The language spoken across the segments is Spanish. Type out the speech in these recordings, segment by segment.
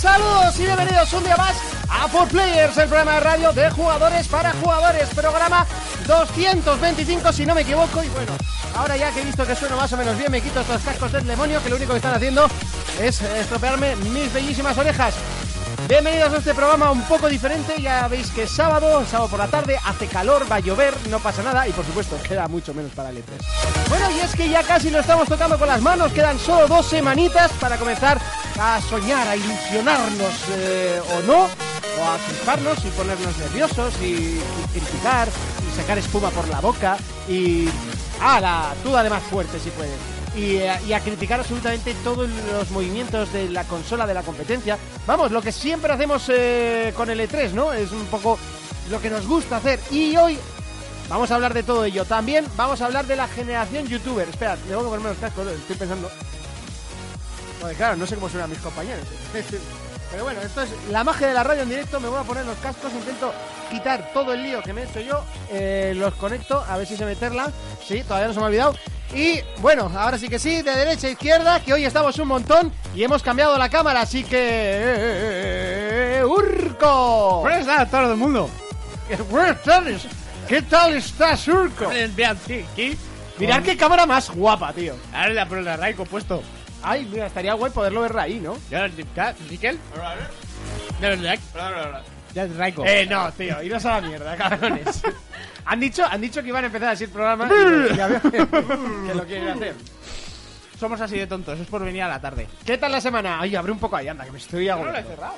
todos y bienvenidos un día más a For Players, el programa de radio de jugadores para jugadores, programa 225 si no me equivoco y bueno, ahora ya que he visto que sueno más o menos bien me quito estos cascos del demonio que lo único que están haciendo es estropearme mis bellísimas orejas. Bienvenidos a este programa un poco diferente, ya veis que es sábado, sábado por la tarde, hace calor, va a llover, no pasa nada y por supuesto queda mucho menos para el E3. Bueno, y es que ya casi lo estamos tocando con las manos, quedan solo dos semanitas para comenzar a soñar, a ilusionarnos eh, o no, o a crisparnos y ponernos nerviosos y, y criticar y sacar espuma por la boca y... ah, ¡Hala! Tú además fuerte si puedes. Y, eh, y, a criticar absolutamente todos los movimientos de la consola de la competencia. Vamos, lo que siempre hacemos eh, con el E3, ¿no? Es un poco lo que nos gusta hacer. Y hoy vamos a hablar de todo ello. También vamos a hablar de la generación youtuber. Espera, tengo que ponerme los cascos, estoy pensando. Joder, claro, no sé cómo suenan mis compañeros. Pero bueno, esto es la magia de la radio en directo. Me voy a poner los cascos, intento quitar todo el lío que me he hecho yo. Eh, los conecto, a ver si se meterla. Sí, todavía no se me ha olvidado. Y bueno, ahora sí que sí, de derecha a izquierda, que hoy estamos un montón y hemos cambiado la cámara, así eh, que. eh, ¡Urco! ¿Cómo está todo el mundo? Buenas tardes. ¿Qué tal estás, Urco? Bien, sí, sí. Mirad qué cámara más guapa, tío. Ahora la por la Raico puesto. Ay, mira, estaría guay poderlo ver ahí, ¿no? Ya, Miquel. Ya, Raico. Ya, Raico. Eh, no, tío, iros a la mierda, cabrones. Han dicho, han dicho que iban a empezar a decir programas ya veo que, que lo quieren hacer. Somos así de tontos, es por venir a la tarde. ¿Qué tal la semana? Ay, abre un poco ahí, anda, que me estoy agotando. cerrado.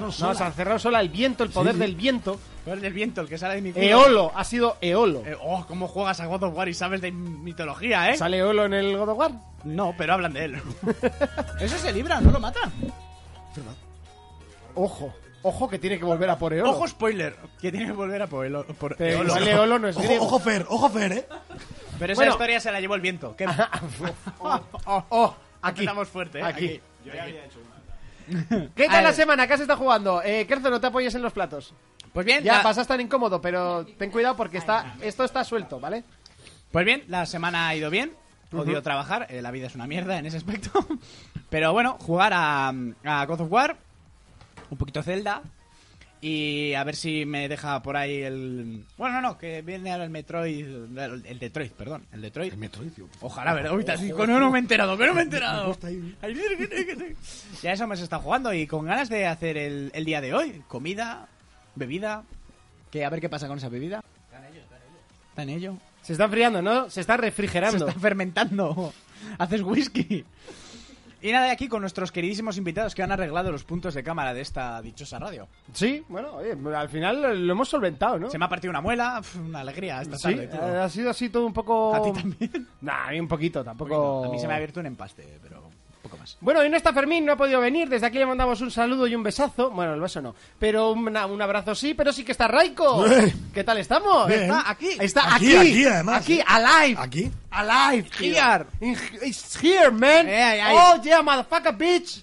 No, se han cerrado sola el viento, el poder del viento. Pero es del viento, el que sale de mi culo. Eolo, ha sido Eolo. Eh, oh, cómo juegas a God of War y sabes de mitología, ¿eh? ¿Sale Eolo en el God of War? No, pero hablan de él. Eso se libra, no lo mata. Ojo, ojo que tiene que volver a por Eolo. Ojo, spoiler, que tiene que volver a por, Elo- por Pero Eolo. igual Eolo no es Ojo, griego. ojo Fer, ojo Fer, eh. Pero esa Bueno. historia se la llevó el viento. ¿Qué? Oh, oh, aquí. Empezamos fuerte, ¿eh? Aquí. Aquí. ¿Qué A tal la ver. semana? ¿Qué has estado jugando? Eh, Kerzo, no te apoyes en los platos. Pues bien, Ya la- pasas tan incómodo, pero ten cuidado porque está, esto está suelto, ¿vale? Pues bien, la semana ha ido bien. Odio trabajar, eh, la vida es una mierda en ese aspecto. Pero bueno, jugar a, a God of War, un poquito Zelda, y a ver si me deja por ahí el. Bueno, no, no, que viene ahora el Metroid. El, el Detroit, perdón, el Detroit. El Metroid, tío. Ojalá, ¿verdad? Uy, te has dicho, no, no me he enterado, que no me he enterado. gusta ahí. Ay, mira, que te- que te- Ya eso me se está jugando y con ganas de hacer el, el día de hoy. Comida, bebida. Que a ver qué pasa con esa bebida. Está en ello. Está en ello. Se está enfriando, ¿no? Se está Se refrigerando. está fermentando. Haces whisky. Y nada, aquí con nuestros queridísimos invitados que han arreglado los puntos de cámara de esta dichosa radio. Sí, bueno, oye, al final lo hemos solventado, ¿no? Se me ha partido una muela, pf, una alegría esta Oh. Sí, tarde. tú. eh, ha sido así todo un poco... A ti también. Nah, a mí un poquito, tampoco... A mí se me ha abierto un empaste, pero un poco más. Bueno, hoy no está Fermín, no ha podido venir. Desde aquí le mandamos un saludo y un besazo. Bueno, el beso no. Pero una- un abrazo sí, pero sí que está Raiko. Eh. ¿Qué tal estamos? Bien. Ah, Está aquí. Eh, Está aquí. eh. Aquí, aquí, además. Aquí, alive. Aquí. Alive. tío. Here. In- It's here, man. Eh, ay, ay. Oh, yeah, motherfucker, bitch.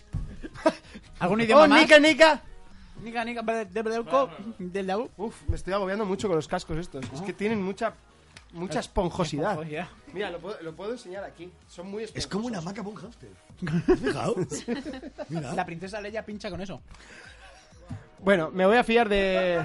¿Algún idioma Oh, más? nica, nica. Nica, nica, de- de- de- co- del de- Uf, me estoy agobiando mucho con los cascos estos. Es que tienen mucha... Mucha Ah. esponjosidad. Esponjosidad. Mira, lo puedo, lo puedo enseñar aquí. Son muy Es esponjosos. como una maca con un hámster. ¿Te has fijado? Mira. La princesa Leia pincha con eso. Bueno, me voy a fiar de.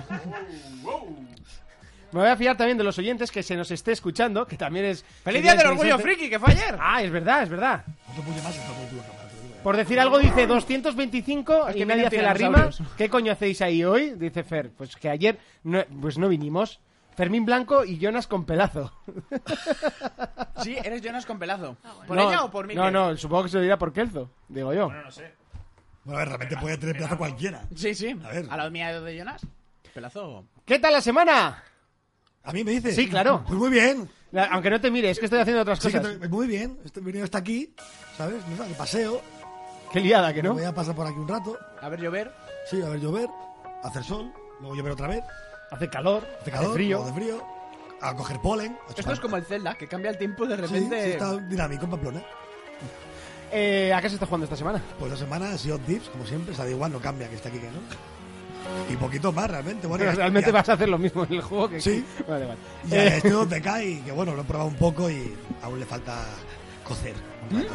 Me voy a fiar también de los oyentes que se nos esté escuchando, que también es. ¡Feliz que día ya es del orgullo interesante. friki, que fue ayer! Ah, es verdad, es verdad. No puede más esta puta cámara, te lo digo, eh. Por decir algo dice 225 Aquí y nadie vienen hace la rima. dinosaurios. ¿Qué coño hacéis ahí hoy? Dice Fer. Pues que ayer no, pues no vinimos. Fermín Blanco y Jonas con pelazo. Sí, eres Jonas con pelazo. ¿Por Ah, no, ella o por mí? No, no, supongo que se lo dirá por Kelzo, digo yo. Bueno, a ver, realmente Ah, puede tener plaza cualquiera. Sí, sí. A ver. A la mía de Jonas. Pelazo. ¿Qué tal la semana? ¿A mí me dices? Sí, claro. Pues muy bien. La- aunque no te mire, es que estoy haciendo otras Sí, que cosas. te- muy bien. Este venido hasta aquí, ¿sabes? Nada, de paseo. Qué liada que no. Voy a pasar por aquí un rato. A ver, llover. Sí, a ver llover, hacer sol, luego llover otra vez, Hace calor, hace hace calor, frío. luego de frío, a coger polen. A Esto es como el Zelda, que cambia el tiempo de Sí, repente. sí, está dinámico en Pamplona. Eh, ¿A qué se está jugando esta semana? Pues la semana ha sido Dips, como siempre, o sea, da igual, no cambia que está aquí que no. Y poquito más realmente. Bueno, Pero ya- realmente ya- vas a hacer lo mismo en el juego que Sí. Vale, vale. Ya Eh, esto te cae y que bueno, lo he probado un poco y aún le falta cocer. un rato.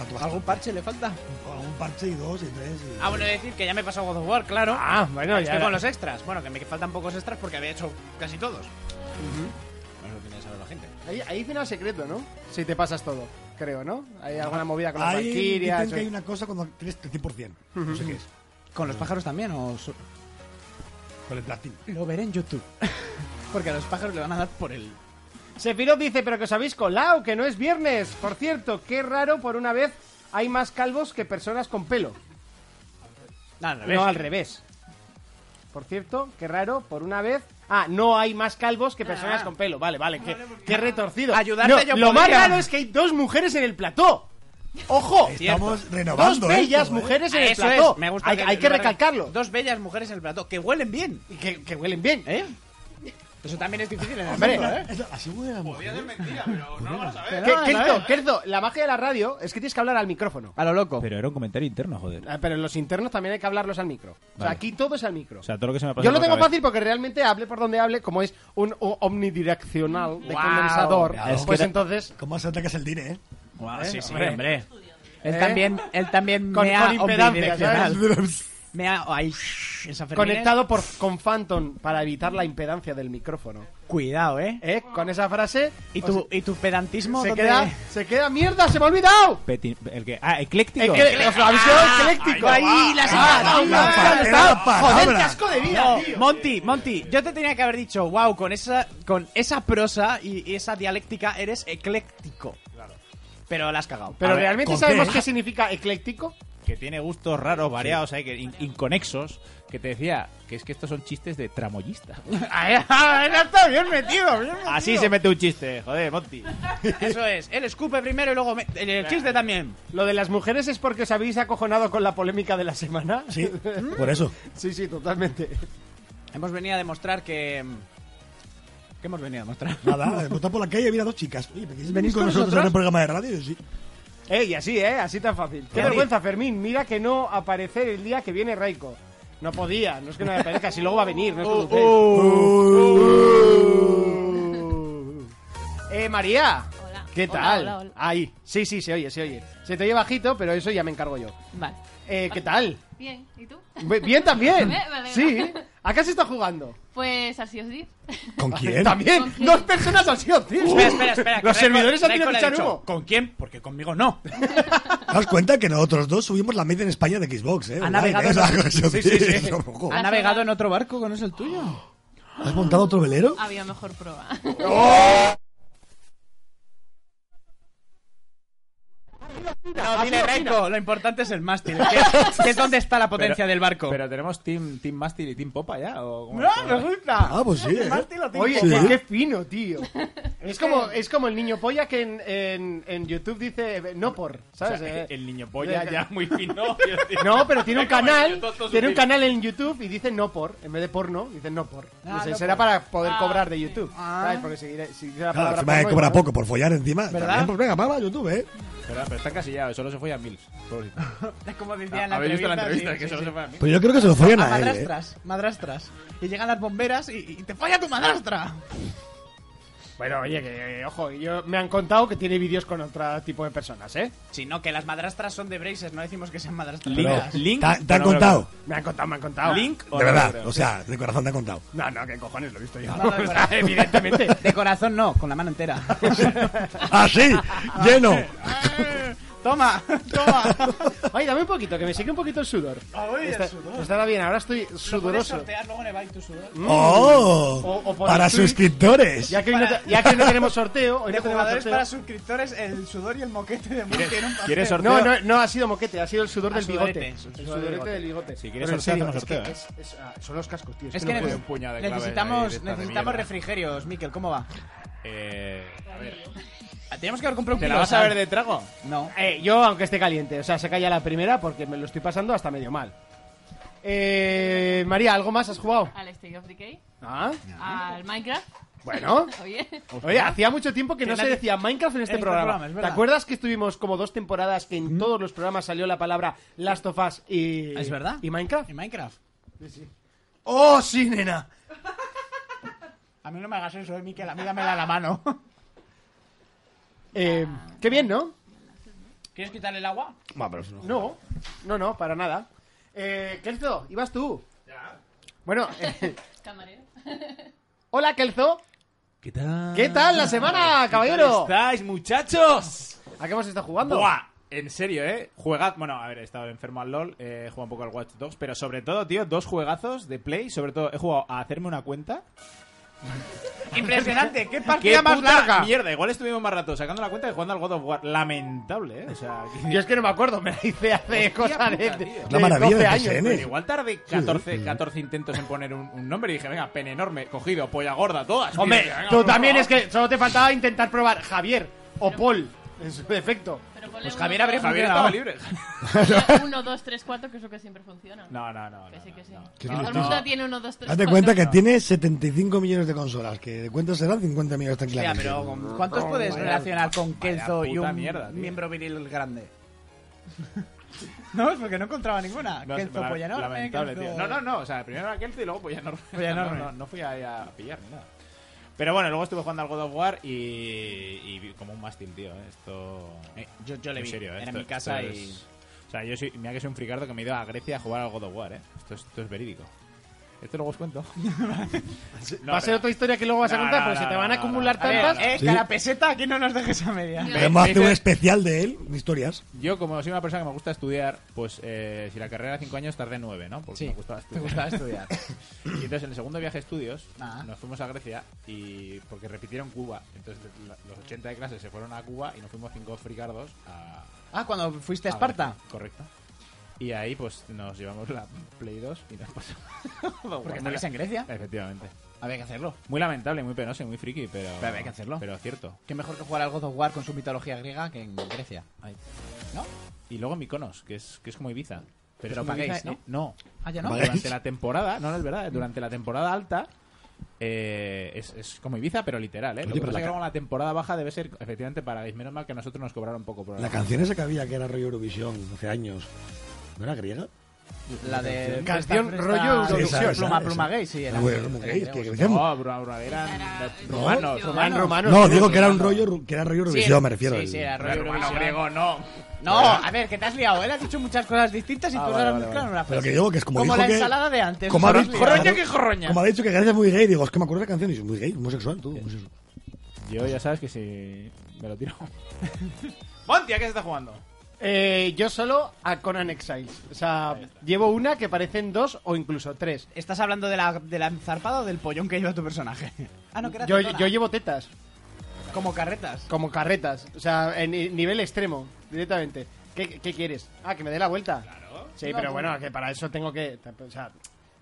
tanto bastante. ¿Algún parche le falta? Con algún parche y dos y tres. y- Ah, bueno, decir que ya me he pasado God of War, claro. Ah, bueno, Estoy ya- con los extras. Bueno, que me faltan pocos extras porque había hecho casi todos. No lo tiene que saber la gente. Ahí, ahí final secreto, ¿no? Si te pasas todo, creo, ¿no? Hay alguna movida con las Ahí valquirias. dicen que hay una cosa cuando tienes el 100%. No sé qué es. ¿Con los pájaros también o so- Con el platino. Lo veré en YouTube. porque a los pájaros le van a dar por el... Sephiroth dice, pero que os habéis colado, que no es viernes. Por cierto, qué raro, por una vez hay más calvos que personas con pelo. No, al revés. No, al revés. Por cierto, qué raro, por una vez... Ah, no hay más calvos que personas Ah. con pelo. Vale, vale, qué, qué retorcido. Ayudarte No, yo Lo más podría. raro es que hay dos mujeres en el plató. ¡Ojo! Estamos Dos renovando. bellas esto, ¿eh? mujeres en el Eso plató. es, me gusta hay, hay que recalcarlo. Dos bellas mujeres en el plató que huelen bien, Y que, que huelen bien. ¿eh? Eso también es difícil en el Hombre, mundo, ¿eh? Eso- Así huele la mujer. Que- eh, Pero no, Kerzo, no, Kerzo, la magia de la radio es que tienes que hablar al micrófono. A lo loco. Pero era un comentario interno, joder. Ah, Pero en los internos también hay que hablarlos al micro. O sea, Vale. aquí todo es al micro. O sea, todo lo que se me ha pasado. Yo lo por la tengo cabeza. fácil porque realmente hable por donde hable, como es un o- omnidireccional de Guau. condensador, Claro. Es que pues era- entonces ¿Cómo se atacas el DINE, eh? Guau, sí, sí, Hombre. hombre. Él ¿Eh? también, él también Con- mea con impedancia, omnidireccional. ¿sabes? Mea- ay, shh, esa Fermín, conectado por, con Phantom para evitar la impedancia del micrófono. eh. Cuidado, ¿eh? ¿Eh? Con esa frase ¿Y o tu, y tu pedantismo? sea, se, dónde- queda, se queda mierda, se me ha olvidado. Peti- el que, ah, ecléctico. Es que os lo habéis quedado ecléctico. Ah, ahí, la señora, ahí ah, la va, palabra, ahí está. la palabra. Joder, qué asco de vida, No, tío. Monty, Monty, yo te tenía que haber dicho, wow, con esa, con esa prosa y, y esa dialéctica eres ecléctico. Pero la has cagado. Pero A ver, realmente ¿con sabemos qué? qué significa ecléctico. Que tiene gustos raros, variados, ahí, que in- inconexos. Que te decía que es que estos son chistes de tramoyista. Ah, está bien metido, bien metido. Así se mete un chiste, joder, Monty. Eso es, él escupe primero y luego me- el, el chiste también. Lo de las mujeres es porque os habéis acojonado con la polémica de la semana. Sí, Mm. por eso. sí, sí, totalmente. Hemos venido a demostrar que... mm, ¿Qué hemos venido a demostrar? Nada, me por la calle, mira dos chicas. Oye, ¿me quieres venir ¿Venís con con nosotros nosotros? en el programa de radio? Yo, Sí. Ey, y así, ¿eh? Así tan fácil. Qué Así. vergüenza, Fermín. Mira que no aparecer el día que viene Raiko. No podía, no es que no me aparezca, si luego va a venir, no es como ustedes. Eh, María. Hola. ¿Qué Hola, tal? hola, hola. Ahí. Sí, sí, se oye, se oye. Se te oye bajito, pero eso ya me encargo yo. Vale. Eh, ¿qué tal? Bien, ¿y tú? Be- Bien también. Me alegra. Sí. ¿A qué has estado jugando? Pues así os digo. ¿Con quién? También, ¿Con quién? dos personas han sido tíos. espera, espera, espera. que Los Raiko- servidores han Raiko tenido que le ha echar dicho, humo. ¿Con quién? Porque conmigo no. Daos cuenta que nosotros dos subimos la media en España de Xbox, ¿eh? Online, navegado ¿eh? en- O sea, eso Sí, Sí, sí, sí. eso, ojo. ¿Ha navegado en otro barco que no es el tuyo? ¿Has montado otro velero? Ah, Había mejor prueba. No, dile Renko, lo importante es el mástil, que es, que es donde está la potencia del barco. Pero tenemos Team, team Mástil y Team Popa ya. ¿O cómo ¡No, es todo? me gusta! Ah, pues sí, ¿eh? Mástil o tipo. Oye, Sí. qué, qué fino, tío. Es como, es como el niño polla que en, en, en YouTube dice eh, no por, O ¿sabes? sea, Eh, el niño polla de- ya muy fino. No, pero tiene un Como el canal, YouTube, todo su tiene un vídeo. canal en YouTube y dice no por, en vez de porno, dice no por. No Ah, sé, no será por. para poder Ah, cobrar de sí. YouTube, Ah. ¿sabes? Porque si, dire- si dice la Claro, palabra encima que porno, cobra igual, poco por follar encima. ¿Verdad? También, pues venga, mamá, YouTube, ¿eh? pero, pero está casillado, solo se fue a Mills. pobrecito. Como decía en la ¿Habéis visto la entrevista? sí, que sí, solo sí. se fue a Mills. Pero yo creo que se lo follan Ah, a él, ¿eh? madrastras, madrastras. Y llegan las bomberas y, y te falla tu madrastra. ¿no? Bueno, oye, que, eh, ojo, yo, me han contado que tiene vídeos con otro tipo de personas, ¿eh? Sino que las madrastras son de braces, no decimos que sean madrastras. Link- ¿eh? Pero, Link, ¿Te, han- te han no, no, contado? Me han contado, me han contado. Link o Oh. De no, verdad, creo. o sea, de corazón te han contado. No, no, que cojones, lo he visto yo. No, no, de O sea, verdad. evidentemente. De corazón no, con la mano entera. ¡Así! Ah, ¡Lleno! toma, toma. Ay, dame un poquito, que me seque un poquito el sudor. Ay, el Está- sudor. Estará bien, ahora estoy Lo puedes sudoroso. sortear luego en el Bike to Sudor. ¡Oh! Mm. O- o por para el tweet. suscriptores. Ya que, hoy no te- ya que hoy no tenemos sorteo, hoy De no tenemos jugadores sorteo. para suscriptores, el sudor y el moquete de Monty en un papel. ¿Quieres sorteo? No, no, no ha sido moquete, ha sido el sudor Ah, del bigote. sudorete, El sudor del sudorete del bigote. Si quieres Pero en sorteo, serio, hacemos es que es- es- ah, son los cascos, tío. Es no que puedo. puedo. Un puñado de claves ahí de necesitamos, esta de necesitamos mierda. refrigerios, Miquel, ¿cómo va? Eh, a ver. Ah, Teníamos que haber comprado un ¿Te la kilo vas a sal. ver de trago? No. Eh, yo, aunque esté caliente, o sea, se calla la primera porque me lo estoy pasando hasta medio mal. Eh, María, ¿algo más has jugado? Al State of Decay. Ah, Al Minecraft. bueno. Oye. Oye, hacía mucho tiempo que Que no se nadie- decía Minecraft en este En este programa. programa, es ¿Te verdad. acuerdas que estuvimos como dos temporadas que en todos los programas salió la palabra Last of Us y, ¿Es verdad? y Minecraft? ¿En Minecraft? ¡Oh, sí, nena! A mí no me hagas eso, eh, Miquel, a mí dámela la mano. Eh, qué bien, ¿no? ¿Quieres quitarle el agua? Bueno, pero es una- No, no, no, para nada. Eh, Kelzo, ibas tú. Bueno, eh, Camarero. hola Kelzo. ¿Qué tal? ¿Qué tal la semana, caballero? ¿Qué tal estáis, muchachos? ¿A qué hemos estado jugando? Buah, en serio, ¿eh? Juegad... Bueno, a ver, he estado enfermo al LoL, eh, he jugado un poco al Watch Dogs, pero sobre todo, tío, dos juegazos de Play. Sobre todo, he jugado a hacerme una cuenta. Impresionante, qué ¡Qué partida puta más larga. mierda! Igual estuvimos más rato sacando la cuenta que jugando al God of War. Lamentable, ¿eh? O sea, que- Yo es que no me acuerdo, me la hice hace cosa de, puta, tío. de La maravilla 12 de años. PSN. tío. igual tardé 14, 14 intentos en poner un, un nombre y dije, venga, pene enorme, cogido, polla gorda, todas. Y Hombre, dije, venga, tú por también favor. es que solo te faltaba intentar probar Javier o Paul, en su defecto. Pero ponle Pues uno, Javier dos, habría funcionado. Javier estaba libre. Uno, dos, tres, cuatro, que es lo que siempre funciona. No, no, no. Que sí, que sí. ¿Qué Todo el dices? mundo tiene uno, dos, tres, Date cuatro. cuenta que tiene 75 millones de consolas, que de cuentas serán 50 millones tan Hostia, claras. pero ¿con ¿cuántos puedes Vaya- relacionar con Kelzo Oh vaya y puta un mierda, tío. miembro viril grande? no, es porque no encontraba ninguna. No, Kelzo la- Pollanor. Lamentable, tío. No, no, no. O sea, primero era Kelzo y luego Pollanor. Pollanor. No, no, no fui a, a pillar ni nada. Pero bueno, luego estuve jugando al God of War y, y vi como un mástil, tío. ¿eh? Esto. yo, yo le en vi. serio, Era ¿eh? en Esto- mi casa esto y. es- O sea, yo soy, mira que soy un fricardo que me he ido a Grecia a jugar al God of War, ¿eh? Esto es, esto es verídico. Esto luego os cuento. No, Va a ser pero- otra historia que luego vas a No, contar, no, pero se no, te no, van a no, acumular no. A ver, tantas. eh, Sí. cada peseta aquí no nos dejes a media. Podemos hacer un Dice- especial de él, de historias. Yo, como soy una persona que me gusta estudiar, pues eh, si la carrera era 5 años, tardé 9, ¿no? Porque me gustaba te estudiar. gustaba estudiar. Y entonces en el segundo viaje a estudios Ah. nos fuimos a Grecia y porque repitieron Cuba. Entonces la- los 80 de clase se fueron a Cuba y nos fuimos cinco fricardos a... ah, cuando fuiste a a Esparta. Grecia. Correcto. Y ahí pues nos llevamos la Play 2 y nos pasamos... Porque estabais en Grecia. Efectivamente. Había que hacerlo. Muy lamentable, muy penoso y muy friki, pero... Pero había que hacerlo. Pero cierto. Qué mejor que jugar al God of War con su mitología griega que en Grecia. ¿No? Y luego Mykonos, que es, que es como Ibiza. Pero es como pagáis, Ibiza, ¿no? eh, No. Ah, ya no. Vale. Durante la temporada, no, no es verdad, durante la temporada alta eh, es, es como Ibiza, pero literal, ¿eh? Lo Oye, que pero la pasa es que ca- luego la temporada baja debe ser efectivamente para Gays. Menos mal que a nosotros nos cobraron poco por La canción esa que había, que era rollo Eurovisión, hace años. ¿No era griega? La de. Canción Presta, rollo presta, Eurovisión. Esa, esa, Pluma, esa. pluma gay, sí. Era Bueno, como gays, que griego, sí. Grecia- No, Bruna, Bruna, eran Era- de- romanos, No, romanos. romanos. No, digo que era un rollo, que era rollo Sí, Eurovisión, me refiero. Sí, sí, era No era rollo romano, Eurovisión. griego, no. No, a ver, que te has liado. Él ha dicho muchas cosas distintas y Ah, tú vale, las has vale, mezclado en una frase. Pero que digo que es como dijo la que- ensalada de antes. como Ahora ha has dicho- liado. Jorroña que jorroña. Como ha dicho que Grecia es muy gay, digo, es que me acuerdo de la canción y es muy gay, homosexual, todo. pues homosexual. Eh, Yo ya sabes que si me lo tiro. Monty, ¿a qué se está jugando? Eh, yo solo a Conan Exiles. O sea, llevo una que parecen dos o incluso tres. ¿Estás hablando de la, de la zarpada o del pollón que lleva tu personaje? Ah, no, que era Yo, tetona. yo llevo tetas, Como carretas. como carretas. O sea, en ni- nivel extremo, directamente. ¿Qué, qué quieres? Ah, que me dé la vuelta. Claro. Sí, pero bueno, que para eso tengo que. O sea,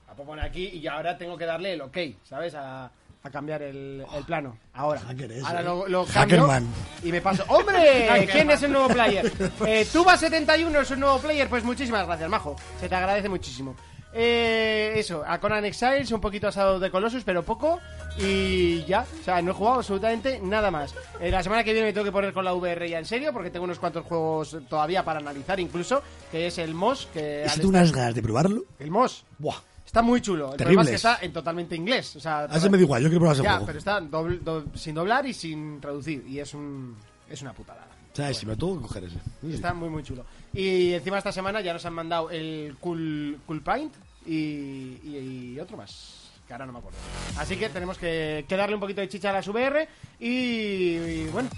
la puedo poner aquí y ahora tengo que darle el ok, ¿sabes? A, a cambiar el, el plano. Ahora. Hacker ese, ahora eh. lo, lo cambio. Hackerman. Y me paso. ¡Hombre! ¿Quién es el nuevo player? Eh, Tuba71 es un nuevo player. Pues muchísimas gracias, majo. Se te agradece muchísimo. Eh, eso, a Conan Exiles, un poquito asado de Colossus, pero poco. Y ya, o sea, no he jugado absolutamente nada más. Eh, la semana que viene me tengo que poner con la VR ya en serio, porque tengo unos cuantos juegos todavía para analizar, incluso. Que es el MOS. Que ¿Y al si tú unas ganas de probarlo? est- El MOS. Buah. Está muy chulo. El problema es Terribles. que está en totalmente inglés. O sea, A ese me da igual, yo quiero probar ese ya, juego. pero está dobl- do- sin doblar y sin traducir. Y es, un, es una putada. ¿Sabes? Si me lo tengo que coger ese. Sí, sí. Está muy, muy chulo. Y encima esta semana ya nos han mandado el Cool, cool Paint y, y- y otro más, que ahora no me acuerdo. Así que tenemos que, que darle un poquito de chicha a las VR y, y bueno,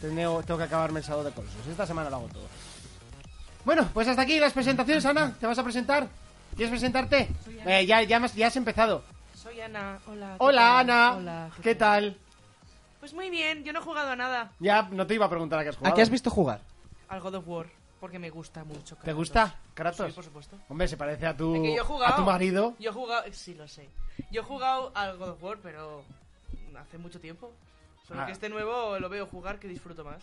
tengo, tengo que acabarme el sábado de Colossus. Esta semana lo hago todo. Bueno, pues hasta aquí las presentaciones, Ana. ¿Te vas a presentar? ¿Quieres presentarte? Soy Ana. Eh, ya, ya, has- ya has empezado. Soy Ana, hola. ¿qué Hola, tal? Ana. Hola, ¿Qué tal? Pues muy bien, yo no he jugado a nada Ya no te iba a preguntar a qué has ¿A jugado. qué has visto jugar? al God of War, porque me gusta mucho. ¿Te Kratos. gusta Sí, Kratos? por supuesto. Hombre, se parece a tu, Es que yo he jugado. a tu marido. Yo he jugado, sí, lo sé. Yo he jugado al God of War, pero hace mucho tiempo. Solo Ah. que este nuevo lo veo jugar que disfruto más.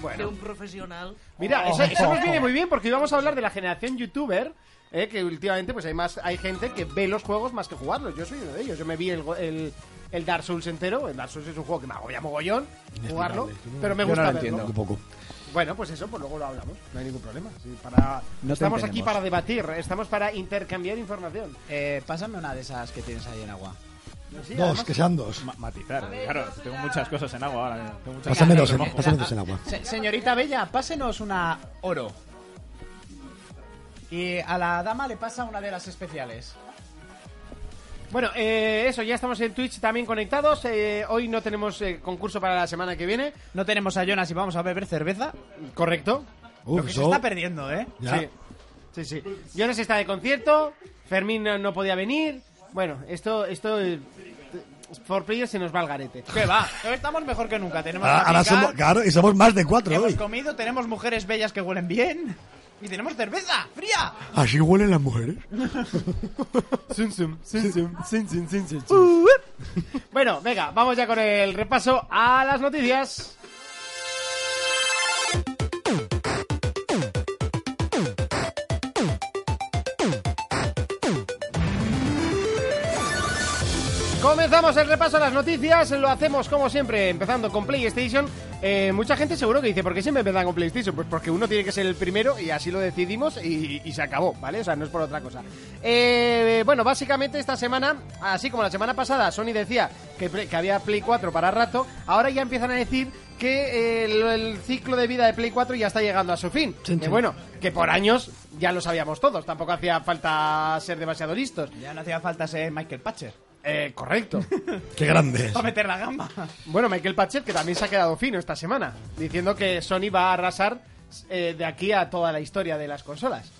Bueno. De un profesional. Mira, eso, eso nos viene muy bien porque íbamos a hablar de la generación youtuber, eh, que últimamente pues hay más, hay gente que ve los juegos más que jugarlos. Yo soy uno de ellos. Yo me vi el, go- el, el Dark Souls entero. El Dark Souls es un juego que me agobia mogollón jugarlo, pero me Yo no gusta lo verlo. entiendo. Un poco. Bueno, pues eso, pues luego lo hablamos. No hay ningún problema. Sí, para... No te estamos aquí entendemos. para debatir, estamos para intercambiar información. Pues Eh, pásame una de esas que tienes ahí en agua. Sí, Dos, además- que sean dos. Ma- matizar, claro. Tengo muchas cosas en agua ahora mismo. Tengo muchas Pásame cosas dos, ¿eh? en en, remojo. pásame dos en agua. Se- señorita Bella, pásenos una oro. Y a la dama le pasa una de las especiales. Bueno, eh, eso, ya estamos en Twitch también conectados. Eh, hoy no tenemos eh, concurso para la semana que viene, No tenemos a Jonas y vamos a beber cerveza. ¿correcto? Lo Uf, que se eso- está perdiendo, ¿eh? ya. Sí. Sí, sí. Jonas está de concierto, Fermín no, no podía venir. Bueno, esto, esto, eh, For Players se nos va al garete. ¿Qué va? Estamos mejor que nunca. Tenemos Ahora, para Ah, ahora picar, somos, claro, y somos más de cuatro hemos hoy. comido, tenemos mujeres bellas que huelen bien. Y tenemos cerveza fría. Así huelen las mujeres. Bueno, venga, vamos ya con el repaso a las noticias. Comenzamos el repaso a las noticias, lo hacemos como siempre, empezando con PlayStation. Eh, mucha gente seguro que dice, ¿por qué siempre empiezan con PlayStation? Pues porque uno tiene que ser el primero y así lo decidimos y, y se acabó, ¿vale? O sea, no es por otra cosa. Eh, bueno, básicamente esta semana, así como la semana pasada, Sony decía que, Play- que había Play 4 para rato, ahora ya empiezan a decir que eh, lo- el, ciclo de vida de Play 4 ya está llegando a su fin. Chin, Que chin. bueno, que por años ya lo sabíamos todos, tampoco hacía falta ser demasiado listos. Ya no hacía falta ser Michael Patcher. Eh, correcto. Qué grande es. Para meter la gamba. Bueno, Michael Pachet, que también se ha quedado fino esta semana, diciendo que Sony va a arrasar eh, de aquí a toda la historia de las consolas.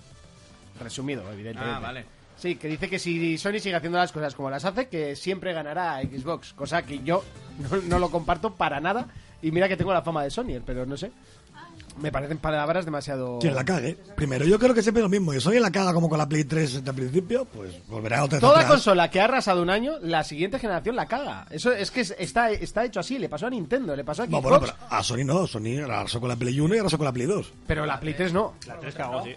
Resumido, evidentemente. Sí, que dice que si Sony sigue haciendo las cosas como las hace, que siempre ganará a Xbox, cosa que yo no, no lo comparto para nada. Y mira que tengo la fama de Sony, pero no sé. Me parecen palabras demasiado... Quien la cague. Primero, yo creo que siempre es lo mismo. Yo soy en la caga como con la Play 3 desde el principio, pues volverá otra vez Toda atrás. consola que ha arrasado un año, la siguiente generación la caga. Eso es que es- está, está hecho así. Le pasó a Nintendo, le pasó a No, Xbox, bueno, pero pero... a Sony no. Sony arrasó con la Play 1 y arrasó con la Play 2. la Play 3 no. La tres que hago, sí.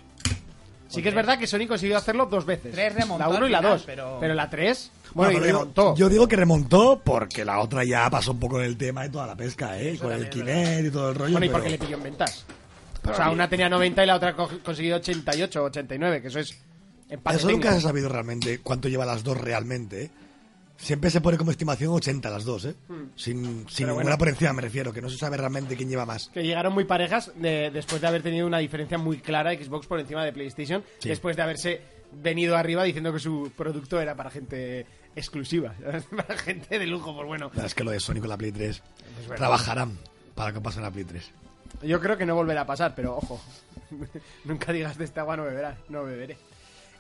Sí que es verdad que Sony consiguió hacerlo dos veces. Tres remontó La 1 y la al final, 2. Pero... pero- la 3... No, Bueno, pero y digo, remontó. Yo digo que remontó porque la otra ya pasó un poco el tema de toda la pesca, ¿eh? Con el Kinect y todo el rollo. Bueno, y pero- porque le pilló en ventas. O sea, una tenía 90 y la otra co- consiguió 88 o 89, que eso es empate Eso nunca se ha técnico. sabido realmente cuánto lleva las dos realmente, ¿eh? Siempre se pone como estimación 80 las dos, ¿eh? Hmm. Sin, sin ninguna por encima me refiero, que no se sabe realmente quién lleva más. Que llegaron muy parejas de- después de haber tenido una diferencia muy clara Xbox por encima de PlayStation, Sí. después de haberse venido arriba diciendo que su producto era para gente exclusiva, para gente de lujo, pues bueno. La verdad es que lo de Sony con la Play 3 trabajarán para que pase la Play 3. Yo creo que no volverá a pasar, pero ojo. Nunca digas de esta agua no beberá, no beberé.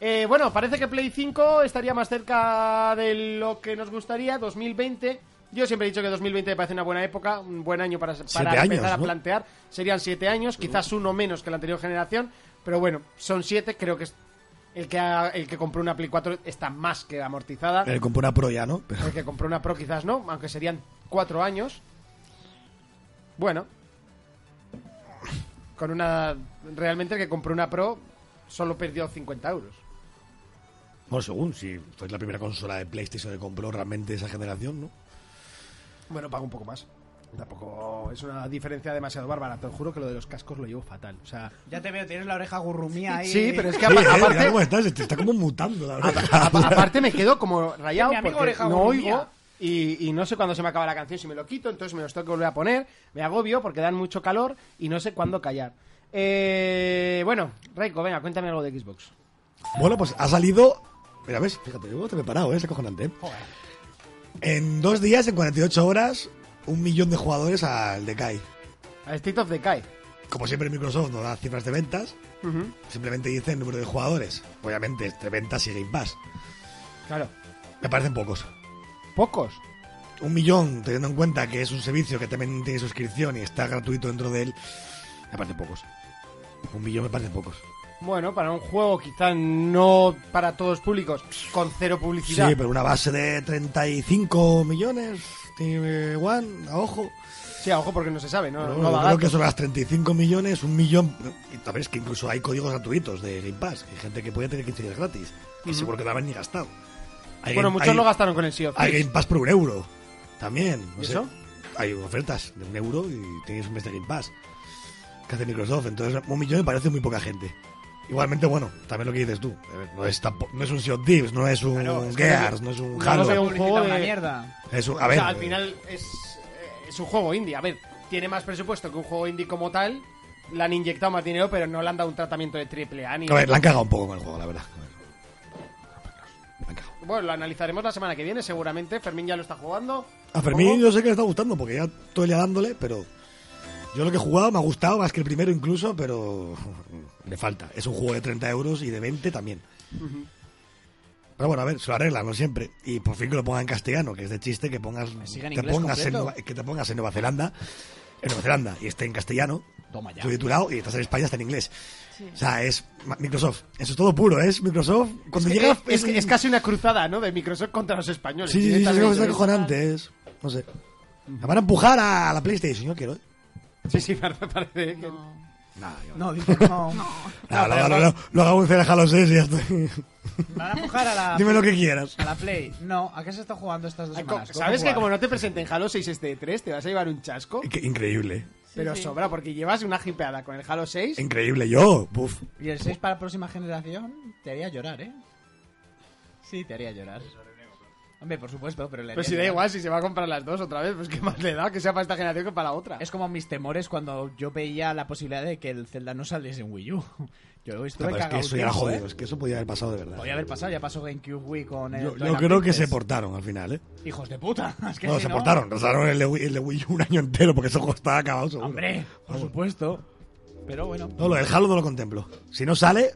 Eh, bueno, parece que Play 5 estaría más cerca de lo que nos gustaría, 2020. Yo siempre he dicho que 2020 me parece una buena época, un buen año para, Siete para empezar años, a ¿no? plantear. Serían siete años, quizás uno menos que la anterior generación, pero bueno, son siete. Creo que es- el que, ha- el que compró una Play 4 está más que amortizada. Eh, compré una Pro ya, ¿no? Pero- El que compró una Pro quizás no, aunque serían cuatro años. Bueno. Con una... Realmente el que compró una Pro solo perdió 50 euros. Bueno, según, si fue la primera consola de PlayStation que compró realmente esa generación, ¿no? Bueno, pago un poco más. Tampoco es una diferencia demasiado bárbara. Te lo juro que lo de los cascos lo llevo fatal. O sea... Ya te veo, tienes la oreja gurrumía ahí. Sí, pero es que Sí, apa- ¿eh? Mira cómo aparte, estás, te está como mutando, la verdad. apa- aparte me quedo como rayado Mi amigo porque oreja no gurumía. oigo y, y no sé cuándo se me acaba la canción si me lo quito, entonces me los tengo que volver a poner. Me agobio porque dan mucho calor y no sé cuándo callar. Eh, bueno, Reiko, venga, cuéntame algo de Xbox. Bueno, pues ha salido. Mira, ves, fíjate, yo te he preparado, ¿eh? es acojonante. ¿eh? En dos días, en 48 horas, un millón de jugadores al Decay. A State of Decay. Como siempre, Microsoft no da cifras de ventas, simplemente dice el número de jugadores. Obviamente, entre ventas y Game Pass. Claro. Me parecen pocos. Pocos. Un millón, teniendo en cuenta que es un servicio que también tiene suscripción y está gratuito dentro de él, me parecen pocos. Un millón me parecen pocos. Bueno, para un juego quizá no para todos públicos, con cero Sí, publicidad. pero una base de 35 millones, tiene One, a ojo. Sí, a ojo porque no se sabe, no, Pero no bueno, da creo datos. que sobre las 35 millones, un millón. Y tal vez que incluso hay códigos gratuitos de Game Pass. Hay gente que puede tener 15 días gratis. Que seguro que no habrán ni gastado. Hay Bueno, Game- muchos hay- lo gastaron con el Sea of Hay Thieves. Game Pass por un euro. También. No ¿Y sé. eso? Hay ofertas de un euro y tienes un mes de Game Pass. Que hace Microsoft. Entonces, un millón me parece muy poca gente. Igualmente, bueno, también lo que dices tú. a ver, No es, tampo- no es un Sea of Thieves, no es un Claro, es que Gears, no es un no Halo. sé, un Publicita juego una de- mierda. Es un- a O ver, sea, al eh, final es, eh, es un juego indie. A ver, tiene más presupuesto que un juego indie como tal. Le han inyectado más dinero, pero no le han dado un tratamiento de triple A ni. A ver, la han cagado un poco con el juego, la verdad. A ver. La han cagado. Bueno, lo analizaremos la semana que viene, seguramente. Fermín ya lo está jugando. A Fermín supongo. yo sé que le está gustando porque ya estoy ya dándole, pero yo lo que he jugado me ha gustado más que el primero incluso, pero le falta. Es un juego de 30 euros y de 20 también. Pero bueno, a ver, se lo arreglan, no siempre. Y por fin que lo pongan en castellano, que es de chiste que pongas, Pues siga en te inglés pongas en completo. Nueva- que te pongas en Nueva Zelanda, en Nueva Zelanda y esté en castellano, Toma ya. subtitulado y estás en España está en inglés. O sea, es ma- Microsoft. Eso es todo puro, ¿eh? es Microsoft. Cuando Es, que- llega es- es que es casi una cruzada, ¿no? De Microsoft contra los españoles. Sí, sí, sí, sí, directamente. es acojonante, es. No sé. Me van a empujar a la PlayStation, yo quiero. ¿eh? Sí, sí, me parece que. No, dice, no. No, no, no, no, lo hago un cero Halo 6 y ya estoy. Me van a empujar a la, Dime lo que quieras. a la Play. No, ¿a qué se está jugando estas dos Ay, co- semanas? ¿Sabes que Jugar. como no te presenten Halo 6 este 3, te vas a llevar un chasco? Qué increíble. ¿eh? Pero sí. sobra, porque llevas una jipeada con el Halo 6. Increíble, yo. Buf. Y el 6 para la próxima generación te haría llorar, ¿eh? Sí, te haría llorar. Hombre, por supuesto, pero le Pues haría si da llorar. igual, si se va a comprar las dos otra vez, pues qué más le da que sea para esta generación que para la otra. Es como mis temores cuando yo veía la posibilidad de que el Zelda no saliese en Wii U. Yo estuve No, Ah, pero es que cagado eso ya era tiempo, ¿eh? jodido. Es que eso podía haber pasado de verdad. Podía haber pasado, ya pasó GameCube Wii con el. Yo, Twilight yo creo que se Princess. portaron al final, ¿eh? Hijos de puta. Es que No, si se portaron. Retrasaron el de Wii, el de Wii U un año entero porque eso juego estaba acabado. seguro. Hombre, por supuesto. Pero bueno. No, lo del Halo no lo contemplo. Si no sale,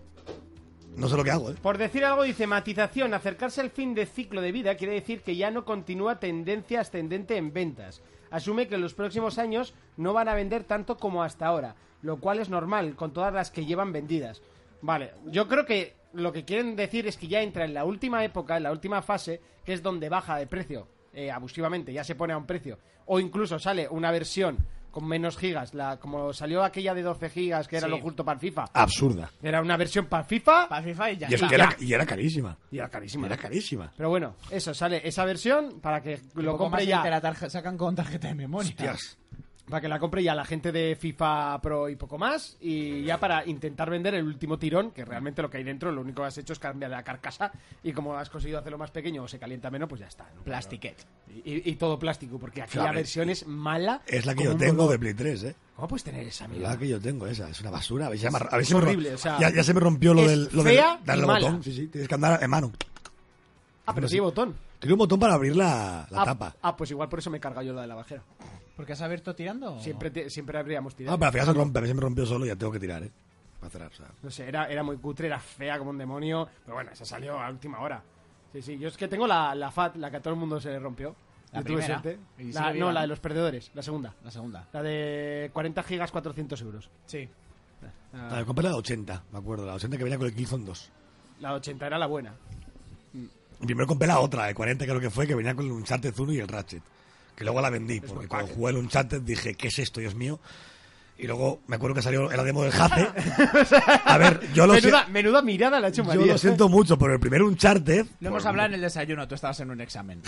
no sé lo que hago, ¿eh? Por decir algo, dice matización, acercarse al fin de ciclo de vida quiere decir que ya no continúa tendencia ascendente en ventas. Asume que en los próximos años no van a vender tanto como hasta ahora, lo cual es normal con todas las que llevan vendidas. Vale, yo creo que lo que quieren decir es que ya entra en la última época, en la última fase, que es donde baja de precio eh, abusivamente, ya se pone a un precio. O incluso sale una versión con menos gigas, la, como salió aquella de 12 gigas que era Sí. lo justo para el FIFA. Absurda. Era una versión para FIFA Para FIFA y ya Y, es está. que era, y era carísima. y era carísima. Era carísima. Pero bueno, eso, sale esa versión para que Un lo poco compre más ya. de la tarje- sacan con tarjeta de memoria. Hostias. Para que la compre ya la gente de FIFA Pro y poco más. Y ya para intentar vender el último tirón, que realmente lo que hay dentro, lo único que has hecho es cambiar la carcasa. Y como has conseguido hacerlo más pequeño o se calienta menos, pues ya está. ¿no? Plastiquet. Y, y todo plástico, porque aquella Claro, versión es mala. Es la que como yo un tengo dolor. de Play 3, ¿eh? ¿Cómo puedes tener esa Es La mierda? que yo tengo esa, es una basura. A ver, ya me- a ver, Es se me ro- horrible, o sea, ya, ya se me rompió lo es del lo fea del, darle y al mala. botón. Sí, sí, tienes que andar en mano. Ah, pero tiene botón. Tiene un botón para abrir la, la ah, tapa. Ah, pues igual por eso me he cargado yo la de la bajera. ¿Porque has abierto Oh. tirando? Siempre, te- siempre habríamos tirado. Ah, pero al final se rompe, a mí se me rompió solo y ya tengo que tirar, ¿eh? Para cerrar, o sea. No sé, era, era muy cutre, era fea como un demonio. Pero bueno, esa salió a última hora. Sí, sí, yo es que tengo la, la FAT, la que a todo el mundo se le rompió. La Yo tuve primera. suerte. La- Y sigue viva, no, la ¿no? de los perdedores, la segunda. La segunda. La de 40 gigas, 400 euros. Sí. Ah. A ver, Ah, compré la de 80, me acuerdo, la de 80 que venía con el Killzone 2. La de 80 era la buena. Y primero compré la otra, de 40 creo que fue, que venía con el Uncharted 1 y el Ratchet. Que luego la vendí, porque cuando jugué el Uncharted dije, ¿qué es esto, Dios mío? Y luego me acuerdo que salió la demo del Jace. A ver, yo lo, si- menuda, menuda mirada la ha hecho yo María. lo siento mucho, pero el primer Uncharted. Lo hemos hablado en el desayuno, tú estabas en un examen.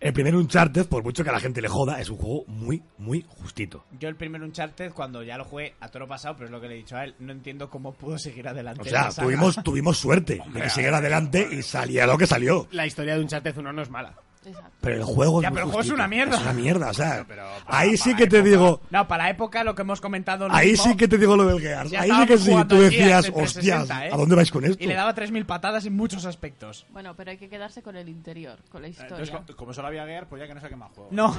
El primer Uncharted, por mucho que a la gente le joda, es un juego muy, muy justito. Yo el primer Uncharted, cuando ya lo jugué a toro pasado, pero es lo que le he dicho a él, no entiendo cómo pudo seguir adelante. O sea, la saga. tuvimos, tuvimos suerte de que siguiera adelante y salía lo que salió. La historia de un Uncharted 1 no es mala. Exacto. Pero el juego es Ya, muy pero el juego es justito. una mierda. Es una mierda, o sea. ahí sí que te digo. No, para la época eh, lo que hemos comentado... lo Ahí mismo, sí que te digo lo del Gears. ya Ahí sí que estábamos sí, jugando tú al Gears decías, en 360, hostias, ¿eh? ¿a dónde vais con esto? Y le daba 3.000 patadas en muchos aspectos. Bueno, pero hay que quedarse con el interior, con la historia. Entonces, co- como solo había Gear, pues ya que no se ha quemado el juego. No.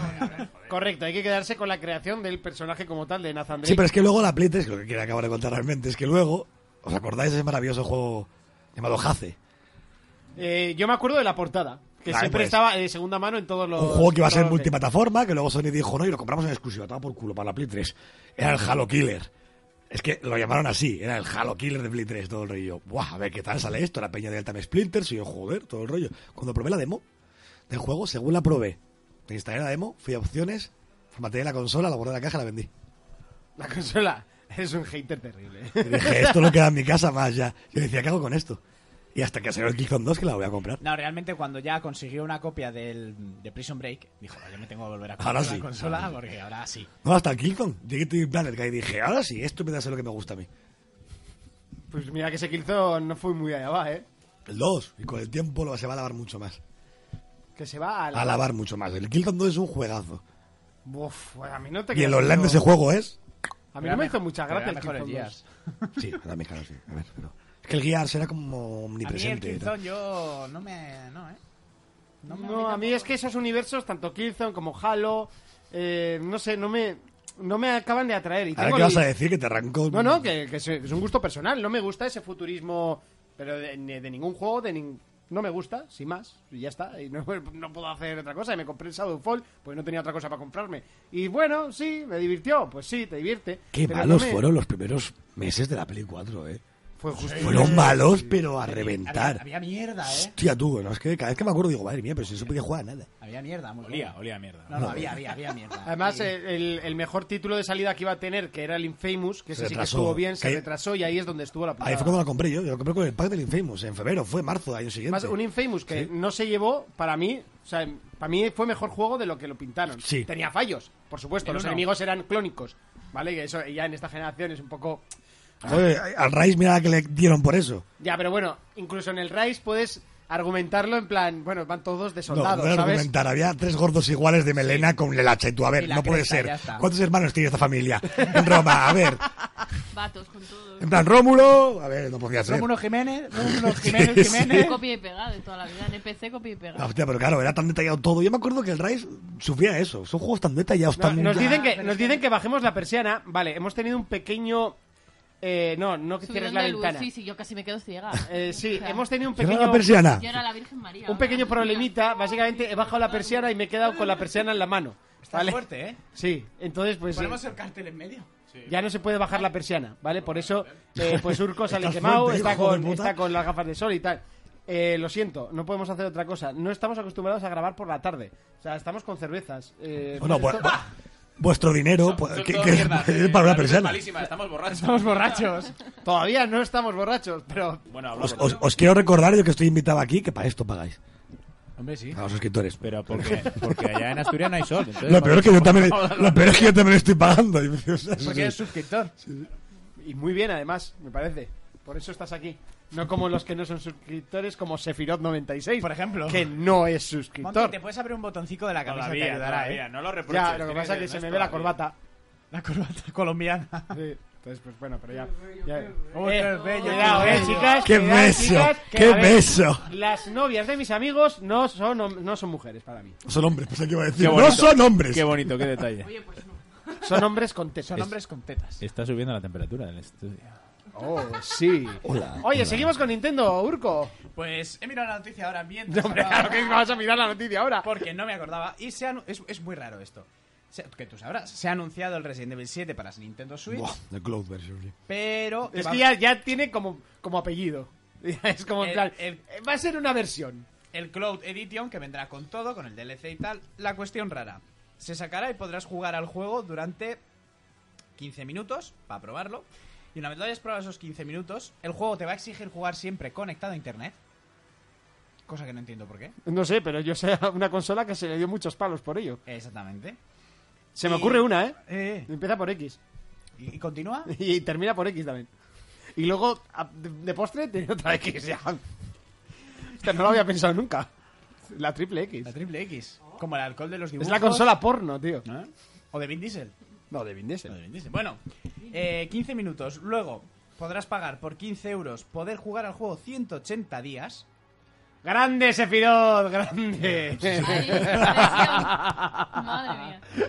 Correcto, hay que quedarse con la creación del personaje como tal de Nathan Drake. Sí, pero es que luego la Play 3, que lo que quiero acabar de contar realmente, es que luego. ¿Os acordáis de ese maravilloso juego llamado Jace? Eh, yo me acuerdo de la portada, que Vale, siempre pues. estaba de segunda mano en todos los... un juego que iba a ser todos los- multiplataforma, que luego Sony dijo no y lo compramos en exclusiva, toma por culo para la Play 3. Era el Halo Killer. Es que lo llamaron así, era el Halo Killer de Play 3, todo el rollo. Buah, a ver qué tal sale esto, la peña de Altam Splinter, soy yo, joder, todo el rollo. Cuando probé la demo del juego, según la probé, me instalé la demo, fui a opciones, formateé la consola, la guardé en la caja y la vendí. La consola es un hater terrible. Y dije, esto no queda en mi casa más ya. Yo decía, ¿qué hago con esto? Y hasta que salió el Killzone 2 que la voy a comprar. No, realmente cuando ya consiguió una copia del, de Prison Break, dijo, yo me tengo que volver a comprar Ahora la sí. consola porque ahora sí. No, hasta el Killzone. Llegué a Team Planet y dije, ahora sí, esto me da lo que me gusta a mí. Pues mira que ese Killzone no fue muy allá va, ¿eh? El 2. Y con el tiempo lo, se va a lavar mucho más. Que se va a la... A lavar mucho más. El Killzone 2 es un juegazo. Uf, pues a mí no te Y el creo. online de ese juego es. A mí no me hizo mucha gracia Era el mejor el Killzone Gears. 2. Sí, a mí, claro, sí. A ver, pero- Es que el Gears era como A mí el omnipresente. Killzone yo no me... No, ¿eh? No, a mí es que esos universos, tanto Killzone como Halo, eh, no sé, no me, no me acaban de atraer. Y Ahora tengo qué vas el- a decir que te arrancó. No, no, que, que se- que es un gusto personal. No me gusta ese futurismo, pero de, ni- de ningún juego, de nin- no me gusta, sin más. Y ya está. Y no, no puedo hacer otra cosa. Y me compré el Shadowfall, pues no tenía otra cosa para comprarme. Y bueno, sí, me divirtió. Pues sí, te divierte. Qué pero no malos me- fueron los primeros meses de la Play 4, eh. Fue justo. Fueron malos, pero a Había, reventar. había mierda, ¿eh? Hostia, tú, no, es que cada vez que me acuerdo digo, madre mía, pero si no se podía jugar a nada. Había mierda, muy Olía, buena. olía a mierda. No, no, había, había, había mierda. Además, Sí. eh, el, el mejor título de salida que iba a tener, que era el Infamous, que Se ese sí que retrasó. estuvo bien, se Que- retrasó y ahí es donde estuvo la putada. Ahí fue cuando la compré yo. Yo la compré con el pack del Infamous en febrero, fue marzo del año siguiente. Además, un Infamous que no se llevó, para mí, o sea, para mí fue mejor juego de lo que lo pintaron. Sí. Tenía fallos, por supuesto. El los uno. enemigos eran clónicos, ¿vale? Que eso ya en esta generación es un poco... Joder, al Rice mira la que le dieron por eso. Ya, pero bueno, incluso en el Rise puedes argumentarlo en plan, bueno, van todos de No, soldados, voy a ¿sabes? argumentar. Había tres gordos iguales de melena con el hacha y tú, a ver, Y la no puede cresta, ser. ya está. ¿Cuántos hermanos tiene esta familia en Roma? A ver, Vatos con todo. en plan Rómulo, a ver, no podía ser. Rómulo Jiménez, Rómulo Jiménez, Jiménez. Copia y pega de toda la vida. En EPC copia y Ah, pega. hostia, pero claro, era tan detallado todo. Yo me acuerdo que el Rise sufría eso. Son juegos tan detallados, No, tan... nos dicen pero que es nos dicen que bajemos la persiana. Vale, hemos tenido un pequeño... eh, no, no que cierres Subieron la de luz, ventana. sí, sí, yo casi me quedo ciega. Eh, sí, O sea, hemos tenido un Cierra la pequeño... persiana. Yo era la Virgen María. un ahora. pequeño problemita, básicamente he bajado la persiana y me he quedado con la persiana en la mano. Está ¿vale? fuerte, ¿eh? Sí, entonces pues eh, Ponemos el cartel en medio. ya no se puede bajar la persiana, ¿vale? Por eso eh, pues Urco sale Estás quemado, fuerte, está hijo de con, puta. está con las gafas de sol y tal. Eh, lo siento, no podemos hacer otra cosa. No estamos acostumbrados a grabar por la tarde. O sea, estamos con cervezas. Eh, Bueno, pues pues, esto- vuestro dinero, pues, Son que, todo que- mierdas, es eh, para la una vida es persona. malísima, estamos borrachos. Estamos borrachos. Todavía no estamos borrachos, pero Bueno, Os, hablamos. os- os quiero recordar, yo que estoy invitado aquí, que para esto pagáis. Hombre, sí. A los suscriptores. Pero porque, porque allá en Asturias no hay sol. entonces- Lo peor, es que yo también, lo peor es que yo también estoy pagando. Y- o sea, Porque eres sí. suscriptor. y muy bien además, me parece. Por eso estás aquí. No como los que no son suscriptores, como Sephiroth96. Por ejemplo. Que no es Monty, suscriptor. te puedes abrir un botoncito de la camisa Todavía, te ayudará, todavía, ¿eh? no lo reproches. Ya, lo que tiene pasa es que ser, se no me ve la todavía. corbata. La corbata colombiana. Sí, entonces, pues bueno, pero ya. ya- Oh, Eh, qué bello, cuidado, qué eh, bello. chicas. ¡Qué cuidado, beso, chicas, que, qué a ver, beso! Las novias de mis amigos no son, hom- no son mujeres para mí. Son hombres, pues aquí iba a Qué decir. bonito, No son hombres. Qué bonito, qué detalle. Oye, pues no. Son hombres con tetas. Son hombres con tetas. Está subiendo la temperatura del este estudio. Oh, sí. Hola, Oye, seguimos con Nintendo, Urco. Pues he mirado la noticia ahora bien. Hombre, claro que vas a mirar la noticia ahora. Porque no me acordaba. Y se anu- es, es muy raro esto. Se- que tú sabrás. Se ha anunciado el Resident Evil 7 para Nintendo Switch. Buah, the cloud version. sí. Pero. Es va- que ya, ya tiene como, como apellido. Es como en El- plan. el- eh, Va a ser una versión. El Cloud Edition, que vendrá con todo, con el DLC y tal. La cuestión rara. Se sacará y podrás jugar al juego durante 15 minutos para probarlo. Y una vez lo hayas probado esos 15 minutos, el juego te va a exigir jugar siempre conectado a internet. Cosa que no entiendo por qué. No sé, pero yo sé a una consola que se le dio muchos palos por ello. Exactamente. Se me Y- ocurre una, ¿eh? Eh, eh. Empieza por X. ¿Y, y continúa? Y termina por X también. Y luego, a- de de postre, tiene otra X ya. Hostia, no lo había pensado nunca. La triple X. La triple X. Como el alcohol de los dibujos. Es la consola porno, tío. ¿Eh? O de Vin Diesel. No, de Vin Lo de Diesel. Vin Diesel. Bueno, eh, 15 minutos. Luego podrás pagar por 15 euros, poder jugar al juego 180 días. ¡Grande, Sephiroth! ¡Grande! Ay, impresión. Madre mía. Lo que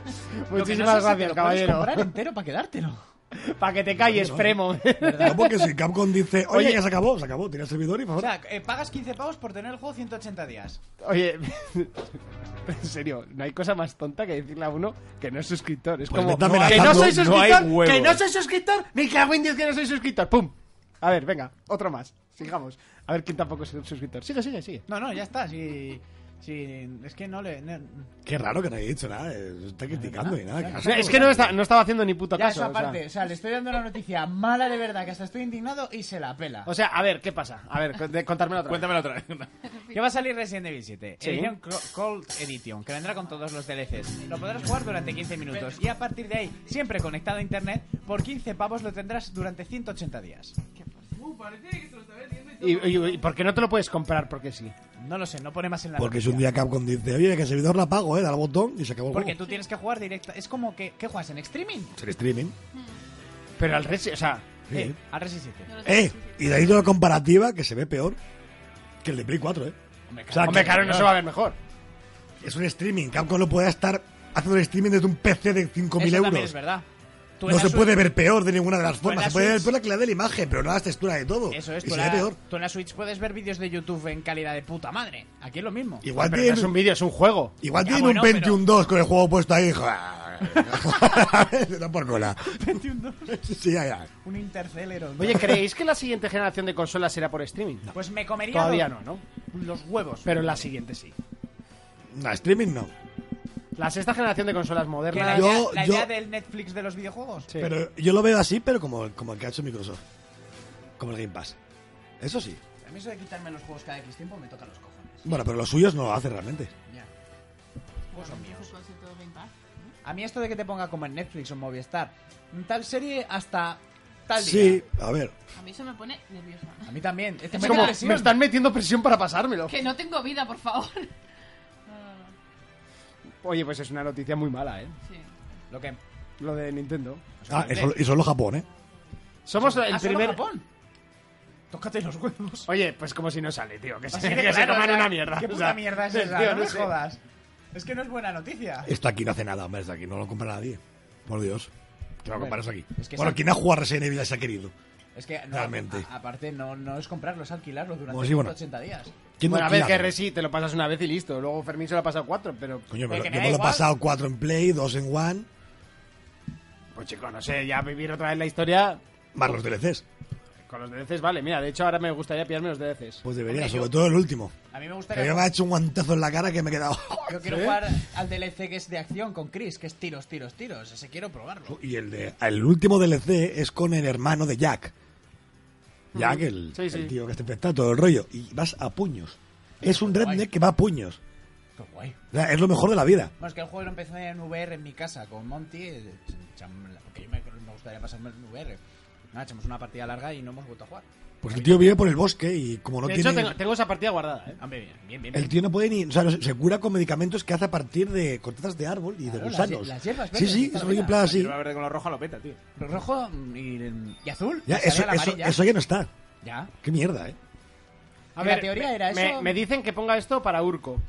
no Muchísimas sé si te gracias, lo puedes caballero. comprar entero para quedártelo. Para que te calles, premo. ¿Cómo que si Capcom dice, oye, Oye. ya se acabó, se acabó, tiene servidor y por O favor. sea, eh, pagas 15 pavos por tener el juego 180 días. Oye, en serio, no hay cosa más tonta que decirle a uno que no es suscriptor. Es Pues como, me está que no amenazando, soy no hay suscriptor, huevos. que no soy suscriptor, me cago en Dios que no soy suscriptor. ¡Pum! A ver, venga, otro más. Sigamos. A ver quién tampoco es un suscriptor. Sigue, sigue, sigue. No, no, ya está. Si, si, es que no le. no- Qué raro que no haya dicho nada, eh, se está criticando y nada. No, es que no, está- no estaba haciendo ni puto Ya, caso. eso o sea. aparte. O sea, le estoy dando una noticia mala de verdad que hasta estoy indignado y se la pela. O sea, a ver, ¿qué pasa? A ver, cu- de- contármelo otra vez. Cuéntamelo otra vez. Que va a salir Resident Evil 7, Sí. Edition Cro- Cold Edition, que vendrá con todos los DLCs. Lo podrás jugar durante 15 minutos y a partir de ahí, siempre conectado a internet, por 15 pavos lo tendrás durante 180 días. Uh, parece que se lo está vendiendo y todo. ¿Y, y- y por qué no te lo puedes comprar? Porque sí. No lo sé, no pone más en la Porque si noticia. un día Capcom dice, oye, que el servidor la pago, ¿eh? Da al botón y se acabó el Porque juego. tú tienes que jugar directa. Es como que. ¿Qué juegas? ¿En streaming? Es el streaming. Pero al Resi, o sea, Sí. Eh, al Resi 7. No lo sé, Eh, sí, sí. y de ahí toda la comparativa que se ve peor que el de Play 4, ¿eh? O sea, hombre, que- claro, no se va a ver mejor. Es un streaming. Capcom no puede estar haciendo el streaming desde un PC de 5.000 Eso euros. también es verdad. Tú en No la se Switch- puede ver peor de ninguna de las Tú en formas. la Se puede ver Switch- peor la calidad de la imagen, pero no la textura de todo. Eso es, y tú, se la- ve peor. tú en la Switch puedes ver vídeos de YouTube en calidad de puta madre. Aquí es lo mismo. Igual Pero no tienen, es un vídeo, es un juego. igual Ya, tienen Ah, bueno, un Pentium 2 con el juego puesto ahí. Se da por cola. Sí, ya, ya. Un intercelero. Oye, ¿creéis que la siguiente generación de consolas será por streaming? pues me comería. Todavía los- no, ¿no? Los huevos. Pero la siguiente sí. No, streaming no. La sexta generación de consolas Que la, modernas. Yo- idea, la yo- idea del Netflix de los videojuegos. Sí. Pero yo lo veo así, pero como, como el que ha hecho Microsoft. Como el Game Pass. Eso sí. A mí eso de quitarme los juegos cada X tiempo me toca los cojones. Bueno, pero los suyos no lo hace realmente. Ya. Bueno, son entonces míos. puede ser todo Game Pass. A mí esto de que te ponga como en Netflix o en Movistar, tal serie hasta tal día. Sí, a ver. A mí eso me pone nerviosa. A mí también. Es que Es me como, da presión. me están metiendo presión para pasármelo. Que no tengo vida, por favor. Oye, pues es una noticia muy mala, ¿eh? Sí. Lo que... Lo de Nintendo. Pues Ah, y solo, y solo Japón, ¿eh? Somos el Ah, solo primer... Japón. Tócate los huevos. Oye, pues como si no sale, tío. Que se, Así que se Ah, claro, coman o sea, una mierda. ¿Qué o puta sea, mierda es esa? tío, no me sé. jodas. Es que no es buena noticia. Esto aquí no hace nada, hombre. Esto aquí no lo compra nadie. Por Dios. Te lo Hombre, comparas aquí. es que bueno, esa- ¿quién ha jugado Resident Evil se ha querido? Es que no, Realmente. a- aparte no, no es comprarlo, es alquilarlo durante Pues sí, bueno. 180 días. ¿Quién no Bueno, ha a ver, que alquilado? Resi te lo pasas una vez y listo. Luego Fermín se lo ha pasado cuatro, pero... Coño, me Eh, lo- que me yo da me lo he igual. pasado cuatro en Play, dos en One, Pues chico, no sé, ya vivir otra vez la historia... más los DLCs. Con los DLCs, vale. Mira, de hecho ahora me gustaría pillarme los DLCs. Pues debería, Hombre, sobre yo- todo el último. A mí me Que gustaría... ya me ha hecho un guantazo en la cara que me he quedado. Yo quiero jugar al DLC que es de acción con Chris, que es tiros, tiros, tiros. Ese quiero probarlo. Y el de el último DLC es con el hermano de Jack. Jack, el, Sí, sí. el tío que está infectado, todo el rollo. Y vas a puños. Es un redneck que va a puños. Qué guay. O sea, Es lo mejor de la vida. Bueno, es que el juego lo empecé en VR en mi casa con Monty, eh, cham- que yo me, me gustaría pasarme en VR. Nada, echamos una partida larga y no hemos vuelto a jugar. Pues el tío vive por el bosque y como no de tiene... hecho, tengo, tengo esa partida guardada, ¿eh? Hombre, bien, bien, bien. El tío no puede ni. O sea, no sé, se cura con medicamentos que hace a partir de cortezas de árbol y de Claro, las gusanos. hie- las hierbas verdes sí, de toda sí, es la rollo vida. en plan Sí. así. verde con la roja lo peta, tío. Rojo y, y azul. Ya, y salió eso, la eso, amarilla. eso ya no está. Ya. Qué mierda, eh. A ver, la teoría me, era me- eso. me dicen que ponga esto para Urco.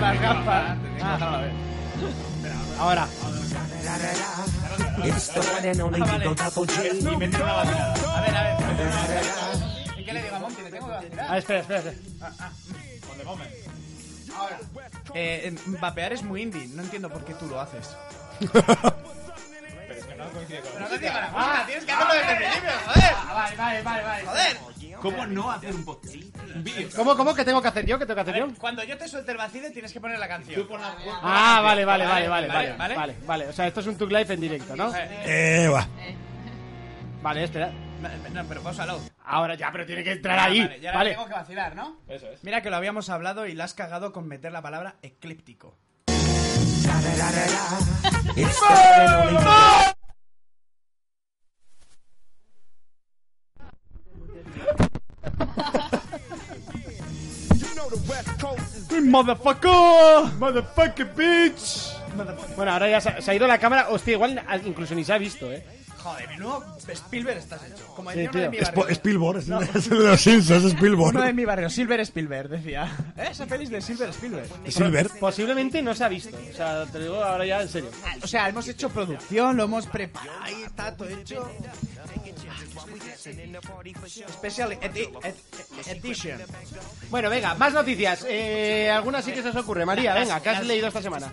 Las gafas. Déjalo, a ver. Ahora. Ah, Inventa una bobada. A ver, a ver. ¿Y qué le digo a Monty? Le tengo que Ah, vacilar. Ah, espera, espera, espera. Eh, eh, vapear es muy indie. No entiendo por qué tú lo haces. Pero es que no coincide con Pero no te digo la música, tienes que hacerlo desde el principio, joder. Ah, Vale, vale, vale, vale. Joder. ¿Cómo no hacer un podcast? Un vídeo. ¿Cómo, cómo? ¿Qué tengo que hacer yo? ¿Qué tengo que hacer yo? Cuando yo te suelte el vacío tienes que poner la canción. Ah, vale, vale, vale, vale, Vale, vale, vale, vale. vale, O sea, esto es un Tug Life en directo, ¿no? Eh, va. Vale, espera. No, no, pero pausalo. Ah, Ahora ya, pero tiene que entrar ahí. ya Vale. tengo que vacilar, ¿no? Eso es. Mira que lo habíamos hablado y la has cagado con meter la palabra eclíptico. Motherfucker, motherfucker bitch. Bueno, ahora ya se ha, se ha ido la cámara. Hostia, igual a- incluso ni se ha visto, ¿eh? Joder, menudo Spielberg estás hecho. Como Sí, decía uno tío. de mi Es barrio. po- es Spielberg, Pues, es, es de los Simpsons, es Uno de Spielberg. mi barrio, Silver Spielberg, decía. ¿Eh? Esa feliz de Silver Spielberg. Es Silver. Posiblemente no se ha visto. O sea, te lo digo ahora ya en serio. O sea, hemos hecho producción, lo hemos preparado, ahí está todo hecho. Special edi- ed- Edition. Bueno, venga, más noticias. Eh, algunas sí que se os ocurre. María, venga, ¿qué has leído esta semana?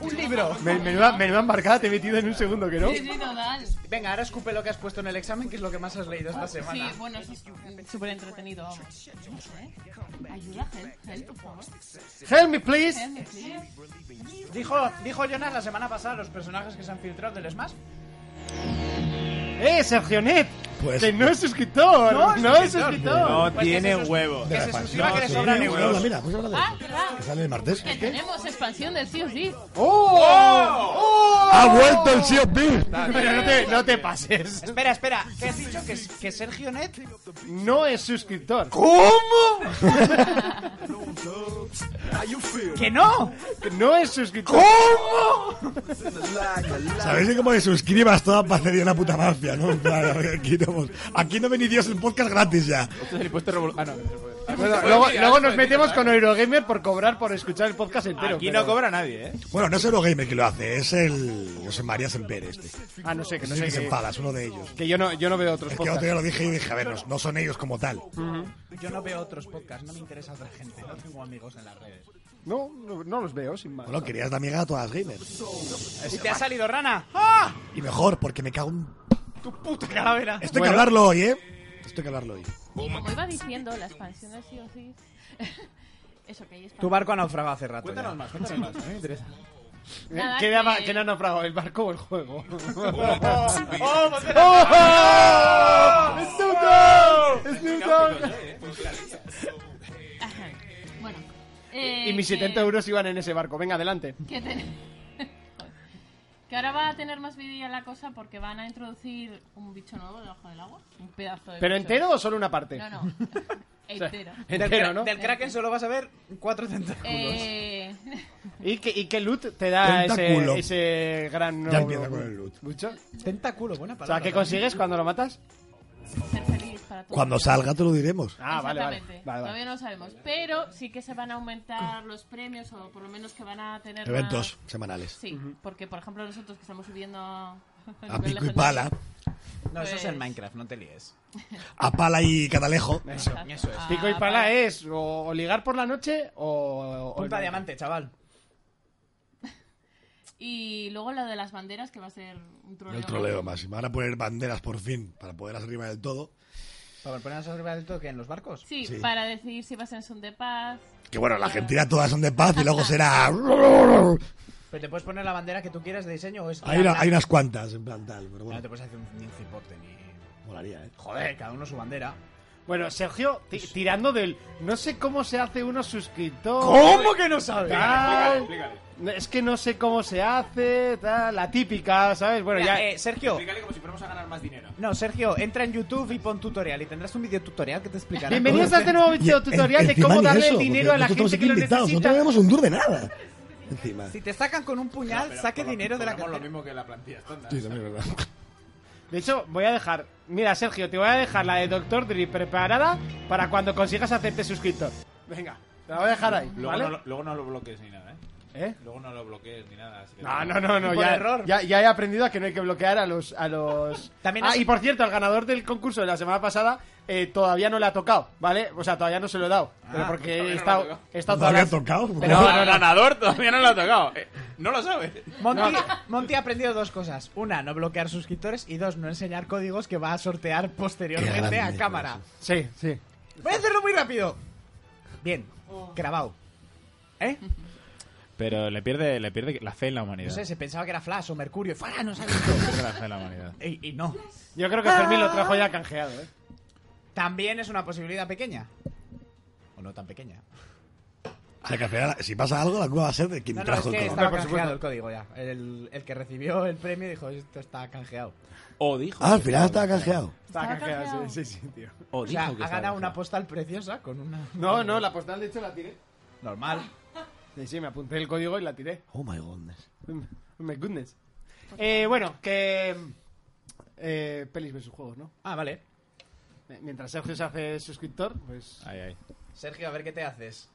Un libro. Menuda, menuda embarcada te he metido en un segundo, que no. Sí, sí, total. Venga, ahora escupe lo que has puesto en el examen, que es lo que más has leído esta Sí, semana. bueno, eso es súper entretenido, vamos. No sé. Ayuda, help, help, por favor. Help me, please. Help me, please. Dijo, dijo Jonas Pues la semana pasada los personajes que se han filtrado del Smash. Eh, Sergio Net. Pues. Que no es suscriptor. No, es suscriptor. No Pues que tiene se sus- huevos. Que se Espera, suscriba no, que le sí, sobran no, euros. Mira, pues habla de Ah, eso. claro. Que Sale el martes. Que tenemos expansión del sí o sí. ¡Ha vuelto el Sea of Thieves! Pero ¡Oh! no te, no te pases. Espera, espera, ¿qué has dicho? ¿Que, que Sergio Net? No es suscriptor. ¡Que no! No es suscriptor. ¿Sabéis que como te suscribas toda parcería una puta mafia, no? En plan, Aquí no, aquí no venís Dios el podcast gratis ya. Esto es el impuesto revolu- Ah, no, no se puede. Bueno, luego, luego nos metemos con Eurogamer por cobrar por escuchar el podcast entero. Aquí pero- no cobra nadie, ¿eh? Bueno, no es Eurogamer que lo hace, es el José María Semper este. Ese Ah, no sé, que no sí sé. que se Que, enfada, es uno de ellos. que yo, no, yo no veo otros Es que otro podcasts. día lo dije y dije, a ver, no, no son ellos como tal. Yo no veo otros podcasts, no me interesa otra gente, no tengo amigos en las redes. No, no, no los veo, sin más. Bueno, querías de amiga a todas las gamers. ¿Y te ha salido rana? ¡Ah! Y mejor, porque me cago en... ¡Tu puta calavera! Esto hay que hablarlo hoy, ¿eh? Esto hay que hablarlo hoy. Y como iba diciendo, la expansión del sí o sí. Eso que hay Tu expansión. barco ha naufragado hace rato. Cuéntanos ya. más, cuéntanos más. A mí me interesa. Eh, Nada, ¿Qué, daba- que- qué no ha naufragado, el barco o el juego? ¡Oh, pues era- ¡Oh! ¡Snoop Dogg! ¡Snoop Dogg! Ajá. Bueno. eh, Y mis que- 70 euros iban en ese barco. Venga, adelante. Que, ten- que ahora va a tener más vidilla la cosa porque van a introducir un bicho nuevo debajo del agua. Un pedazo de. ¿Pero bicho. entero o solo una parte? No, no. entero. Del, Entero, cra- ¿no? del Kraken solo vas a ver cuatro tentáculos. Eh, ¿Y qué, y qué loot te da Tentáculo. ese, ese gran... Ya empieza con el loot. mucho? Tentáculo, buena O palabra. sea, ¿qué consigues cuando lo matas? ser feliz para todos. Cuando salga te lo diremos. Ah, vale, vale. Vale, Exactamente. vale. Todavía no lo sabemos. Pero sí que se van a aumentar los premios o por lo menos que van a tener Eventos más- semanales. Sí, porque por ejemplo nosotros que estamos subiendo a, A nivel pico y legendario- pala. No, eso es Pues- en Minecraft, no te líes. A pala y catalejo. Eso es. Ah, Pico y pala vale. es o, o ligar por la noche o... o- Punta diamante, chaval. Y luego lo de las banderas que va a ser un troleo. El troleo más. Y me van a poner banderas por fin para poder arriba del todo. ¿Para ponernos arriba del todo que en los barcos? Sí, Sí. para decidir si vas en son de paz. Que bueno, la Argentina todas son de paz y luego será... Pero te puedes poner la bandera que tú quieras de diseño o es... Hay, una- hay unas cuantas en plan tal, No te pero bueno, puedes hacer un, ni un cipote ni... molaría, ¿eh? Joder, cada uno su bandera. Bueno, Sergio, ti- tirando del... No sé cómo se hace uno suscriptor... que no sabes? Tal. Explícale, explícale. Es que no sé cómo se hace, tal, la típica, ¿sabes? Bueno, ya... eh, Sergio. Explícale como si fuéramos a ganar más dinero. No, Sergio, entra en YouTube y pon tutorial y tendrás un video tutorial que te explicará. Bienvenidos a este nuevo video tutorial de encima cómo ni darle eso, el dinero porque a la nosotros gente que lo aquí invitados, necesita. No tenemos un duro de nada. Encima. Si te sacan con un puñal, saque dinero de la Cobramos cartera. lo mismo que la plantilla estándar. Sí, también es verdad. De hecho, voy a dejar... Mira, Sergio, te voy a dejar la de Doctor Dre preparada para cuando consigas hacerte suscriptor. Venga, te la voy a dejar ahí, Luego, ¿vale? no, lo- luego no lo bloquees ni nada, ¿eh? ¿Eh? Luego no lo bloquees ni nada. así que- No, no, no, no, Y por ya, error. ya, ya he aprendido a que no hay que bloquear a los... A los... También ah, es- y por cierto, al ganador del concurso de la semana pasada eh, todavía no le ha tocado, ¿vale? O sea, todavía no se lo he dado, pero porque he estado, he estado ¿No toda la- había tocado? No, no, el ganador todavía no lo ha tocado. Eh, no lo sabe. Monty, Monty ha aprendido dos cosas. Una, no bloquear suscriptores. Y dos, no enseñar códigos que va a sortear Qué posteriormente grande, a cámara. Sí, sí. Voy a hacerlo muy rápido. Bien, Oh. grabado. ¿Eh? Pero le pierde, le pierde la fe en la humanidad. No sé, se pensaba que era Flash o Mercurio. y ¡Fuera! No sale. pierde la fe en la humanidad. y, y no. Yo creo que Fermín lo trajo ya canjeado, ¿eh? También es una posibilidad pequeña. O no tan pequeña. O sea, que al final, si pasa algo, la culpa va a ser de quien No, no, es trajo el que código. estaba por canjeado el código ya. El, el que recibió el premio dijo, esto está canjeado. O dijo. Ah, al final estaba canjeado. Estaba Estaba canjeado, canjeado. Sí, sí, sí, tío. O O sea, ha ganado una postal preciosa con una... No, no, la postal de hecho la tiré. Normal. Sí, sí, me apunté el código y la tiré. Oh my goodness. My goodness. Eh, bueno, que... Eh, pelis versus juegos, ¿no? Ah, vale. Eh, Mientras Sergio se hace suscriptor, pues... Ay, ay. Sergio, a ver qué te haces.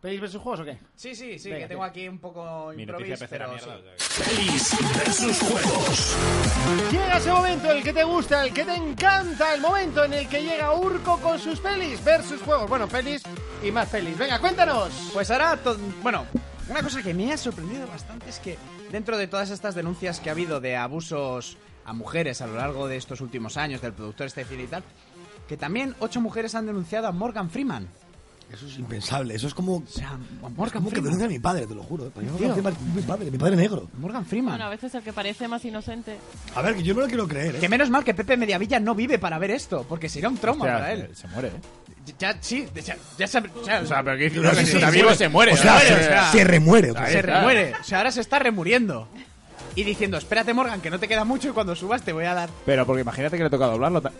¿Pelis versus juegos o qué? Sí, sí, sí, Venga, que tengo tío. aquí un poco Mi noticia improviso. PC era pero mierda. sí. o sea que- Llega ese momento, el que te gusta, el que te encanta, el momento en el que llega Urco con sus pelis versus juegos. Bueno, pelis y más pelis. Venga, cuéntanos. Pues ahora, to- bueno, una cosa que me ha sorprendido bastante es que dentro de todas estas denuncias que ha habido de abusos a mujeres a lo largo de estos últimos años, del productor este de cine y tal, que también ocho mujeres han denunciado a Morgan Freeman. Eso es impensable. Eso es como. sea, Es Morgan como que Freeman. denuncia a mi padre, te lo juro. eh. Para mí Tío. Morgan Freeman es mi padre, mi padre negro. Morgan Freeman. Bueno, a veces el que parece más inocente. A ver, que yo me lo quiero creer, ¿eh? Que menos mal que Pepe Mediavilla no vive para ver esto, porque sería un trauma Hostia, para él. Se muere, ¿eh? Ya, sí, de- ya, ya se, ya- O sea, pero que, No, que sí, si sí, está sí, vivo muere. se muere. O sea, ¿no? se- se, O sea, se remuere. otra se vez. está. remuere. O sea, ahora se está remuriendo. Y diciendo, espérate Morgan, que no te queda mucho y cuando subas te voy a dar... Pero porque imagínate que le toca doblarlo. ta-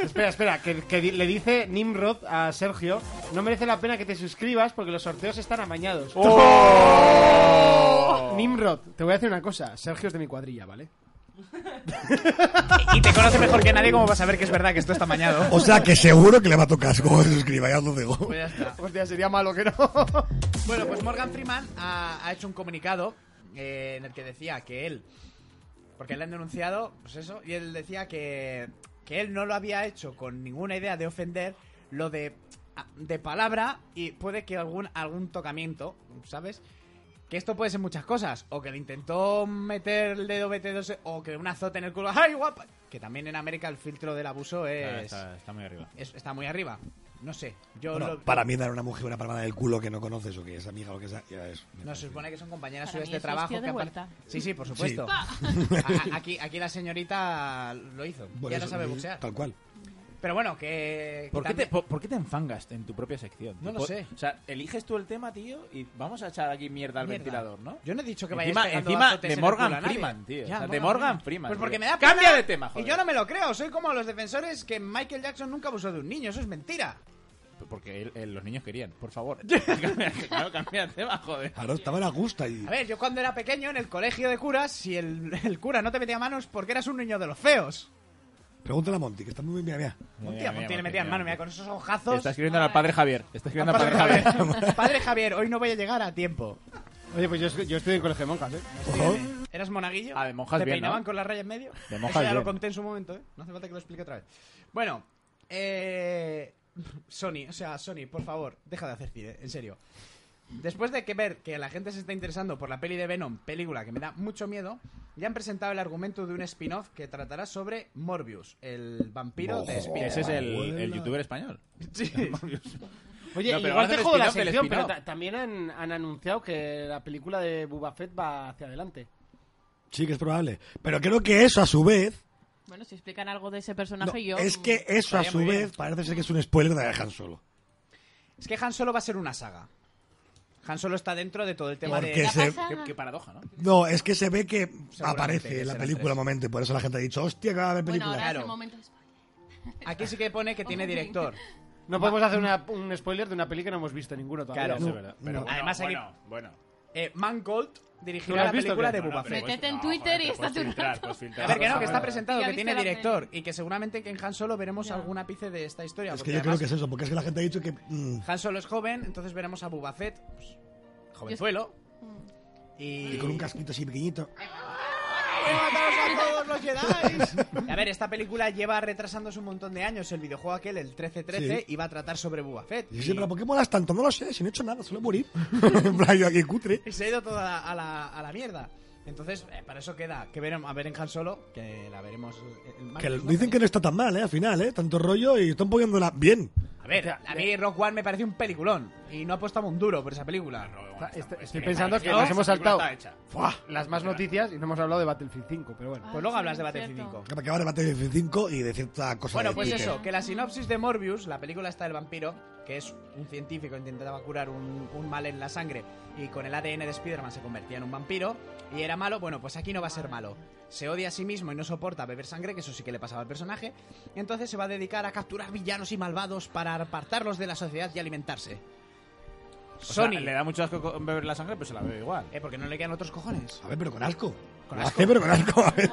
Espera, espera, que, que di- le dice Nimrod a Sergio, no merece la pena que te suscribas porque los sorteos están amañados. ¡Oh! Nimrod, te voy a decir una cosa, Sergio es de mi cuadrilla, ¿vale? Y te conoce mejor que nadie como vas a ver que es verdad que esto está mañado. O sea, que seguro que le va a tocar como se suscriba, ya os lo digo. Pues ya está. Hostia, sería malo que no. Bueno, pues Morgan Freeman ha, ha hecho un comunicado eh, en el que decía que él, porque le han denunciado, pues eso, y él decía que, que él no lo había hecho con ninguna idea de ofender, lo de, ah, de palabra y puede que algún, algún tocamiento, ¿sabes? Que esto puede ser muchas cosas, o que le intentó meter el dedo BT2, o que un azote en el culo, ¡ay, guapa! Que también en América el filtro del abuso Ah, es, Está, está muy arriba. es- está muy arriba. No sé, yo Bueno, lo- para mí dar a una mujer una palmada del culo que no conoces o que es amiga o que sea, ya es... No, se supone que son compañeras Para suyas mí de es trabajo. hostia de que apar- vuelta. Sí, sí, por supuesto. Pa. A- a- aquí, aquí la señorita lo hizo. Bueno, ya no eso, sabe sí, boxear. Tal cual. Pero bueno, que. que ¿Por qué, te, también- por, por qué te enfangas en tu propia sección? No tío? lo Por- sé. O sea, eliges tú el tema, tío, y vamos a echar aquí mierda al Mierda. ventilador, ¿no? Yo no he dicho que vayas Encima, pegando encima azotes de en el Morgan culo a nadie. Freeman, tío. O Ya, sea, de Morgan Freeman. Pues tío. porque me da ¡Cambia pena, de tema, joder! Y yo no me lo creo. Soy como los defensores que Michael Jackson nunca abusó de un niño. Eso es mentira. Porque él- él- los niños querían, por favor. cambia, no, cambia de tema, joder. Claro, estaban a gusto y... A ver, yo cuando era pequeño en el colegio de curas, si el, el cura no te metía manos porque eras un niño de los feos. Pregúntale a Monty, que está muy bien, mira, Montia, Montia le metía pues mano, mira, con esos ojazos. Está escribiendo al padre Javier. Está escribiendo al padre Padre Javier. Javier. Padre Javier, hoy no voy a llegar a tiempo. Oye, pues yo, yo estoy en colegio de monjas, ¿eh? mira. Ojo. ¿Eras monaguillo? Ah, de monjas ¿Te bien, peinaban ¿no? con la raya en medio? De monjas Eso ya lo bien. conté en su momento, ¿eh? No hace falta que lo explique otra vez. Bueno, eh... Sony, o sea, Sony, por favor, deja de hacer cine, en serio. Después de que ver que la gente se está interesando por la peli de Venom, película que me da mucho miedo, ya han presentado el argumento de un spin-off que tratará sobre Morbius, el vampiro de Spider-Man. Ese es el, el youtuber español. Sí. Oye, No, pero igual van a te hacer jodo la spin-off del sección, pero spin-off. ta- también han, han anunciado que la película de Boba Fett va hacia adelante. Sí que es probable. Pero creo que eso a su vez... Bueno, si explican algo de ese personaje, no, yo. es que eso a su vez parece ser que es un spoiler de Han Solo. Es que Han Solo va a ser una saga. Han Solo está dentro de todo el tema Porque de... se- Qué, qué paradoja, ¿no? No, es que se ve que aparece que en la serán película tres. un momento y por eso la gente ha dicho, hostia, que va a haber Bueno, película. ahora es Claro. el momento. de- Aquí sí que pone que tiene director. No podemos hacer una- un spoiler de una peli que no hemos visto ninguno todavía. Claro. ¿no? es verdad. Pero no. bueno, Además, aquí- bueno, bueno. Eh, Mangold ¿Tú lo dirigirá has la visto película o qué? de Bueno, Boba pero Fett. bueno, Métete en no, Twitter joder, y pues te estate puedes un filtrar, rato. puedes filtrar. A ver, que no, Ah, que ah, está ah. presentado, Ya que viste tiene la director peli. y que seguramente que en Han Solo veremos algún ápice de esta historia. Es que porque yo creo que además es eso, porque es que la gente ha dicho que... mm, Han Solo es joven, entonces veremos a Boba Fett, pues, jovenzuelo. Y... y con un casquito así pequeñito. ¡Voy a mataros a todos los Jedi! A ver, esta película lleva retrasándose un montón de años. El videojuego aquel, el 1313, Sí. iba a tratar sobre Boba Fett. Y yo siempre, ¿por qué molas tanto? No lo sé, si no he hecho nada, suelo morir. En plan, yo aquí cutre. Y se ha ido toda la- a la, a la mierda. Entonces, eh, para eso queda que ver, a ver en Han Solo, que la veremos el, el Que martes, ¿no? dicen que no está tan mal, ¿eh? Al final, ¿eh? Tanto rollo y están poniéndola bien. A ver, a mí Rock One me parece un peliculón y no apostamos un duro por esa película. Estoy, estoy pensando que nos hemos saltado las más noticias y no hemos hablado de Battlefield 5, pero bueno. Pues luego Ah, hablas de sí, Battlefield cierto. 5. Que me acaba de matar el 5 y de cierta cosa Bueno, de pues Twitter. eso, que la sinopsis de Morbius, la película está del vampiro, que es un científico que intentaba curar un, un mal en la sangre y con el ADN de Spider-Man se convertía en un vampiro y era malo, bueno, pues aquí no va a ser malo. Se odia a sí mismo y no soporta beber sangre, que eso sí que le pasaba al personaje, y entonces se va a dedicar a capturar villanos y malvados para apartarlos de la sociedad y alimentarse. O sea, Sony, le da mucho asco con beber la sangre, pero se la bebe igual. eh, porque no le quedan otros cojones. A ver, pero con asco. Con Lo asco. hace, pero con asco. A ver,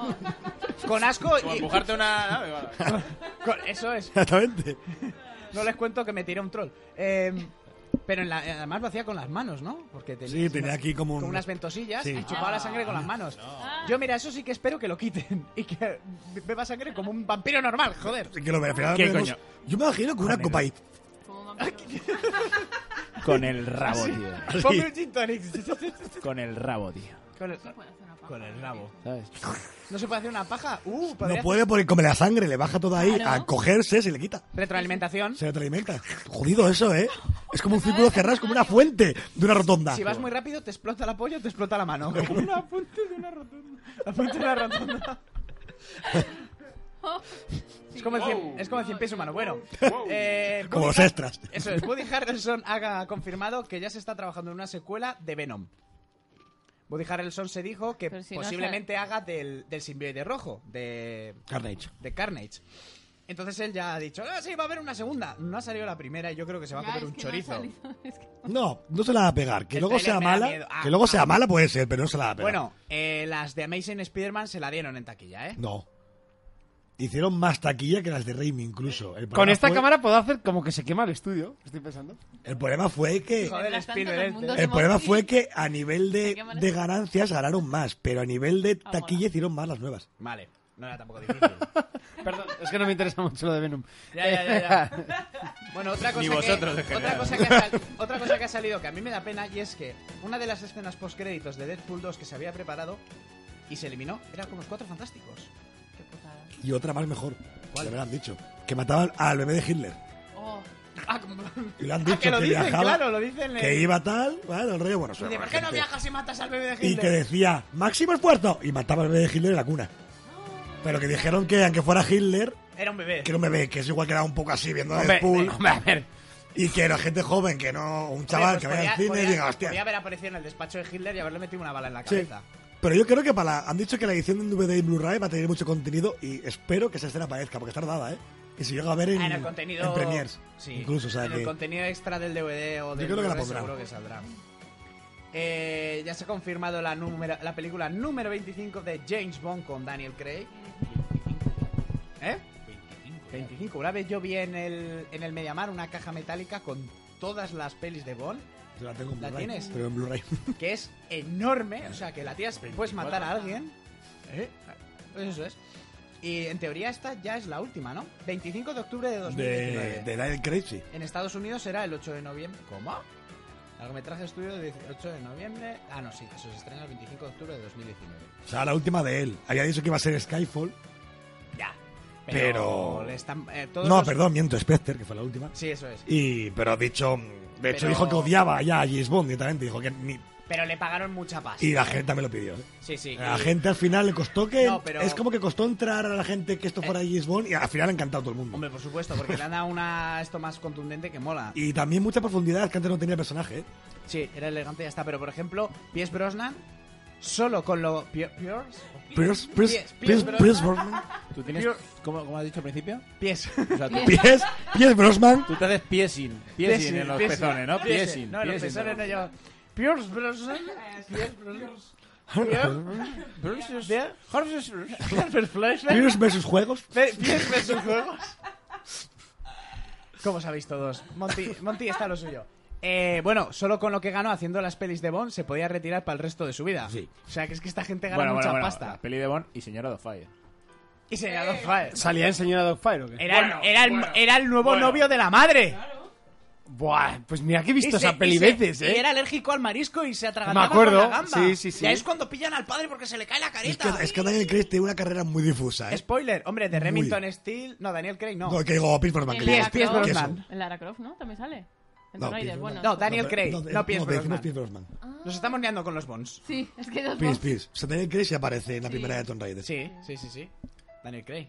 Con asco Como y... empujarte una... ah, igual. con- Eso es. exactamente. No les cuento que me tiré un troll. Eh, pero en la- además lo hacía con las manos, ¿no? Porque tenía, Sí, tenía aquí como un- con unas ventosillas Sí. Ah. y chupaba la sangre con las manos. Yo, mira, eso sí que espero que lo quiten y que beba sangre como un vampiro normal, joder. Así que lo al final ¿Qué veremos- coño? Yo me imagino que una copa ahí. Como vampiro. pues Con el rabo, tío. Ponme un gin tonic. Con el rabo, tío. Con el- Puede hacer una Con el rabo. ¿sabes? ¿No se puede hacer una paja? Uh, No podría- puede porque come la sangre, le baja todo ahí, Claro. a cogerse se le quita. Retroalimentación. Se retroalimenta. Jodido eso, ¿eh? Es como un círculo cerrado, es como una fuente de una rotonda. Si vas muy rápido, te explota la polla o te explota la mano. Como una punta de una rotonda. La punta de una rotonda. Es como el cien, es como el cien pies humano. Bueno, eh, Como Woody los Har- extras. Eso es. Woody Harrelson ha confirmado que ya se está trabajando en una secuela de Venom. Woody Harrelson se dijo que Pero si no posiblemente haga del, del simbioide rojo, de, Carnage. de Carnage. Entonces él ya ha dicho, ah, sí, va a haber una segunda. No ha salido la primera y yo creo que se va a Ya, comer es un que no ha chorizo. salido, es que- No, no se la va a pegar. Que El luego trailer sea me da mala. miedo. Ah, que luego ah. sea mala puede ser, pero no se la va a pegar. Bueno, eh, las de Amazing Spider-Man se la dieron en taquilla, ¿eh? No. Hicieron más taquilla que las de Raimi incluso. El Con problema esta fue- cámara puedo hacer como que se quema el estudio. Estoy pensando. El problema fue que. Joder, Mientras tanto, Spielberg todo el mundo este. se El problema moría. fue que a nivel de, qué manera. de ganancias ganaron más, pero a nivel de Ah, bueno. taquilla hicieron más las nuevas. Vale, no era tampoco difícil. Perdón, es que no me interesa mucho lo de Venom. ya, ya, ya, ya. Bueno, otra cosa, Ni vosotros, en que, otra, general. cosa que ha sal- otra cosa que ha salido que a mí me da pena y es que una de las escenas postcréditos de Deadpool 2 que se había preparado y se eliminó era con los cuatro fantásticos. Qué putada. Y otra más mejor. Ya me lo han dicho. Que mataban al bebé de Hitler. Oh, Ah, como... Y lo han Ah, dicho que lo dicen, viajaba, claro, lo dicen. en- que iba tal, bueno, el rey, bueno, Y de, bueno, ¿Por qué no gente. viajas y matas al bebé de Y Hitler? que decía, máximo esfuerzo, y mataba al bebé de Hitler en la cuna. Pero que dijeron que aunque fuera Hitler, Era un bebé. que no me ve, que es igual que era un poco así viendo a Hombre, Deadpool. hombre, a ver. Y que era gente joven, que no, un chaval Pues que vaya podía- al cine y podía- diga, hostia. Podía haber aparecido en el despacho de Hitler y haberle metido una bala en la Sí. cabeza. Pero yo creo que para la- han dicho que la edición en DVD y Blu-ray va a tener mucho contenido y espero que esa escena aparezca, porque es tardada, ¿eh? Y si llega a ver en, Ah, en el contenido. en Premiers. Sí. Incluso, o sea, en que- el contenido extra del DVD o del creo que la Blu-ray pondrán. seguro que saldrá. Eh, ya se ha confirmado la, número- la película número 25 de James Bond con Daniel Craig. ¿Eh? 25. Una vez yo vi en el, en el Mediamar una caja metálica con todas las pelis de Bond, Yo la tengo en ¿La Blu-ray. tienes? Pero en Blu-ray. que es enorme. O sea, que la tía es- puedes matar a alguien. ¿Eh? Eso es. Y en teoría esta ya es la última, ¿no? 25 de octubre de 2019. de, de Daniel Craig, sí. En Estados Unidos será el 8 de noviembre. ¿Cómo? Largometraje estudio del 18 de noviembre. Ah, no, sí, eso se estrena el 25 de octubre de 2019. O sea, la última de él. Había dicho que iba a ser Skyfall. Ya. Pero- le están- eh, todos No, los- perdón, miento, Spectre, que fue la última. Sí, eso es. Y, pero ha dicho. De hecho, Pero- dijo que odiaba ya a James Bond directamente. Dijo que ni- Pero le pagaron mucha paz. Y la gente me lo pidió. ¿eh? Sí, sí. La y- gente al final le costó que. No, pero- Eh. Es como que costó entrar a la gente que esto fuera James Bond y al final ha encantado a todo el mundo. Hombre, por supuesto, porque le han dado una... esto más contundente que mola. Y también mucha profundidad que antes no tenía el personaje. ¿eh? Sí, era elegante y ya está. Pero, por ejemplo, Pies Brosnan, solo con lo... Pie- ¿Piers? Pierce, Pierce, Pierce- Pierce, Pierce Pierce Brosnan. ¿Tú tienes, Yo- ¿cómo, cómo has dicho al principio? Pies. O sea, tú, Pierce, Pierce Brosnan. tú te haces piercing. Piercing en los piercing. pezones, ¿no? Piercing. No, en los piercing, pezones ¿no? no lleva... Piers Brosnan... Piers Brosnan... Pierce Pierce versus juegos. versus juegos. ¿Cómo sabéis todos? Monty, Monty está lo suyo. Eh, bueno, solo con lo que ganó haciendo las pelis de Bond se podía retirar para el resto de su vida. Sí. O sea, que es que esta gente gana Bueno, bueno, mucha bueno, la pasta. peli de Bond y Señora Dofire. Y se ganó Fire. ¿Salía en Señora Dogfire o qué? Era, el- era, el, era el nuevo novio de la madre. Buah, pues mira que he visto Y se- esa peli y se- veces, Y ¿eh? era alérgico al marisco y se atragantaba Me acuerdo, con la gamba. sí, sí, sí. Y ahí es cuando pillan al padre porque se le cae la careta. Es que, es que Daniel Craig tiene una carrera muy difusa. ¿eh? Spoiler, hombre, de Remington Muy. Steel... No, Daniel Craig no. No, que digo Pierce Brosnan. que Pies- digo, Pies que eso. Brosnan. el Lara Croft, ¿no? También sale. En No, Tomb Raider, Pierce bueno. No, Daniel pero- Craig, no Pierce decimos Brosnan. Pierce Brosnan. Nos estamos liando con los Bonds. Sí, es que dos Pierce, voces. Pierce. O sea, Daniel Craig se aparece en la Sí. primera de Tomb Raider. Sí, sí, sí, sí. Daniel Craig.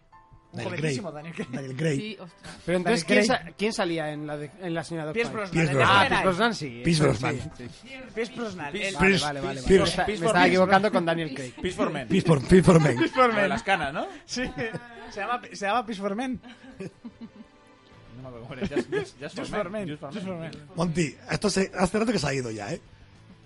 Un Daniel jovencísimo Craig. Daniel Craig. Daniel Craig. Sí, ostras. Pero entonces, Daniel ¿quién, Craig. sa- quién salía en la, de- en la Señora Pierce Dogfire? Brosnan. ¿eh? Pierce el de Ah, Brosnan. Pierce Jedi. Brosnan sí. Pierce eso Brosnan. sí. Pierce Brosnan. el- Vale, Pierce- vale, vale. vale. Pierce- Me está- me Pierce estaba Brosnan. equivocando con Daniel Craig. Peace for Men. Pierce for- Pierce for Men. Lo de las canas, ¿no? Sí, se llama, se llama Pierce for Men. No me acuerdo cómo era. Just, just, just Just for Men. Just for men. Monty, esto se- hace rato que se ha ido ya, ¿eh?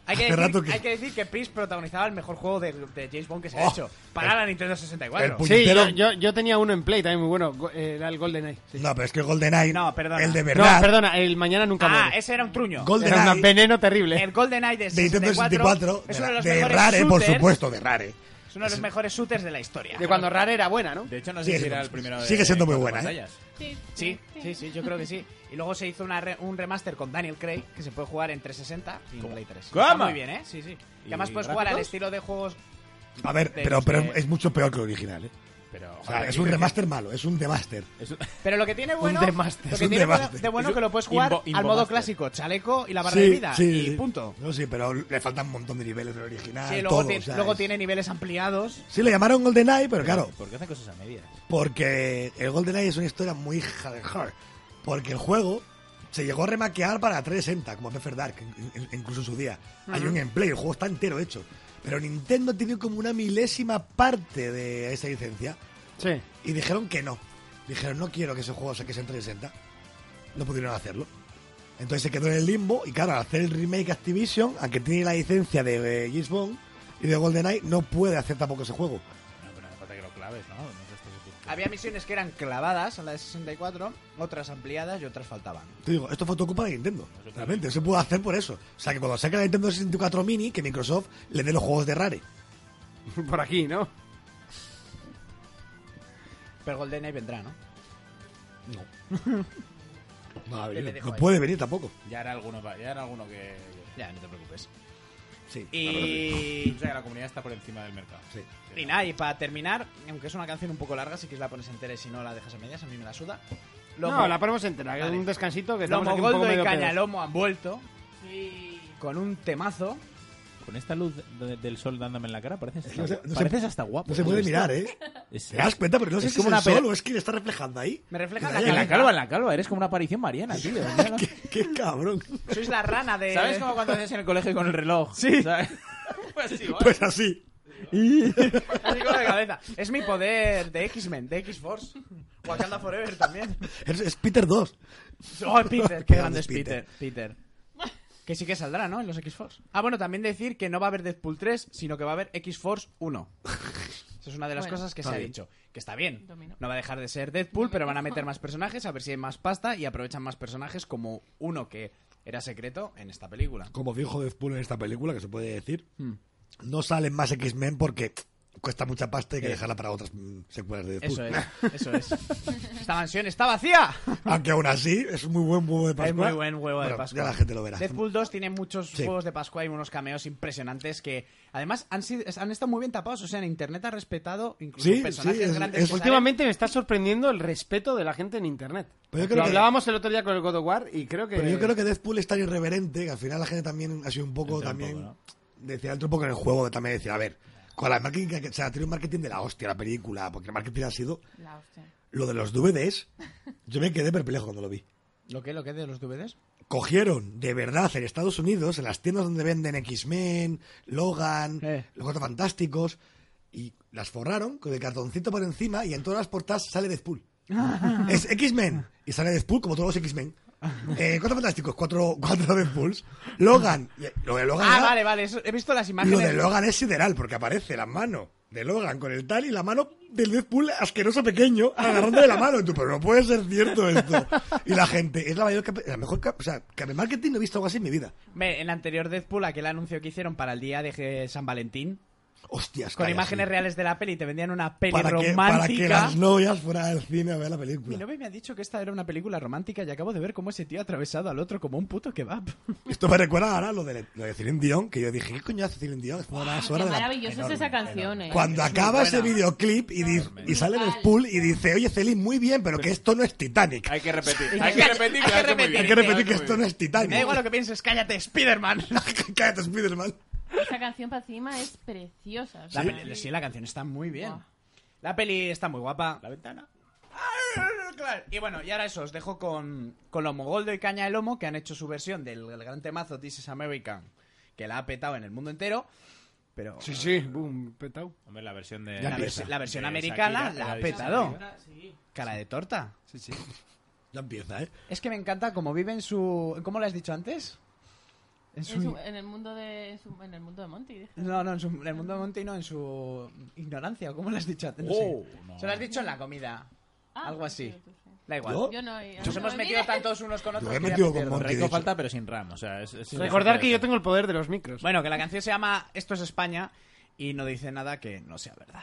Hay que, Hace decir, rato que- hay que decir que Pierce protagonizaba el mejor juego de, de James Bond que se ha Oh, hecho para la Nintendo 64. el pu- Sí, yo, Puñetero. yo, yo tenía uno en Play también muy bueno. go- eh, Era el GoldenEye. No, pero es que GoldenEye, No, perdona. el de No, verdad, perdona, el Mañana Nunca ah, Muere. ese era un truño. Era GoldenEye un veneno terrible. El Golden Eye de de Nintendo 64 64, es de, uno de los de mejores Rare, por shooters- supuesto, de Rare. Es uno de los mejores shooters de la historia. De cuando Rare era buena, ¿no? De hecho, no Sigue sé si era siendo- el primero de sigue siendo muy cuatro buena, ¿eh? pantallas. Sí, Sí, sí, sí, yo creo que sí. Y luego se hizo una re- un remaster con Daniel Craig que se puede jugar en 360 y en Play 3. Está ¿Cómo? muy bien, ¿eh? Sí, sí. Y además puedes gráficos? jugar al estilo de juegos A ver, de pero, los pero que- es mucho peor que el original, ¿eh? Pero, O sea, es un remaster malo, es un demaster. Pero lo que tiene bueno, de máster. lo Es que un tiene de máster. de bueno Es que lo puedes un jugar imbo- al imbo modo máster. clásico, chaleco y la barra Sí, de vida sí, y sí. punto. No, sí, pero le faltan un montón de niveles del original. Sí, luego, todo, ti- o sea, luego es- tiene niveles ampliados. Sí, le llamaron GoldenEye, pero claro, ¿Por qué hacen cosas a medias? porque el GoldenEye es una historia muy hardcore. Porque el juego se llegó a remaquear para 360, como Pfeffer Dark, in- in- incluso en su día. Hay un gameplay, el juego está entero hecho. Pero Nintendo tiene como una milésima parte de esa licencia. Sí. Y dijeron que no. Dijeron, no quiero que ese juego saques en 360. No pudieron hacerlo. Entonces se quedó en el limbo. Y claro, al hacer el remake Activision, aunque tiene la licencia de eh, James Bond y de GoldenEye, no puede hacer tampoco ese juego. No, pero no hace falta que lo claves, ¿no? No sé esto que tú- Había misiones que eran clavadas a la de 64, otras ampliadas y otras faltaban. Te digo, esto fue todo culpa de Nintendo. Realmente, se pudo hacer por eso. O sea, que cuando saque la Nintendo 64 Mini, que Microsoft le dé los juegos de Rare. Por aquí, ¿no? Pero GoldenEye vendrá, ¿no? No, ha venido. le dejo no ahí. puede venir tampoco. Ya era alguno, pa- ya era alguno que... Ya, no te preocupes. Sí. Y, O sea, que la comunidad está por encima del mercado. Sí. y nada, y para terminar, aunque es una canción un poco larga, si quieres la pones entera y si no la dejas a medias, a mí me la suda. Lomo- No, la ponemos entera. que es Vale. Un descansito que estamos Lomo aquí un poco Goldo y medio pedos. Cañalomo han vuelto Sí. con un temazo. Con esta luz de- del sol dándome en la cara, pareces, que no hasta, se- no se- pareces hasta guapo. No se puede ¿no? mirar, ¿eh? Es- ¿Te das cuenta? Pero no sé Es si es como una el pera- sol o es que le está reflejando ahí. Me refleja Que la le En haya la calva, en la calva, eres como una aparición mariana, tío. míralo. Qué- Qué cabrón. Sois la rana de... ¿Sabes cómo cuando haces en el colegio con el reloj? Sí. Pues sí, Pues así. Así con la cabeza. Es mi poder de X-Men, de X-Force. Wakanda Forever también. Es, es Peter 2. Oh, Peter, qué grande es Peter. Peter. Que sí que saldrá, ¿no? En los X-Force. Ah, bueno, también decir que no va a haber Deadpool 3, sino que va a haber X-Force 1. Esa es una de las Bueno. cosas que se ha dicho. Que está bien. Dominó. No va a dejar de ser Deadpool, pero van a meter más personajes, a ver si hay más pasta y aprovechan más personajes como uno que era secreto en esta película. Como dijo Deadpool en esta película, que se puede decir, Hmm. no salen más X-Men porque cuesta mucha pasta y hay que dejarla para otras mm, secuelas de Deadpool. Eso es, eso es. Esta mansión está vacía. Aunque Ah, aún así es un muy buen huevo de Pascua. Es muy buen huevo de Pues Bueno, Pascua. Ya la gente lo verá. Deadpool 2 tiene muchos Sí. juegos de Pascua y unos cameos impresionantes que además han, sido, han estado muy bien tapados. O sea, en internet ha respetado incluso Sí, personajes sí, es- grandes. es- que salen. Últimamente me está sorprendiendo el respeto de la gente en internet. Pero yo creo Lo que- hablábamos el otro día con el God of War y creo que. Pero yo creo que Deadpool es tan irreverente que al final la gente también ha sido un poco también decía entra un poco en el juego también decía a ver con la marketing que o sea tiene un marketing de la hostia la película porque el marketing ha sido La hostia. lo de los DVDs yo me quedé perplejo cuando lo vi ¿Lo que ¿Lo qué de los DVDs? cogieron de verdad en Estados Unidos, en las tiendas donde venden X-Men, Logan, Eh. los Cuatro Fantásticos, y las forraron con el cartoncito por encima y en todas las portadas sale Deadpool. es X-Men y sale Deadpool como todos los X-Men. Eh, cuatro Fantásticos, cuatro, cuatro Deadpools. Logan, y, eh, lo de Logan, Ah, era- vale, vale. eso- he visto las lo imágenes. de Logan es sideral porque aparece la mano de Logan con el tal y la mano del Deadpool asqueroso pequeño agarrando de la mano. Y tú, pero no puede ser cierto esto. Y la gente, es la mayor cap- la mejor cap- o sea, que marketing no he visto algo así en mi vida. Ve, en la anterior Deadpool, aquel anuncio que hicieron para el día de eh, San Valentín, Hostias, con calla, imágenes sí. reales de la peli, te vendían una peli para que, romántica. para que las novias fueran al cine a ver la Mi película. novia me ha dicho que esta era una película romántica y acabo de ver cómo ese tío ha atravesado al otro como un puto kebab. Esto me recuerda ahora lo de, lo de Celine Dion, que yo dije, ¿qué coño hace Celine Dion? Es una Qué suena de la- maravillosa es esa canción, eh. Cuando acaba ese videoclip y, di- y sale Deadpool y dice, oye Celine, muy bien, pero que esto no es Titanic. Hay que repetir, hay que repetir, lo Hay que has hecho muy repetir. bien. Hay que repetir que esto no es Titanic. Me da igual lo que pienses, cállate, Spider-Man. Cállate, Spiderman. Esa canción para encima es preciosa. o La sea, peli- sí, la canción está muy bien. Buah. La peli está muy guapa. La ventana. Claro. Y bueno, y ahora eso, os dejo con, con Lomo Goldo y Caña de Lomo, que han hecho su versión del, del gran temazo This is American, que la ha petado en el mundo entero. Pero Sí, sí, boom, petao. Hombre, la versión de... la, vers- la versión americana la ha petado. Cara de torta. Sí, sí. Ya empieza, ¿eh? Es que me encanta cómo vive en su... ¿Cómo lo has dicho antes? En en, su- en el mundo de su- en el mundo de Monty. dije. No, no, en, su- en el mundo Monty no, en su ignorancia, ¿o ¿cómo lo has dicho? antes? No Oh, sé. no. Se lo has dicho en la comida. Ah, Algo así. sí, tú sí. Da igual. ¿Yo? Yo no. yo Nos no hemos me metido olvidé. tantos unos con otros. Yo he que ya metido me con pierdo. Monty. Rico dicho. falta, pero sin ram, o sea, es... es Recordar que tengo yo tengo el poder de los micros. Bueno, que la canción se llama Esto es España y no dice nada que no sea verdad.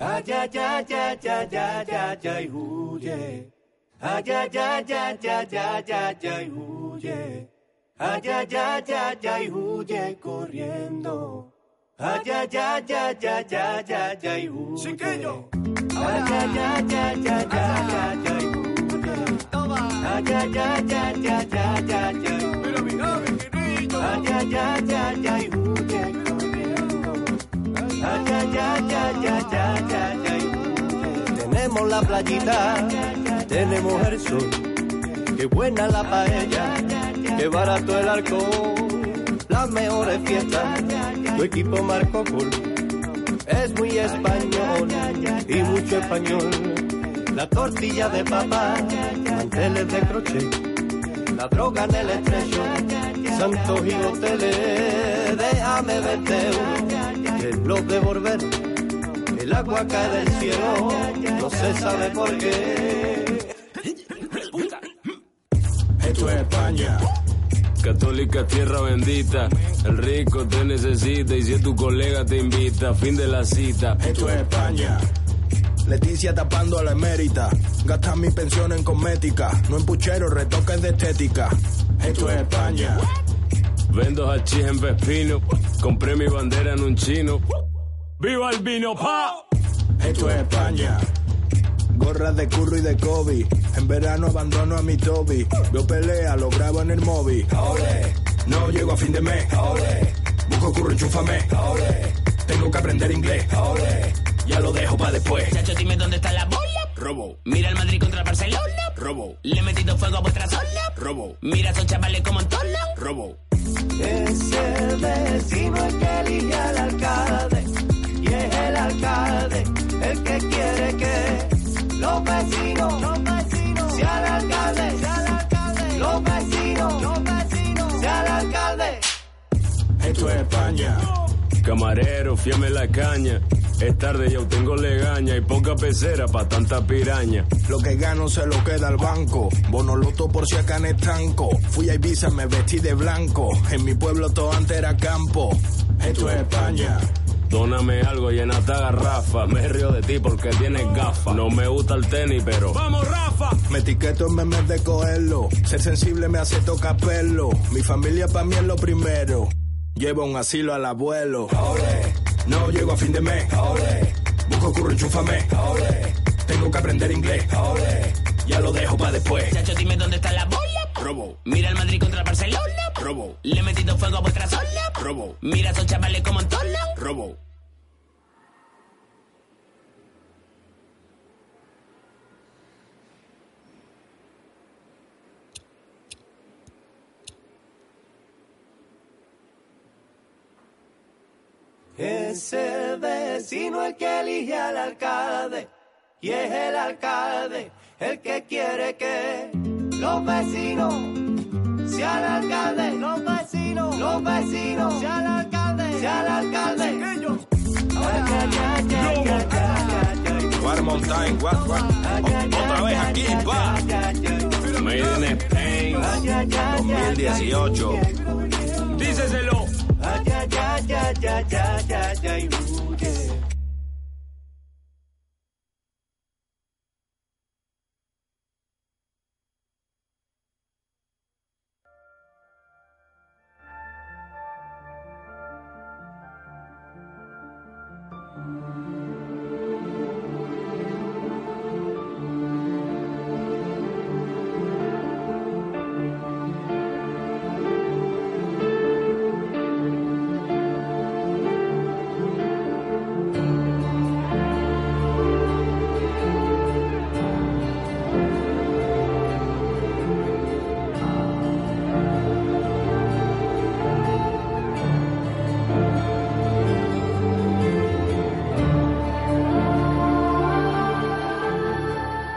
Ay, ay, ay, ay, ay, ay, ay, ay, huye. Ay, ay, ay, ay, ay, ay, ay, ay, huye. Ay, ay, ay, ay, ay, huye corriendo. Ay, ay, ay, ay, ay, ay, ay, ay, huye. Ay, ay, ay, ay, ay, ay, ay, ay, huye. Ay, ay, ay, ay, ay, ay, ay, ay, huye. Ay, ay, ay, ay, ay, huye, ay, ay, ay, ay, ay, ay, ay, ay, huye. Tenemos la playita, tenemos el sol, qué buena la paella, qué barato el alcohol, las mejores fiestas, tu equipo marcó gol, es muy español y mucho español, la tortilla de papa, manteles de crochet la droga en el estrecho, santos y hoteles, déjame verte uno, que lo devolver, el agua cae del cielo, no se sabe por qué. Esto es España. Católica tierra bendita, el rico te necesita y si es tu colega te invita, fin de la cita. Esto es España. Leticia tapando a la emérita. Gastan mi pensión en cosmética. No en puchero, retoques de estética. Esto es España. Vendo hachís en Vespino, compré mi bandera en un chino. ¡Viva el vino, pa! Esto es España. Gorras de curro y de Kobe. En verano abandono a mi Toby. Veo pelea, lo grabo en el móvil. Ole. No llego a fin de mes. Ole. Busco curro, enchúfame. Ole. Tengo que aprender inglés. Ole. Ya lo dejo para después. Chacho, dime dónde está la bola. Robo. Mira el Madrid contra el Barcelona. Robo. Le he metido fuego a vuestra zona. Robo. Mira a esos chavales como entona. Robo. Es el vecino el que elige al alcalde y es el alcalde el que quiere que los vecinos, los vecinos sean alcaldes, sean alcaldes, los vecinos, los vecinos sean alcaldes. Esto es España. Camarero, fíame la caña. Es tarde y aún tengo legaña y poca pecera pa' tanta piraña. Lo que gano se lo queda al banco. Bono loto por si acá en estanco. Fui a Ibiza, me vestí de blanco. En mi pueblo todo antes era campo. Esto es España. Dóname algo llena esta garrafa. Me río de ti porque tienes gafas. No me gusta el tenis, pero. ¡Vamos, Rafa! Me etiqueto en memes de cogerlo. Ser sensible me hace tocar pelo. Mi familia pa' mí es lo primero. Llevo un asilo al abuelo. Ole. No llego a fin de mes. Ole. Busco curro, enchúfame. Ole. Tengo que aprender inglés. Ole. Ya lo dejo para después. Chacho, dime dónde está la bola. Robo. Mira el Madrid contra el Barcelona. Robo. Le he metido fuego a vuestra zona. Robo. Mira a esos chavales como entona. Robo. Es el vecino el que elige al alcalde y es el alcalde el que quiere que los vecinos sean alcaldes, los vecinos, los vecinos sean alcaldes, sean alcaldes. Ay, ay, ay, ay, ay, ay, ay. One more time, what, what? O- Otra vez aquí, va. Made in Spain. Ay, ay, ay, 2018. Díceselo. Ay, ay, ay, ay, ay, ay, ay, ay, huye.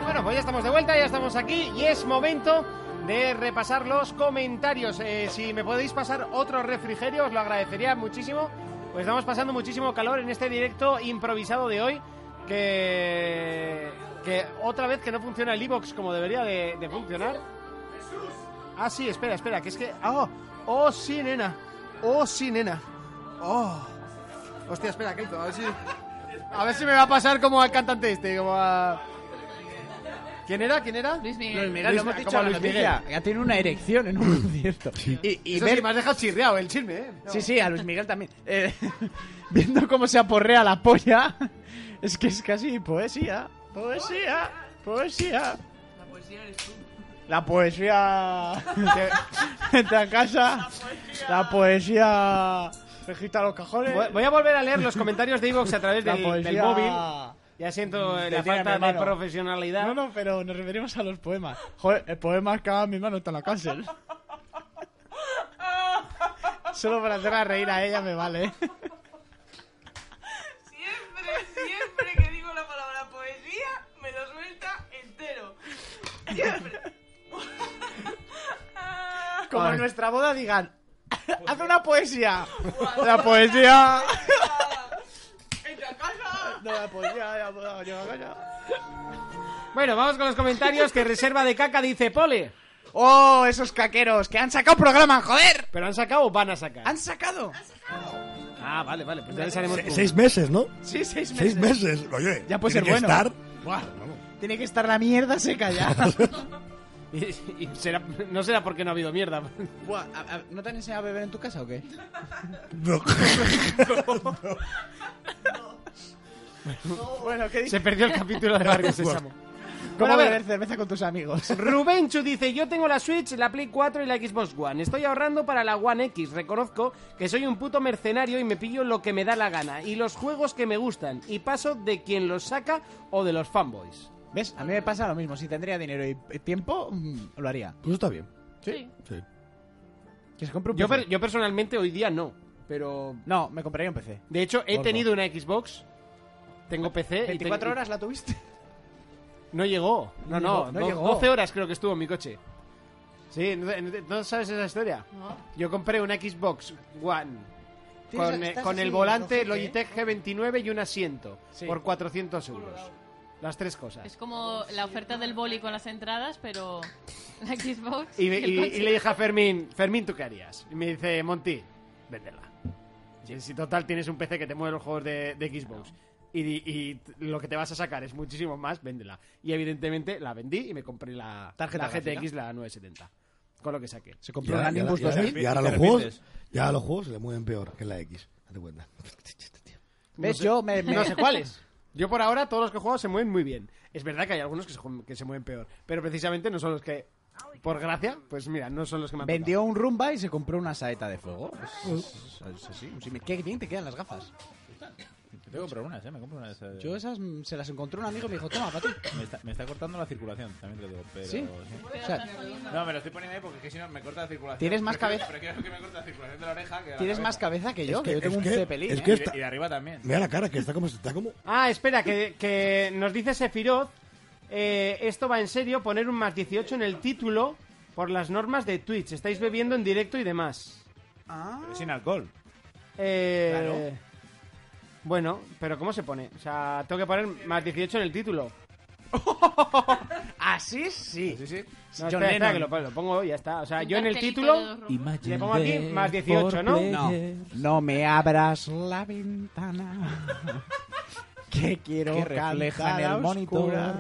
Bueno, pues ya estamos de vuelta, ya estamos aquí y es momento de repasar los comentarios. Eh, si me podéis pasar otro refrigerio, os lo agradecería muchísimo. Pues estamos pasando muchísimo calor en este directo improvisado de hoy, que, que otra vez que no funciona el iBox como debería de, de funcionar. Ah, sí, espera, espera, que es que... ¡Oh! ¡Oh, sí, nena! ¡Oh, sí, nena! ¡Oh! Hostia, espera, Keiko, a ver si... A ver si me va a pasar como al cantante este, como a... ¿Quién era? ¿Quién era? Luis Miguel. Luis Miguel, lo hemos Luis- dicho como a la Luis noticia. Ya tiene una erección en un concierto. Y, y Eso ver- sí, me has dejado chirriado el chisme, ¿eh? Sí, sí, a Luis Miguel también. Eh, viendo cómo se aporrea la polla. Es que es casi poesía. Poesía, poesía. La poesía eres tú. La poesía de, de casa. La poesía. Regita los cajones. Voy- Voy a volver a leer los comentarios de Evox a través La del, del poesía. móvil. Ya siento eh, Te la tiran falta mi de mano. profesionalidad. No, no, pero nos referimos a los poemas. Joder, el poema que haga mi mano está en la cárcel. Solo para hacerla reír a ella me vale. Siempre, siempre que digo la palabra poesía, me lo suelta entero. Siempre. Como Ay. en nuestra boda digan, haz una poesía. La poesía... ¡Entra a casa! No, la poesía, la poesía, lleva a casa. Bueno, vamos con los comentarios que Reserva de Caca dice Pole. Oh, esos caqueros que han sacado programa, joder. ¿Pero han sacado o van a sacar? Han sacado. Ah, vale, vale. Pues ya les haremos... Se- Eh, seis meses, ¿no? Sí, seis meses. Seis meses. Oye, Ya puede ser tiene que bueno. estar. Buah, tiene que estar la mierda seca ya. Y- y será- no será porque no ha habido mierda. Buah, a- a- ¿No te han enseñado a beber en tu casa o qué? No. Bueno, ¿qué Se perdió el capítulo de Barrio Sésamo. Bueno, ¿Cómo a ver. beber cerveza con tus amigos? Rubenchu dice, yo tengo la Switch, la Play 4 y la Xbox One. Estoy ahorrando para la One X. Reconozco que soy un puto mercenario y me pillo lo que me da la gana y los juegos que me gustan y paso de quien los saca o de los fanboys. ¿Ves? A mí me pasa lo mismo. Si tendría dinero y y tiempo, mm, lo haría. Pues está bien. Sí. Sí. Que se compre un Yo, PC. per- yo personalmente hoy día no, pero No, me compraría un PC. de hecho he Gordo. tenido tenido una Xbox, tengo PC y 24 horas la tuviste. No llegó. No, no, No llegó, no do- llegó. 12 horas creo que estuvo en mi coche. Sí, ¿no, no- no sabes esa historia? No. Yo compré una Xbox One Tienes- con, eh, estás con el así, volante rojete, Logitech G29 y un asiento Sí. por 400 euros. Las tres cosas. Es como la oferta del boli con las entradas, pero la Xbox. Y, y el y- coche. y le dije a Fermín, Fermín, ¿tú qué harías? Y me dice, Monty, véndela. Y Si total tienes un PC que te mueve los juegos de, de Xbox y, di- y t- lo que te vas a sacar es muchísimo más, véndela. Y evidentemente la vendí y me compré la, la Tarjeta GTX, la 970. Con lo que saqué. Se Y compró ahora, la y ahora- Nimbus y ahora- 2000. y ahora Te los juegos. arrepientes. Ya a los juegos se le mueven peor que en la X. Date cuenta. ¿Ves? No sé- Yo me... me- No sé cuáles. Yo por ahora todos los que juego se mueven muy bien. Es verdad que hay algunos que se, ju- que se mueven peor, pero precisamente no son los que, por gracia, pues mira, no son los que me han Vendió un rumba y se compró una saeta de fuego. Uh. Es- es- es así. Sí, me- Qué bien te quedan las gafas. Te voy a comprar unas, ¿eh? Me compro unas. eh. Yo esas mm, se las encontró un amigo y me dijo, toma, para ti. Me, está, me está cortando la circulación, también te lo digo. Pero... ¿Sí? O sea, No, me lo estoy poniendo ahí porque es que si no me corta la circulación. Tienes más Prefiero- cabeza- Prefiero que me corte la circulación de la oreja que de la tienes más cabeza. cabeza que yo, Es que, yo tengo es un cepelín. Es ¿eh? que Y está. de, y de arriba también. Mira la cara, que está como. Está como pasado. Ah, espera, que, que nos dice Sefirot, eh, esto va en serio, poner un más 18 en el título por las normas de Twitch. Estáis bebiendo en directo y demás. Pero sin alcohol. Eh, Bueno, pero ¿cómo se pone? O sea, tengo que poner más 18 en el título. Así sí. Sí, sí. No, John espera, espera, Lennon. que lo, pon- lo pongo y ya está. O sea, Un yo en el cartelito título... de dos rojos. Le pongo aquí más 18, ¿no? No, no me abras la ventana. Que quiero Que refleja cantar en el a monitor. oscuras.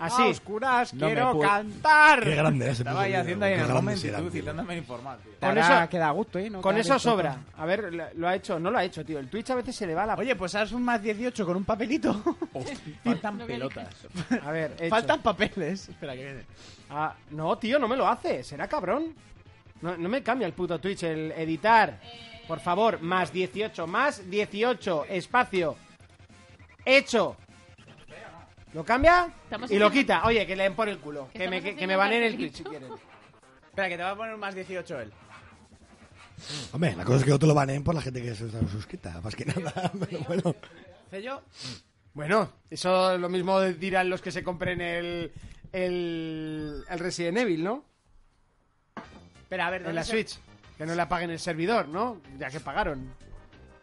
Así. A oscuras No me quiero puedo- cantar. Qué grande ese. Estaba ahí puto haciendo video. ahí en Qué el grande momento y será, tú tío. citándome el informal, tío. Con Con eso eso- queda gusto, ¿eh? No Con te eso hables sobra. tonto. A ver, la- lo ha hecho, no lo ha hecho, tío. El Twitch a veces se le va la. Oye, pues haz un más 18 con un papelito. Faltan No me pelotas. a ver, hecho. Faltan papeles. Espera, que viene. Ah, no, tío, no me lo hace. Será cabrón. No, no me cambia el puto Twitch el editar. Por favor, más 18, más 18, espacio. Hecho. ¿Lo cambia? Estamos y lo haciendo- quita. Oye, que le den por el culo. Que Que me, estamos que, que me haciendo baneen el Twitch cartelito. si quieren. Espera, que te va a poner un más 18 él. Hombre, la cosa es que no te lo baneen por la gente que se está suscrita. Más que nada. Pero bueno. ¿Sello? Bueno, eso lo mismo dirán los que se compren el. El, el Resident Evil, ¿no? Espera, a ver, En la Switch. Que no le apaguen el servidor, ¿no? Ya que pagaron.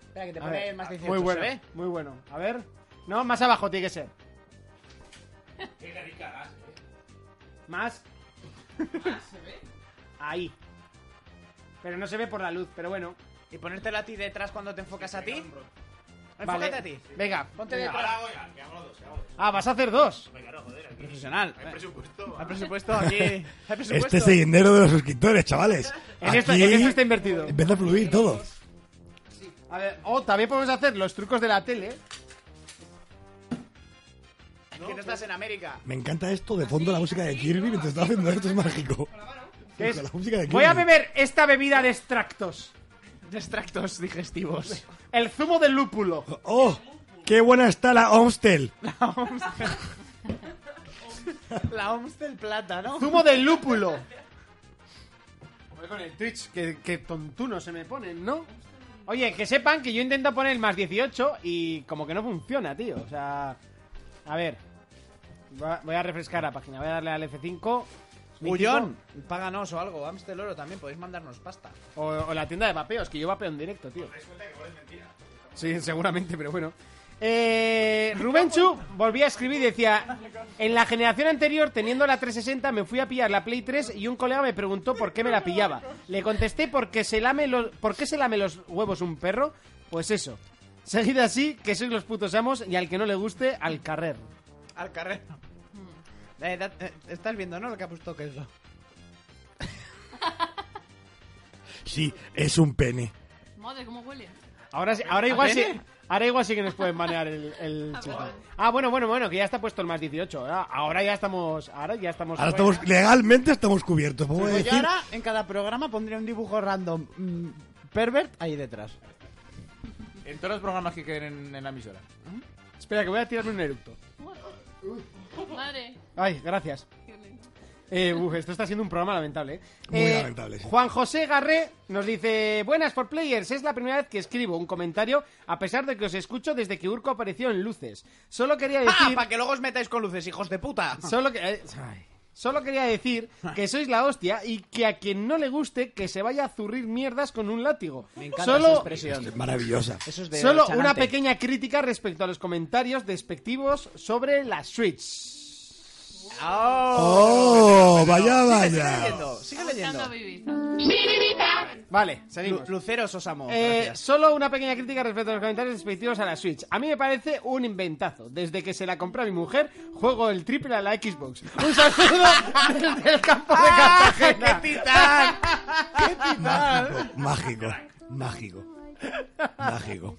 Espera, que te A ver, Ah, pone el más 18. muy bueno, ¿se ve? muy bueno. A ver. No, más abajo tiene que ser. Más. Ahí. Pero no se ve por la luz, pero bueno. Y ponértelo a ti detrás cuando te enfocas a ti. Vale. Enfócate a ti. Venga. Ponte venga. detrás. Ah, vas a hacer dos. Profesional. Hay presupuesto. Hay presupuesto aquí. Hay presupuesto. Este es el dinero de los suscriptores, chavales. En este esto, Aquí en esto está invertido. Empieza a fluir todo. A ver, o también podemos hacer los trucos de la tele. Que no estás en América. Me encanta esto de fondo la música de Kirby mientras está haciendo esto es mágico. ¿Qué es? La música de Kirby. Voy a beber esta bebida de extractos. De extractos digestivos. El zumo del lúpulo. ¡Oh! ¡Qué buena está la Omstel! La Omstel Plata, ¿no? Zumo del lúpulo. Joder, Con el Twitch, que, que tontuno se me ponen, ¿no? Oye, que sepan que yo intento poner el más 18 y como que no funciona, tío. O sea, a ver. Va- Voy a refrescar la página, voy a darle al F5. Bullón, páganos o algo. Amstel Oro también, podéis mandarnos pasta. O, o la tienda de vapeos, que yo vapeo en directo, tío. Sí, seguramente, pero bueno. Eh, Rubenchu volvía a escribir y decía: En la generación anterior, teniendo la 360, me fui a pillar la Play 3 y un colega me preguntó por qué me la pillaba. Le contesté: porque se lame los, ¿Por qué se lame los huevos un perro? Pues eso. Seguid así, que sois los putos amos y al que no le guste, al carrer. Al carrero. Eh, da- eh, estás viendo, ¿no? Lo que ha puesto que es lo. Sí, es un pene. Madre, cómo huele. Ahora, sí- ahora igual ¿A sí. pene? Ahora igual sí que nos pueden banear el, el chiste. Ah, bueno, bueno, bueno, que ya está puesto el más 18. Ah, Ahora ya estamos. Ahora ya estamos. Ahora estamos, legalmente estamos cubiertos. Puedo Pues yo decir, ahora en cada programa pondré un dibujo random mm, pervert ahí detrás. En todos los programas que queden en, en la emisora. Espera, que voy a tirarme un eructo. Madre. Ay, gracias. qué lento. Eh, uf, esto está siendo un programa lamentable. ¿eh? Muy Eh, lamentable, sí. Juan José Garré nos dice: Buenas por Players, es la primera vez que escribo un comentario, a pesar de que os escucho desde que Urco apareció en Luces. Solo quería ¡Ah! decir. Para que luego os metáis con luces, hijos de puta. Solo que. eh, ay. Solo quería decir que sois la hostia y que a quien no le guste que se vaya a zurrir mierdas con un látigo. Me encanta Solo- esa expresión. maravillosa. Eso es de Solo Chanante. una pequeña crítica respecto a los comentarios despectivos sobre la Switch. ¡Oh! ¡Oh! Pues Vaya, Ah, Sigue vaya. leyendo, sigue leyendo. Buscando vivir. Vale, Lu- seguimos. Luceros os amo. Eh, gracias. solo una pequeña crítica respecto a los comentarios despectivos a la Switch. A mí me parece un inventazo. Desde que se la compró a mi mujer, juego el triple a la Xbox. Un saludo desde el campo de ¡Ah, Cartagena. ¡Qué titán! Mágico, mágico, mágico. Mágico.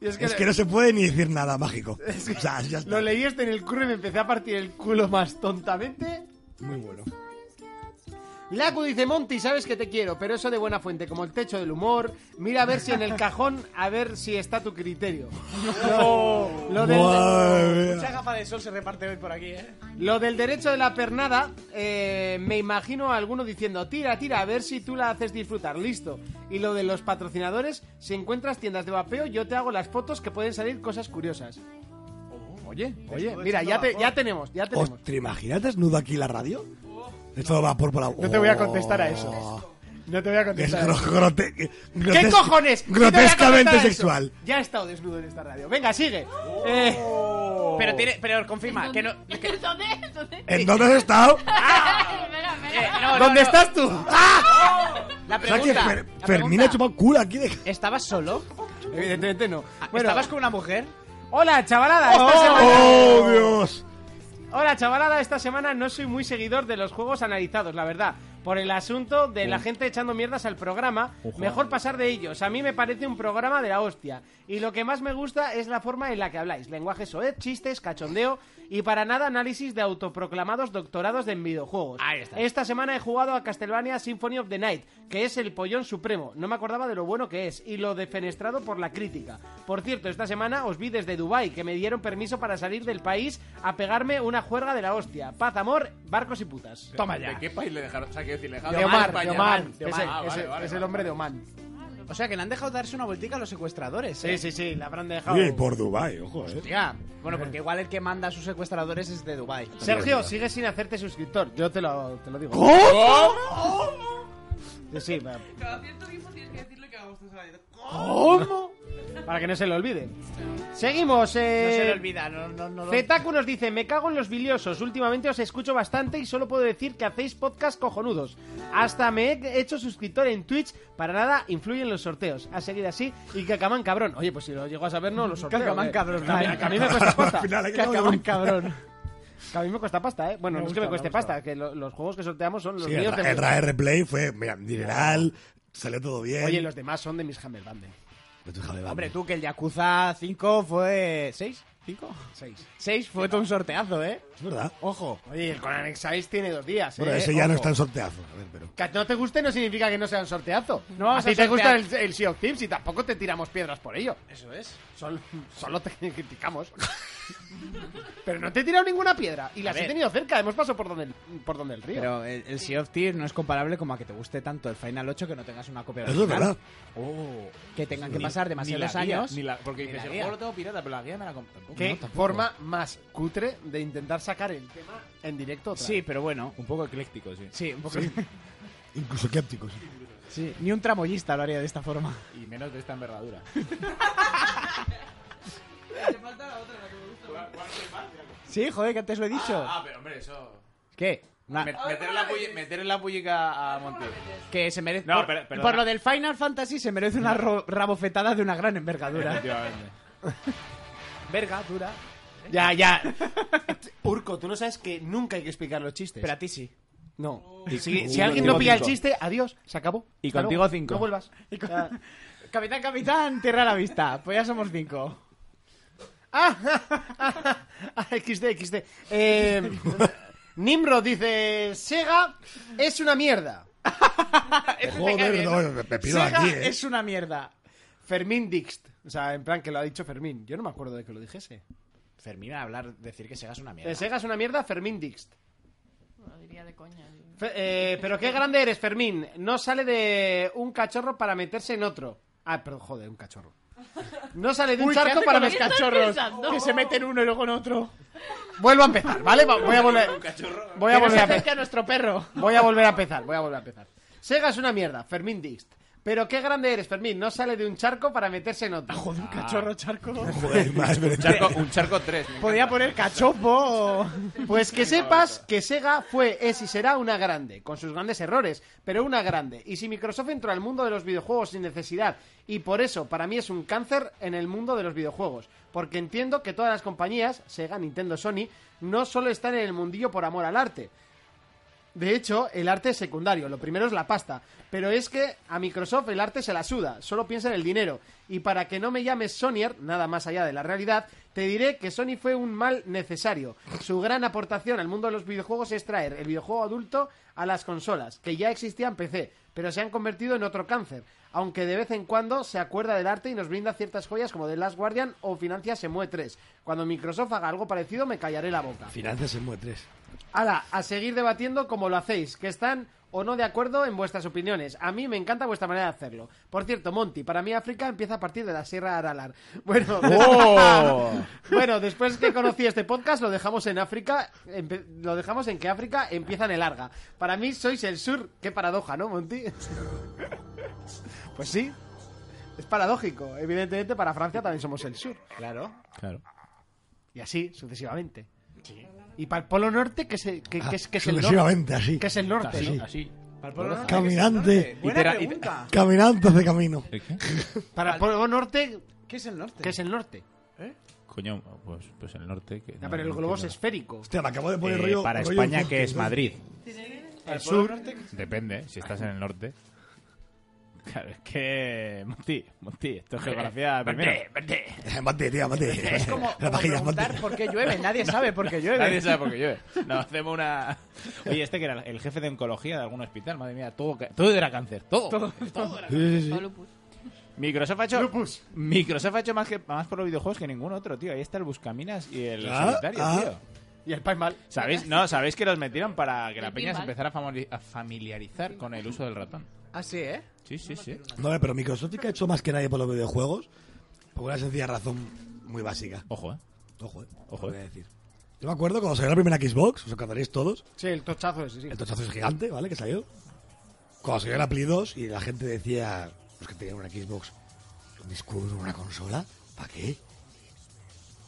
Y es que, Es que no se puede ni decir nada mágico. O sea, ya está. lo leí este en el curro y me empecé a partir el culo más tontamente. Muy bueno. Laku dice, Monty, sabes que te quiero, pero eso de buena fuente, como el techo del humor, mira a ver si en el cajón, a ver si está tu criterio. Lo del- Madre mía. Mucha gafa de sol se reparte hoy por aquí, ¿eh? Lo del derecho de la pernada, eh, me imagino a alguno diciendo, tira, tira, a ver si tú la haces disfrutar, listo. Y lo de los patrocinadores, si encuentras tiendas de vapeo, yo te hago las fotos que pueden salir cosas curiosas. Oye, oye, mira, ya, te- ya tenemos, ya tenemos. Os- ¿Te imaginas desnudo aquí la radio? De todo vapor por la... Oh, No te voy a contestar a eso. No te voy a Es contestar. gro- grote- ¿Qué grotes- cojones? ¿Quién te voy a Grotescamente contestar eso? sexual. Ya he estado desnudo en esta radio. Venga, sigue. Eh, Pero tiene, pero Ah, confirma que no. que- ¿Dónde? ¿Dónde? ¿En dónde has estado? Espera, eh, espera. no, no, ¿Dónde no. estás tú? La O sea, que pregunta. Fer- la Fermín ha pregunta, chupado culo aquí de... ¿Estabas solo? Ah, Evidentemente no. Bueno, ¿Estabas con una mujer? hola, chavalada. Esta semana... ¡Oh, Dios! Hola, chavalada. Esta semana no soy muy seguidor de los juegos analizados, la verdad. Por el asunto de la gente echando mierdas al programa, mejor pasar de ellos. A mí me parece un programa de la hostia. Y lo que más me gusta es la forma en la que habláis. Lenguaje soez, chistes, cachondeo y para nada análisis de autoproclamados doctorados en videojuegos. Ahí está. Esta semana he jugado a Castlevania Symphony of the Night, que es el pollón supremo. No me acordaba de lo bueno que es y lo defenestrado por la crítica. Por cierto, esta semana os vi desde Dubai, que me dieron permiso para salir del país a pegarme una juerga de la hostia. Paz, amor, barcos y putas. Toma ya. ¿De qué país le dejaron? O sea, quiero decir, le dejaron De Omar, España. de Oman, Ah, ese- vale, ese- vale, es vale. el hombre de Oman. O sea, que le han dejado darse una vueltica a los secuestradores. ¿eh? Sí, sí, sí, la habrán dejado. Oye, y por Dubai, ojo, eh. Hostia. Bueno, porque igual el que manda a sus secuestradores es de Dubai. Sergio, sigue sin hacerte suscriptor. Yo te lo, te lo digo. Sí, sí, para, Cada cierto tiempo tienes que decirle que este hagamos esa vida. ¿Cómo? para que no se lo olvide. Seguimos. Eh... No se le olvida, no, no, no. lo- Zetaku nos dice, me cago en los biliosos, últimamente os escucho bastante y solo puedo decir que hacéis podcast cojonudos. Hasta me he hecho suscriptor en Twitch, para nada influyen los sorteos. A seguir así y que acaban cabrón. Oye, pues si lo llego a saber no los sorteo. Cacaman eh. cabrón. Que a mí- que a mí me cuesta pasta. Al final hay que Que acabar acaban con- cabrón. Que a mí me cuesta pasta, ¿eh? Bueno, Me no es que gusta, me cueste me gusta. pasta, que lo- los juegos que sorteamos son los Sí, el, míos. de Ra- mi- el Ra- Replay fue, mira, dineral, salió todo bien. Oye, los demás son de mis Hammer Band. Hombre, tú que el Yakuza 5 fue. ¿6? ¿5? 6. 6 fue todo un sorteazo, ¿eh? Es verdad. Ojo. Oye, el Conan Exiles tiene dos días. Bueno, ¿eh? ese ya no Ojo. está en sorteazo. A ver, pero. Que a ti no te guste no significa que no sea un sorteazo. No a vamos ti a te gusta sortear. el, el Sea of Thieves y tampoco te tiramos piedras por ello. Eso es. Sol- solo te criticamos. Pero no te he tirado ninguna piedra. Y A las he ver. tenido cerca. Hemos pasado por donde el, por donde el río. Pero el, el Sea of Tears no es comparable como a que te guste tanto el Final 8 que no tengas una copia Eso es original. verdad. Oh, que tengan que Ni- pasar ni demasiados la guía, años. ni la- porque Ni dices, la el guía. juego lo tengo pirata, pero la guía me la compré. Tampoco. Qué No, tampoco. forma más cutre de intentar sacar el tema en directo. otra Sí, vez. pero bueno. Un poco ecléctico, sí. Sí, un poco. Sí. Incluso quépticos. Sí, Ni un tramoyista lo haría de esta forma. Y menos de esta envergadura. Le falta la otra, la que me gusta. Sí, joder, que antes lo he dicho. Ah, pero hombre, eso. ¿Qué? Ah. Una- Me- meter, la pulle- meter en la pullica a Monty. Que se merece. No, por, pero- perdona. por lo del Final Fantasy se merece una ro- rabofetada de una gran envergadura. Efectivamente. Vergadura. Ya, ya. Urco, tú no sabes que nunca hay que explicar los chistes. Pero a ti Uh, sí. No. Y- Si, y- si y alguien contigo no pilla el cinco. chiste, adiós, se acabó. Y Hasta contigo luego. cinco. No vuelvas. Ya. Capitán, capitán, tierra a la vista. Pues ya somos cinco. Ah, XD, XD. Eh, Nimrod dice: Sega es una mierda. Joder, no, me, me pido Sega aquí, ¿eh? es una mierda. Fermín Dixt. O sea, en plan que lo ha dicho Fermín. Yo no me acuerdo de que lo dijese. Fermín, hablar, decir que Sega es una Eh, Sega es una mierda, Fermín Dixt. Lo diría de coña. yo. Fe- eh, pero qué grande eres, Fermín. No sale de un cachorro para meterse en otro. Ah, pero joder, un cachorro. No sale de un Uy, ¿qué charco hace para con los lo que estás cachorros. pensando? Que se meten uno y luego en otro. Vuelvo a empezar, ¿vale? Va- Voy a volver. Voy a que se volver a acerque empezar. a nuestro perro. Voy a volver a empezar, voy a volver a empezar. Sega es una mierda, Fermín Dixt. Pero qué grande eres, Fermín. No sale de un charco para meterse en otro. Joder, un cachorro charco. Ah. Joder, más, pero- Un charco, un charco 3. Podía poner cachopo o... Pues que sepas que Sega fue, es y será una grande, con sus grandes errores, pero una grande. Y si Microsoft entró al mundo de los videojuegos sin necesidad, y por eso para mí es un cáncer en el mundo de los videojuegos, porque entiendo que todas las compañías, Sega, Nintendo, Sony, no solo están en el mundillo por amor al arte. De hecho, el arte es secundario, lo primero es la pasta, pero es que a Microsoft el arte se la suda, solo piensa en el dinero. Y para que no me llames Sonyer, nada más allá de la realidad, te diré que Sony fue un mal necesario. Su gran aportación al mundo de los videojuegos es traer el videojuego adulto a las consolas, que ya existían en PC, pero se han convertido en otro cáncer, aunque de vez en cuando se acuerda del arte y nos brinda ciertas joyas como The Last Guardian o Financia se mueve 3. Cuando Microsoft haga algo parecido me callaré la boca. Finanzas en MUE 3. Ala, a seguir debatiendo como lo hacéis, que están o no de acuerdo en vuestras opiniones. A mí me encanta vuestra manera de hacerlo. Por cierto, Monty, para mí África empieza a partir de la Sierra de Aralar. Bueno, des- bueno, después que conocí este podcast lo dejamos en África, empe- lo dejamos en que África empieza en el Arga. Para mí sois el sur. Qué paradoja, ¿no, Monty? pues sí. Es paradójico. Evidentemente para Francia también somos el sur. Claro. Claro. Y así sucesivamente. Y para el Polo Norte, que, se, que, que es, que es el norte. Sucesivamente, así. Que es el norte, ¿no? Así. Caminante. Buena Itera- ite- pregunta. Caminante de camino. Para el Polo Norte, ¿Qué es el norte? que es el norte. Coño, pues, pues el norte. Que, Ya, Ah, pero el globo es esférico. Hostia, me acabo de poner Eh, rollo. para rollo España, injusto, que es ¿sabes? Madrid. El sur. Depende, si estás en el norte. Claro, es que. Monty, Monty, esto es geografía primero. Mate, tío, mate. Es como, Las como vajillas, preguntar mate. por qué llueve. Nadie sabe por qué llueve. Nadie sabe por qué llueve. Nos hacemos una. Oye, este que era el jefe de oncología de algún hospital, madre mía, todo, ca- todo era cáncer, todo. Sí, sí, sí. O lupus. Microsoft ha hecho. Microsoft ha hecho más, que, más por los videojuegos que ningún otro, tío. Ahí está el Buscaminas y el Ah, Solitario, ah. tío. Y el País Mal. ¿Sabéis? No, sabéis que los metieron para que El la peña se pinball. empezara a famili- a familiarizar con el uso del ratón. Ah, sí, ¿eh? Sí, sí, sí. No, eh, pero Microsoft sí que ha hecho más que nadie por los videojuegos. Por una sencilla razón muy básica. Ojo, eh. Ojo, eh. Ojo, eh. Voy a decir. Yo me acuerdo cuando salió la primera Xbox, os acordaréis todos. Sí, el tochazo ese, sí. El tochazo es gigante, ¿vale? Que salió. Cuando salió la Play 2 y la gente decía, los que tenían una Xbox, un disco duro, una consola, ¿para qué?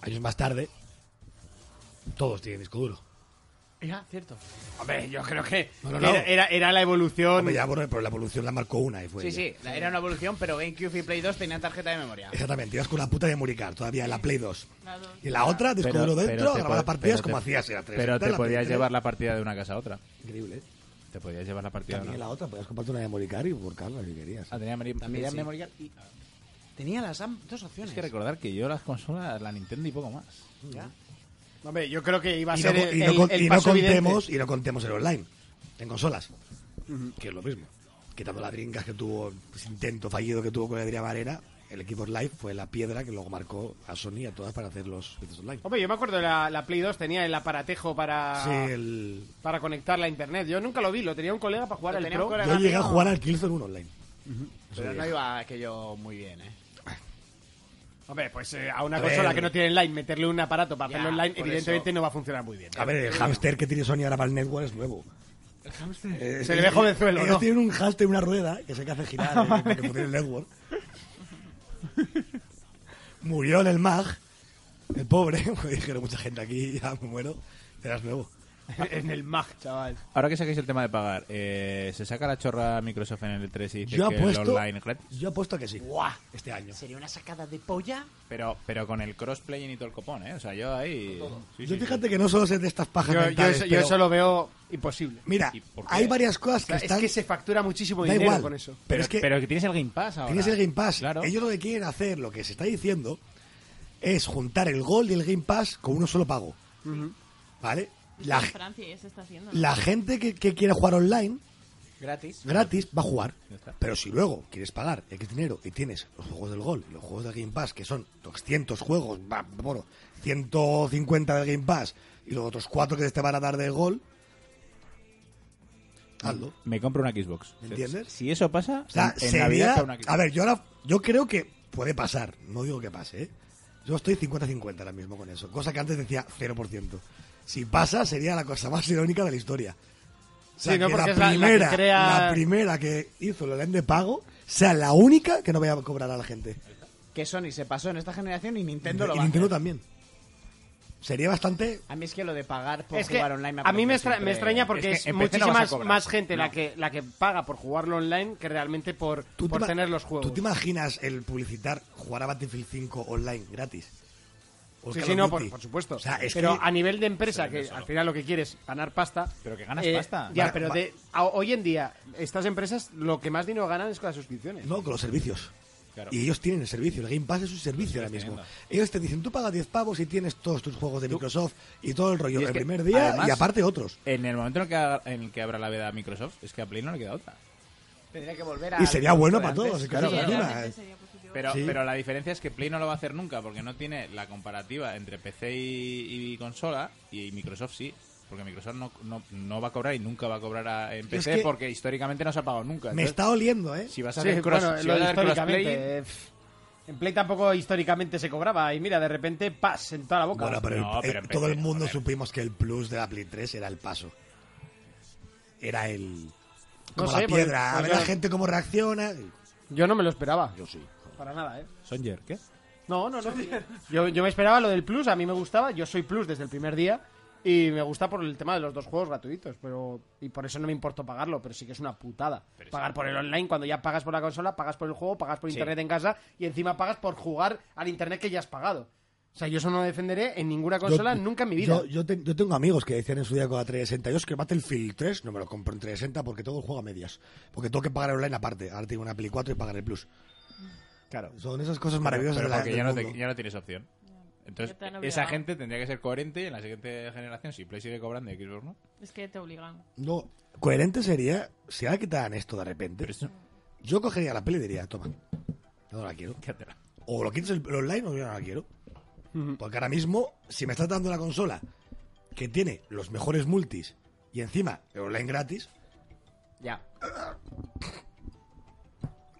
Años más tarde, todos tienen disco duro. Era cierto. Hombre, yo creo que No, no, no. Era, era- era la evolución. Hombre, ya, pues bueno, pero la evolución la marcó una y fue. Sí, ella. sí, la- era una evolución, pero GameCube y Play 2 tenían tarjeta de memoria. Exactamente, ibas con la puta de Muricar todavía en la Play 2. La dos. Y en la otra, disco duro dentro, te grabar las pod- partidas pero como te- hacías en la 3. Pero te podías llevar la partida de una casa a otra. Increíble, ¿eh? Te podías llevar la partida de También en una. la otra, podías comprarte una de Muricar y burcarla si querías. Ah, tenía meri- También tenía sí. memoria- Tenía las am- dos opciones. Tienes que recordar que yo las consolas, la Nintendo y poco más. Ya. Hombre, yo creo que iba a Y no, ser co- el, y no con- el y no paso contemos, evidente. y no contemos el online en consolas, que es lo mismo. Quitando las dringas que tuvo, pues, intento fallido que tuvo con Adrián Varena, el equipo Live fue la piedra que luego marcó a Sony y a todas para hacer los servicios online. Hombre, yo me acuerdo de la, la Play 2 tenía el aparatejo para, Sí, el- para conectarla a internet. Yo nunca lo vi, lo tenía un colega para jugar Lo al tenía Pro. un colega Yo llegué a jugar al Killzone 1 online. Eso Pero llegué. no iba aquello muy bien, ¿eh? Hombre, pues eh, a una A consola ver. que no tiene online, meterle un aparato para Ya, hacerlo online, por evidentemente eso. no va a funcionar muy bien. A ver, el hamster que tiene Sony ahora para el network es nuevo. Eh, Se le ve jovenzuelo, Ellos ¿no? tienen un hamster y una rueda que se que hace girar eh, para que funcione el network. Murió en el MAG, el pobre, me dijeron mucha gente aquí, ya me muero, serás nuevo. en el Mag, chaval. Ahora que saquéis el tema de pagar, eh, ¿se saca la chorra Microsoft en el 3 y dice Yo que el apuesto, online es gratis? yo apuesto que sí, ¡Guau! este año. ¿Sería una sacada de polla? Pero, pero con el crossplay y todo el copón, ¿eh? O sea, yo ahí... Sí, Yo sí, sí. fíjate que no solo sé de estas pajas Yo, yo mentales, eso, yo pero- eso lo veo imposible. Mira, ¿Y por qué? hay varias cosas que Es están... que se factura muchísimo Da dinero igual, con eso. pero es que Pero que tienes el Game Pass ahora. Tienes el Game Pass. Claro. Ellos lo que quieren hacer, lo que se está diciendo, es juntar el Gold y el Game Pass con uno solo pago. ¿Vale? La, En Francia ya se está haciendo. ¿no? la gente que, que quiere jugar online, Gratis. gratis, va a jugar. Ya está. Pero si luego quieres pagar X dinero y tienes los juegos del Gold y los juegos del Game Pass, que son 200 juegos, va, bueno, 150 del Game Pass y los otros cuatro que te van a dar del Gold, hazlo. Me compro una Xbox. ¿Me entiendes? Si eso pasa, O sea, en- en sería- Navidad para una Xbox. A ver, yo ahora, yo creo que puede pasar, no digo que pase, ¿eh? Yo estoy 50-50 ahora mismo con eso, cosa que antes decía 0%. Si pasa, sería la cosa más irónica de la historia. O sea, Sí, ¿no? que Porque la, es la- la que primera, crea- la primera que hizo el online de pago sea la única que no vaya a cobrar a la gente. Que Sony se pasó en esta generación y Nintendo lo y va a Nintendo hacer. también. Sería bastante... A mí es que lo de pagar por Es que jugar online me a mí me, apetece extra- me siempre- extraña porque Es es, que en PC muchísima no vas a más, cobrar. más gente la, que, la que paga por jugarlo online que realmente por, ¿Tú por te ima- tener los juegos. ¿Tú te imaginas el publicitar jugar a Battlefield 5 online gratis? O Sí, Call sí, of no, Duty. por, por supuesto. O sea, es pero que- a nivel de empresa, que al final lo que quieres es ganar pasta. Eh, Pero que ganas pasta. Ya, Va- pero va- de- a- hoy en día, estas empresas lo que más dinero ganan es con las suscripciones. No, con los servicios. Claro. Y ellos tienen el servicio, el Game Pass es un servicio ahora mismo. Ellos te dicen, tú pagas 10 pavos y tienes todos tus juegos de Microsoft y todo el rollo Y es el que, primer día además, y aparte otros. En el momento en el, que haga- en el que abra la veda a Microsoft, es que a Play no le queda otra. Tendría que volver a... Y sería bueno para antes. todos, Sí, claro, realmente encima, eh. sería positivo. Pero, Sí. pero la diferencia es que Play no lo va a hacer nunca porque no tiene la comparativa entre PC y, y consola y Microsoft sí. Porque Microsoft no, no, no va a cobrar y nunca va a cobrar a- en PC que- porque históricamente no se ha pagado nunca. Me Entonces, está oliendo, ¿eh? Si vas a Sí, hacer cross, bueno, si lo vas a de hacer históricamente. eh, pff. en Play tampoco históricamente se cobraba. Y mira, de repente, ¡pas! en toda la boca. Bueno, pero, el- No, pero eh, en todo PC, el mundo joder. supimos que el plus de la Play 3 era el paso. Era el... Como No la sé, pues- piedra, a pues ver yo- la gente cómo reacciona. Yo no me lo esperaba. Yo sí. Para nada, ¿eh? crossplay- Songer, ¿qué? No, no, no. Yo, yo me esperaba lo del Plus, a mí me gustaba. Yo soy Plus desde el primer día. Y me gusta por el tema de los dos juegos gratuitos. pero Y por eso no me importó pagarlo, pero sí que es una putada. Pagar por el online cuando ya pagas por la consola, pagas por el juego, pagas por internet en casa y encima pagas por jugar al internet que ya has pagado. O sea, yo eso no defenderé en ninguna consola Yo- nunca en mi vida. Yo, yo te- yo tengo amigos que decían en su día con la 360, yo es que Battlefield 3 no me lo compro en 360 porque todo el juego a medias. Porque tengo que pagar el online aparte. Ahora tengo una Play 4 y pagar el Plus. Claro. Son esas cosas maravillosas Pero de la- porque del ya no, te- mundo. ya no tienes opción. Entonces, Ya te han esa obligado. gente tendría que ser coherente y en la siguiente generación, si Play sigue cobrando y Xbox no. Es que te obligan. No, coherente sería si ahora quitaran esto de repente. Pero eso- Yo cogería la peli y diría, toma, no la quiero. quédatela. O lo quitas el, el online o yo no la quiero. Porque ahora mismo, si me estás dando una consola que tiene los mejores multis y encima el online gratis, Ya.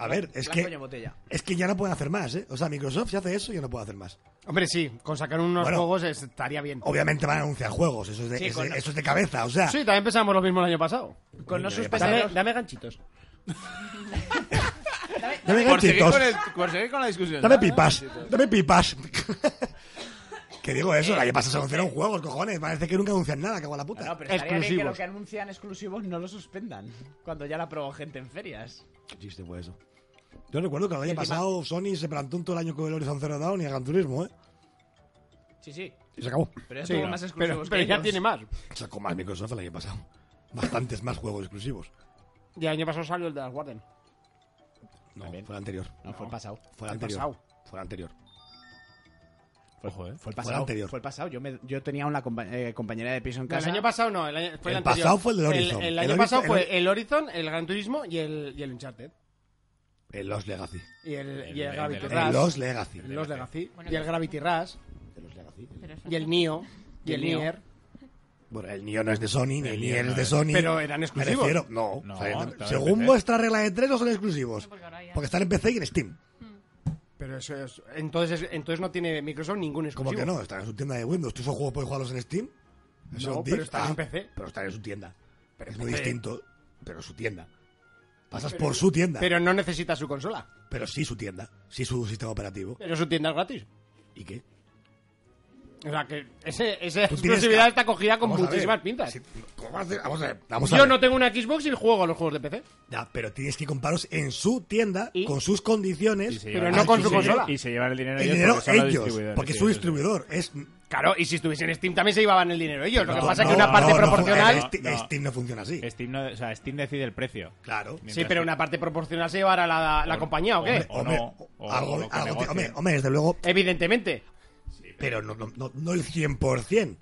a ver, es Blanco y que, en botella. es que ya no pueden hacer más, ¿eh? O sea, Microsoft si hace eso, ya no puede hacer más. Hombre, sí, con sacar unos Bueno. juegos estaría bien. Obviamente van a anunciar juegos, eso es de, Sí, es de- con- eso es de cabeza, o sea. Sí, también pensamos lo mismo el año pasado. Con no Dame, suspender... dame ganchitos. Dame Por seguir, ganchitos, con el- por seguir con la discusión. dame ¿no? pipas, dame pipas. que digo eso, el año pasado se anunciaron juegos, cojones, parece que nunca anuncian nada, cago en la puta. No, pero estaría bien que lo Exclusivos. que anuncian exclusivos no lo suspendan. Cuando ya la probó gente en ferias. Qué chiste fue eso. Yo recuerdo que el año encima- pasado Sony se plantó un todo el año con el Horizon Zero Dawn y el Gran Turismo, ¿eh? Sí, sí. Y se acabó. Pero ya Sí, tuvo más pero, exclusivos pero que ya ellos. tiene más. Sacó más Microsoft el año pasado. Bastantes más juegos exclusivos. Y el año pasado salió el de las Warden. No, fue el anterior. No, fue el pasado. Fue el El anterior. pasado. Fue el anterior. Fue, eh. el Fue pasado. el anterior. Fue el pasado. Yo, me- yo tenía una compa- eh, compañera de piso en No, el casa. año pasado no, el año, fue el, El anterior. pasado fue el del Horizon. El, El año Horizon- pasado el- fue el Horizon, el Gran Turismo y el, y el Uncharted. El Lost Legacy. Y el, y el el- Gravity el Rush. Los Legacy. El Los Legacy. Bueno, y el pero- Gravity Rush. Y el Nio. Y el Nier. Bueno, el Nio no es de Sony, ni el Nier no es de es. Sony. Pero eran exclusivos. Me refiero- no. No, o sea, estaba en según PC. vuestra regla de tres, no son exclusivos. porque, están en PC y en Steam. Pero eso es. Entonces, es- entonces no tiene Microsoft ningún exclusivo. ¿Cómo que no? Están en su tienda de Windows. ¿Tú esos juegos puedes jugarlos en Steam? Esos No, tips, pero están ah, en PC. Pero están en su tienda. Pero es en muy PC. distinto, pero es su tienda. Pasas Pero- por su tienda, pero, Pero no necesita su consola. sí su tienda, sí su sistema operativo. Pero su tienda es gratis. ¿Y qué? O sea que ese, esa Tú tienes exclusividad que- está cogida con Vamos a ver, muchísimas pintas. si- ¿Cómo vas a hacer? Vamos a ver. Vamos a Yo ver. no tengo una Xbox y juego a los juegos de PC. Ya, pero tienes que compraros en su tienda, ¿Y? con sus condiciones. Pero llevan- no con su se consola. lle- Y se llevan el dinero El ellos dinero porque son los ellos, distribuidores, porque sí, su sí, sí. distribuidor es... Claro, y si estuviesen en Steam también se llevaban el dinero ellos. Lo que No, pasa es no, que una parte no, eh, no, proporcional. no, Steam, no. Steam no funciona así. Steam, no, o sea, Steam decide el precio. Claro. Sí, pero una parte proporcional se llevará la, la O- compañía, ¿o qué? o Hombre, no, o- algo- o lo que algo- negocien. hombre, hombre, desde luego, Evidentemente. pero no, no, no, no el 100%.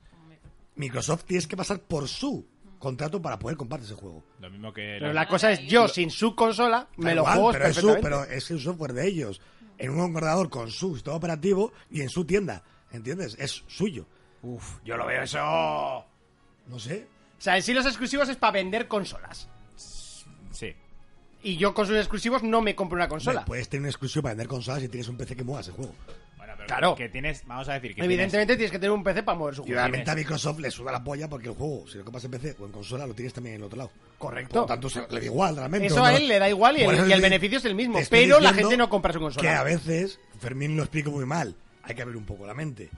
Microsoft tienes que pasar por su contrato para poder comprar ese juego. Lo mismo que... Pero los- la cosa es, yo sin su consola Da me lo igual, juego pero es, su, perfectamente. pero es el software de ellos. En un ordenador con su sistema operativo y en su tienda. ¿Entiendes? Es suyo. Uf, yo lo veo eso. O No sé. sea, en sí los exclusivos es para vender consolas. Sí. Y yo con sus exclusivos no me compro una consola. Hombre, pues, Puedes tener un exclusivo para vender consolas si tienes un PC que mueva ese juego. Bueno, pero Claro. Que tienes... Vamos a decir que Evidentemente tienes que tener un PC para mover su Y juego. obviamente a Microsoft le suda la polla porque el juego, si lo compras en PC o en consola, lo tienes también en el otro lado. Correcto. Por lo tanto, se- le da igual, realmente. Eso No, a no. él le da igual y Por el- eso y el te- beneficio es el mismo, te estoy pero la diciendo gente no compra su consola. Que a veces, Fermín lo explica muy mal, hay que abrir un poco la mente.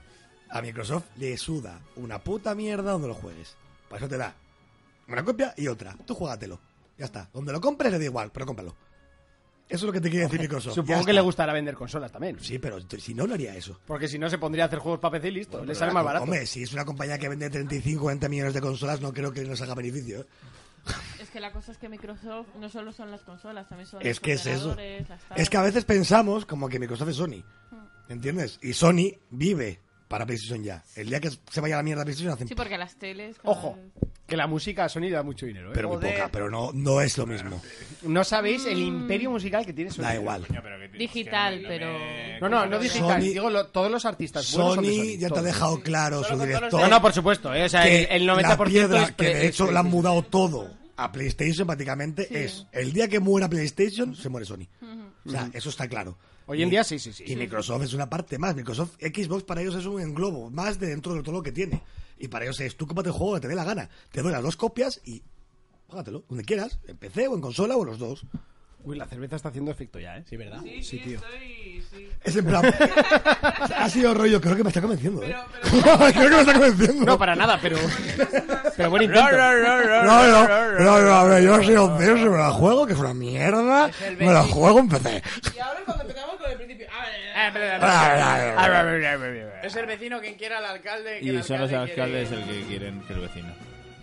A Microsoft le suda una puta mierda donde lo juegues. Para eso te da una copia y otra. Tú juégatelo. Ya está. Donde lo compres le da igual, pero cómpralo. Eso es lo que te quiere decir Microsoft. Ya Supongo que está. le gustará vender consolas también. Sí, pero t- si no, no haría eso. Porque si no se pondría a hacer juegos para PC y listo. le Pero sale la- más barato. Ah, Hombre, si es una compañía que vende 35 40 millones de consolas, no creo que nos haga beneficio. ¿eh? Es que la cosa es que Microsoft no solo son las consolas, también son Es los que es eso. ordenadores, las tablets. Es que a veces pensamos como que Microsoft es Sony. Hmm. ¿Entiendes? Y Sony vive para PlayStation ya. El día que se vaya a la mierda PlayStation hacen... Sí, porque las teles... cada Ojo, que la música a Sony da mucho dinero. ¿eh? Pero muy Joder. Mm. poca, pero no, no es lo mismo. No sabéis el imperio musical que tiene Sony. Da igual. Coño, pero que- Digital, es que pero- me- No, no, no digital. Sony- Digo, lo- todos los artistas buenos son de Sony ya te ha todos. dejado claro su director. No, no, por supuesto. ¿eh? O sea, que el, el la 90% piedra es pre- que de es hecho pre- le han mudado todo a PlayStation prácticamente es el día que muera PlayStation se muere Sony. O sea, eso está claro. Hoy en Y- día sí, sí, sí. Y Microsoft es una parte más. Microsoft Xbox para ellos es un englobo más de dentro de todo lo que tiene. Y para ellos es tú cómprate el juego que te dé la gana. Te doy las dos copias y págatelo donde quieras, en PC o en consola o los dos. Uy, la cerveza está haciendo efecto ya, ¿eh? Sí, ¿verdad? Sí, sí, tío. ¿Eh? estoy. Sí. Es en plan. ha sido rollo, creo que me está convenciendo, ¿eh? Pero- pero- creo que me está convenciendo. No, para nada, pero. pero buen intento. No, no, no, no, a ver, yo soy un tío, si me la juego, que es una mierda, me la juego en PC. Y ahora cuando empezamos con el principio. A ver, a ver, Es el vecino quien quiera al alcalde. Y son los alcaldes el que quieren que el vecino.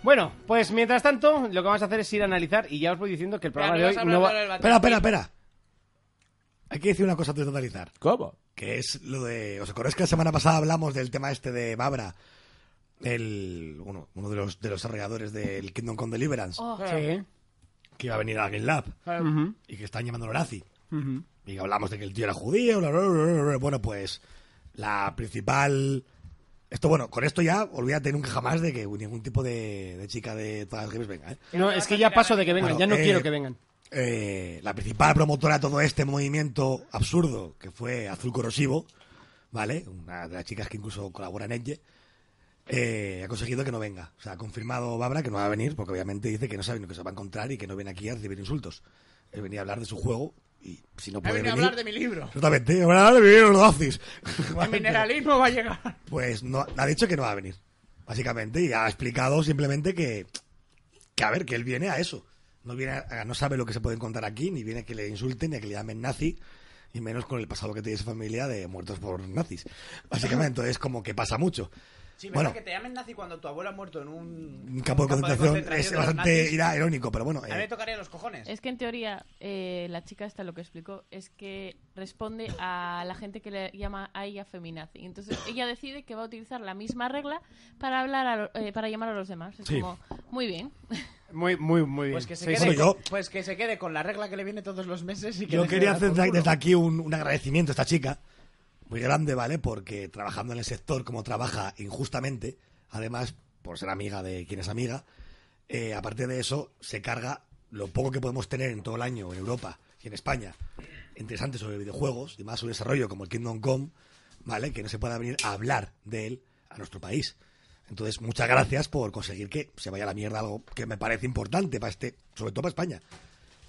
Bueno, pues mientras tanto, lo que vamos a hacer es ir a analizar y ya os voy diciendo que el programa de hoy no va. Espera, espera, espera. Hay que decir una cosa antes de totalizar, ¿Cómo? que es lo de... ¿Os acordáis que la semana pasada hablamos del tema este de Babra? El, uno, uno de los de los desarrolladores del Kingdom Come Deliverance, Oh, Sí. eh. que iba a venir a Game Lab Ujú, y que están llamándolo nazi. ujú. Y que hablamos de que el tío era judío, bla, bla, bla, bla, bla. bueno, pues la principal... Esto, bueno, con esto ya olvídate nunca jamás de que ningún tipo de, de chica de todas las games venga, ¿eh? No, es que ya paso de que vengan, Bueno, ya no eh, quiero que vengan. eh, la principal promotora de todo este movimiento absurdo, que fue Azul Corrosivo, ¿vale? Una de las chicas que incluso colabora en Elle, eh, ha conseguido que no venga. O sea, ha confirmado Babra que no va a venir, porque obviamente dice que no sabe lo que se va a encontrar y que no viene aquí a recibir insultos. Él venía a hablar de su juego y si Ah, no puede venir... mi libro. Exactamente, van a hablar de vivir los nazis. Ah, mineralismo va a llegar. Pues no, ha dicho que no va a venir, básicamente, y ha explicado simplemente que, que a ver, que él viene a eso. No viene a- a- no sabe lo que se puede encontrar aquí, ni viene a que le insulten, ni a que le llamen nazi, y menos con el pasado que tiene su familia de muertos por nazis. Básicamente, entonces como que pasa mucho. Sí, Bueno. bueno. que te llamen nazi cuando tu abuelo ha muerto en un, Un campo de concentración es de los bastante nazis. irá- irónico, pero bueno. A eh, mí me tocaría los cojones. Es que en teoría eh, la chica esta lo que explicó es que responde a la gente que le llama a ella feminazi. Entonces ella decide que va a utilizar la misma regla para hablar a lo- eh, para llamar a los demás. Es Sí. como muy bien. Muy, muy, muy bien. Pues que, se Sí, quede, sí. Bueno, con- pues que se quede con la regla que le viene todos los meses y que Yo deje de quería dar hacer por culo. desde aquí un, un agradecimiento a esta chica, muy grande, ¿vale? Porque trabajando en el sector como trabaja injustamente, además, por ser amiga de quien es amiga, eh, aparte de eso, se carga lo poco que podemos tener en todo el año en Europa y en España, interesante sobre videojuegos y más su desarrollo como el Kingdom Come, ¿vale? Que no se pueda venir a hablar de él a nuestro país. Entonces, muchas gracias por conseguir que se vaya a la mierda algo que me parece importante para este, sobre todo para España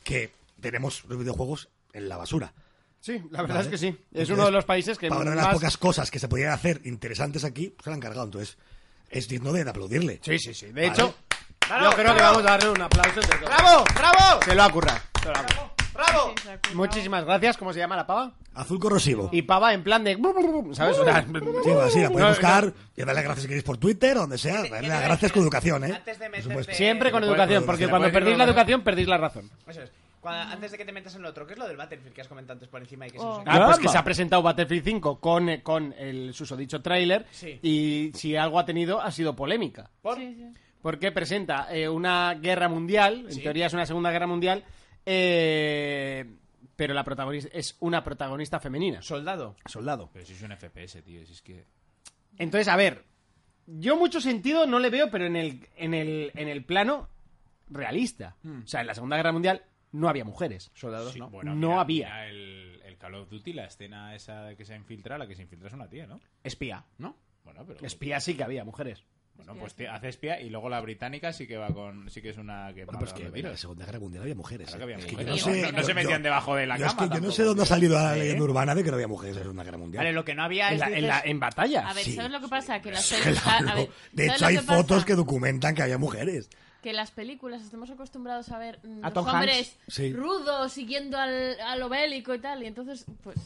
que tenemos los videojuegos en la basura. Sí, la verdad ¿Vale? es que sí. Es Entonces, uno de los países que para una de más... las pocas cosas que se podían hacer interesantes aquí, se la han cargado. Entonces, es digno de aplaudirle. Sí, sí, sí. De Vale. hecho, Bravo, yo creo que bravo. vamos a darle un aplauso. de todo. ¡Bravo! ¡Bravo! Se lo ha currado. ¡Bravo! Muchísimas gracias. ¿Cómo se llama la pava? Azul corrosivo. Y pava en plan de... ¿Sabes? O sea, Sí, va, sí, la No, puedes no. buscar y darle las gracias si queréis por Twitter, donde sea. Darle las gracias con educación, ¿eh? Antes de Por supuesto. meterte... Siempre con Bueno, educación, bueno, porque bueno, cuando bueno, perdís la bueno. educación, perdís la razón. Eso es. Cuando- antes de que te metas en lo otro, ¿qué es lo del Battlefield que has comentado antes por encima y que se nos Oh. ha Ah, pues Caramba. que se ha presentado Battlefield 5 con, eh, con el susodicho tráiler Sí. y si algo ha tenido ha sido polémica. Sí, sí. Porque presenta eh, una guerra mundial, en Sí. teoría es una segunda guerra mundial, eh, pero la protagonista es una protagonista femenina. Soldado. Soldado. Pero si es un FPS, tío. Si es que. Entonces, a ver, yo mucho sentido no le veo, pero en el, en el, en el plano realista. O sea, en la segunda guerra mundial no había mujeres. Hmm. Soldados, Sí, ¿no? bueno, No mira- había. mira el, el Call of Duty, la escena esa que se infiltra, la que se infiltra es una tía, ¿no? Espía, ¿no? Bueno, pero. Espía sí que había mujeres. Bueno, pues tía, hace espía y luego la británica sí que va con. Sí que es una que. Bueno, va pues a que los en la tiros. Segunda Guerra Mundial había mujeres. Claro que ¿eh? había Es que yo mujeres. no, sé, No, no se yo- metían yo- debajo de la yo es que cama yo no sé tampoco, dónde ha tío. salido la ¿Eh? leyenda urbana de que no había mujeres en la Segunda Guerra Mundial. Vale, lo que no había En, es... la- en, la- dices- en batalla. A ver, Sí. ¿sabes lo que pasa? Que las Claro. pelis- a- a ver, De ¿sabes hecho, lo hay que pasa? fotos que documentan que había mujeres. que las películas estamos acostumbrados a ver mm, A los Tom hombres Hanks. Sí. rudos siguiendo al, a lo bélico y tal. Y entonces, pues,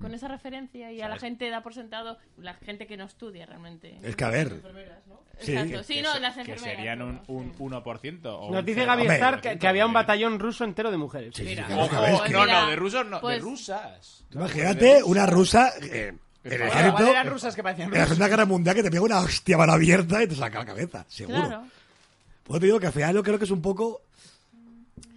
con esa referencia y a la gente da por sentado, la gente que no estudia realmente. Es que, a ver. Las enfermeras, ¿no? Sí. Exacto. Sí, Que no, se- las Que enfermeras. serían un, bueno, un sí. 1% o Nos un dice Gaby Hombre. Star que, que había un porque- batallón ruso entero de mujeres. Sí, sí, Mira. claro que Ojo, a ver, es eh, que- no, Mira, no, de rusos no, de pues- rusas. Tú Imagínate una rusa eh, en el Bueno, Bueno, igual ejército. eran rusas que parecían En la rusas. Segunda Guerra Mundial que te pega una hostia mano abierta y te saca la cabeza, seguro. Claro. Pues te digo que al final yo creo que es un poco.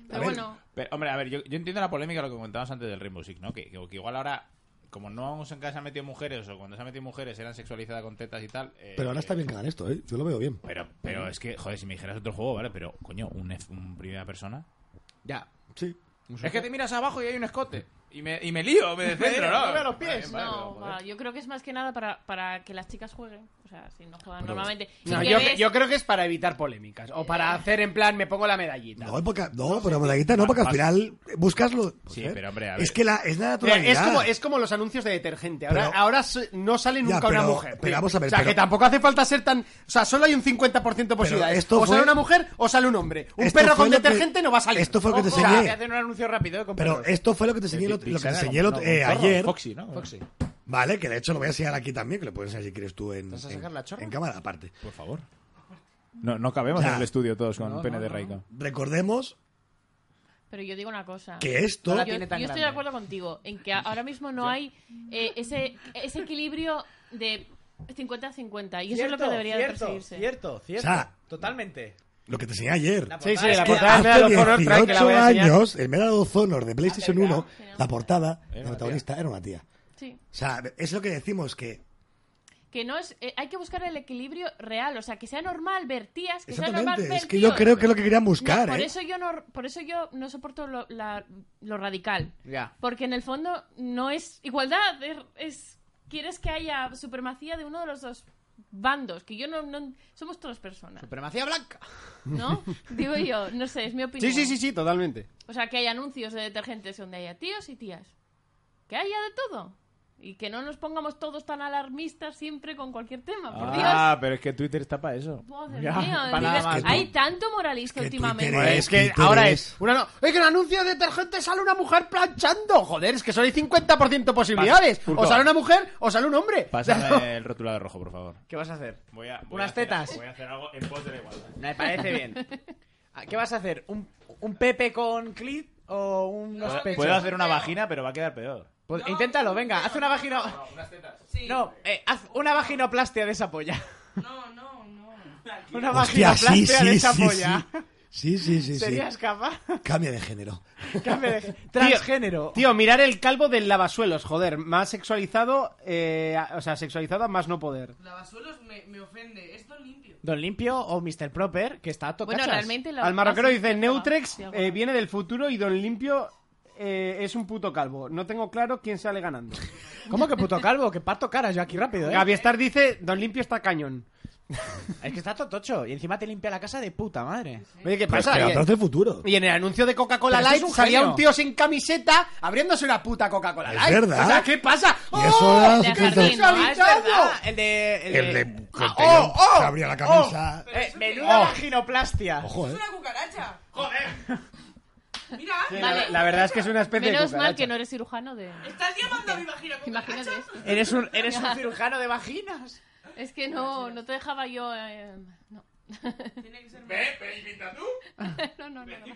Pero ver. bueno, Pero, hombre, a ver, yo, yo entiendo la polémica de lo que comentábamos antes del Rainbow Six, ¿no? Que, que- que igual ahora, como no se- nunca se han metido mujeres o cuando se han metido mujeres eran sexualizadas con tetas y tal. eh, Pero ahora está bien que hagan esto, ¿eh? Yo lo veo bien. Pero, pero es que, joder, si me dijeras otro juego, ¿vale? Pero, coño, un, F- un primera persona. Ya. Sí. Es que te miras abajo y hay un escote. Y me, y me lío, me descentro, ¿no? No veo los pies. Vale, vale, no, pero, joder. va, yo creo que es más que nada para, para que las chicas jueguen. O sea, si no juegan Bueno, normalmente. y No, que yo, ves- yo creo que es para evitar polémicas. O para hacer en plan, me pongo la medallita. No, porque- no, pero medallita no, porque al Vas- final buscas lo. pues, Sí, eh, pero, hombre, a Es ver. que la, es la Mira, es, naturalidad. como, es como los anuncios de detergente. Ahora, Pero- ahora s- no sale nunca Ya, una pero- mujer. pero vamos a ver, O sea, pero- que tampoco hace falta ser tan. O sea, solo hay un 50% de posibilidades. esto o sale fue- una mujer o sale un hombre. Un Esto perro fue con lo que- detergente no va a salir. Esto fue lo que te Ojo, o sea, enseñé. Te hacen un anuncio rápido. con Pero perros. esto fue lo que te enseñé, lo, lo que te enseñé lo- eh, ayer. Foxy, ¿no? Foxy. Vale, que de hecho lo voy a enseñar aquí también, que lo puedes enseñar si quieres tú en, ¿Vas a en- sacar la chorra? en cámara aparte. Por favor. No, no cabemos Ya. en el estudio todos con pene de Raiko. Recordemos Pero yo digo una cosa. que esto. la yo, tiene tan yo estoy de grande. acuerdo contigo en que a- ahora mismo no hay eh, ese, ese equilibrio de 50-50 y eso es lo que debería de cierto, perseguirse. Cierto, cierto. O sea, Totalmente. Lo que te enseñé ayer. La Sí, sí, la portada es portada que- me da Hace los honor, trae, que la 18 voy a enseñar. años, el Medal of Honor de PlayStation 1, verdad. la portada, la una protagonista era una tía. Sí. O sea, es lo que decimos que. Que no es, eh, hay que buscar el equilibrio real, o sea, que sea normal ver tías, que sea normal Exactamente, ver es que yo tíos. creo que es lo que querían No, buscar, por, ¿eh? eso yo no, por eso yo no soporto lo, la- lo radical. Ya. Porque en el fondo no es igualdad, es, es- quieres que haya supremacía de uno de los dos bandos, que yo no... no- somos todas personas, Supremacía blanca. ¿no? Digo yo, no sé, es mi opinión. Sí, sí, sí, sí, totalmente. O sea, que hay anuncios de detergentes donde haya tíos y tías. Que haya de todo. Y que no nos pongamos todos tan alarmistas siempre con cualquier tema, por Ah, pero es que Twitter está para eso. Dios. Madre Ya, mía, para nada más. dices, hay tanto moralista últimamente. Joder, es que ahora es. Una no. Es que en anuncio de detergente sale una mujer planchando. Joder, es que solo hay 50% posibilidades. Pas- Urco. o sale una mujer o sale un hombre. Pásame el rotulador rojo, por favor. ¿Qué vas a hacer? Voy a, voy Unas a hacer- tetas. Voy a hacer algo en pos de la igualdad. Me parece bien. Ah, ¿Qué vas a hacer? ¿Un, un Pepe con clit o unos Puedo- pechos? Puedo hacer una vagina, pero va a quedar peor. Pues inténtalo, venga, haz una vagina. No, eh, haz una vaginoplastia de esa polla. No, no, no. Una Hostia, sí, vaginoplastia sí, de esa sí, polla. sí. Sí, sí, sí, sí. ¿Serías capaz? Cambia de género. Cambia de- Transgénero. Tío, mirar el calvo del lavasuelos, joder. Más sexualizado, eh, a- o sea, sexualizado a más no poder. Lavasuelos me, me ofende. Esto limpio. Don Limpio o Mr. Proper, que está tocando. Bueno, realmente la- Al marroquero así dice, estaba, Neutrex de eh, alguna viene del futuro y Don Limpio eh, es un puto calvo. No tengo claro quién sale ganando. ¿Cómo que puto calvo? Que parto caras yo aquí rápido, ¿eh? Gaby Star dice, Don Limpio está cañón. Es que está totocho y encima te limpia la casa de puta madre. Oye, ¿qué Pero es pasa? que Y- atrás del futuro. Y en el anuncio de Coca-Cola Pero este Light es un salía genio. un tío sin camiseta abriéndose una puta Coca-Cola Es Light. verdad. O sea, ¿qué pasa? ¡Oh! Y eso era de Entonces- jardín, ¿no? Ah, es ¡Sexualizado! verdad. El de. El de. El de. Ah, que ¡Oh! ¡Oh! se abría la camisa. Oh. Eh, menuda vaginoplastia. Ojo, Es eh. una cucaracha. Joder. Mira, Vale. La verdad es que es una especie Menos de mal cucaracha. que no eres cirujano de... estás llamando a mi vagina Imagínate cucaracha. esto. Eres un, eres un cirujano de vaginas. Es que no, no te dejaba yo... eh, no. Tiene que ser. Ve, ve, invita tú. no, no, no. no.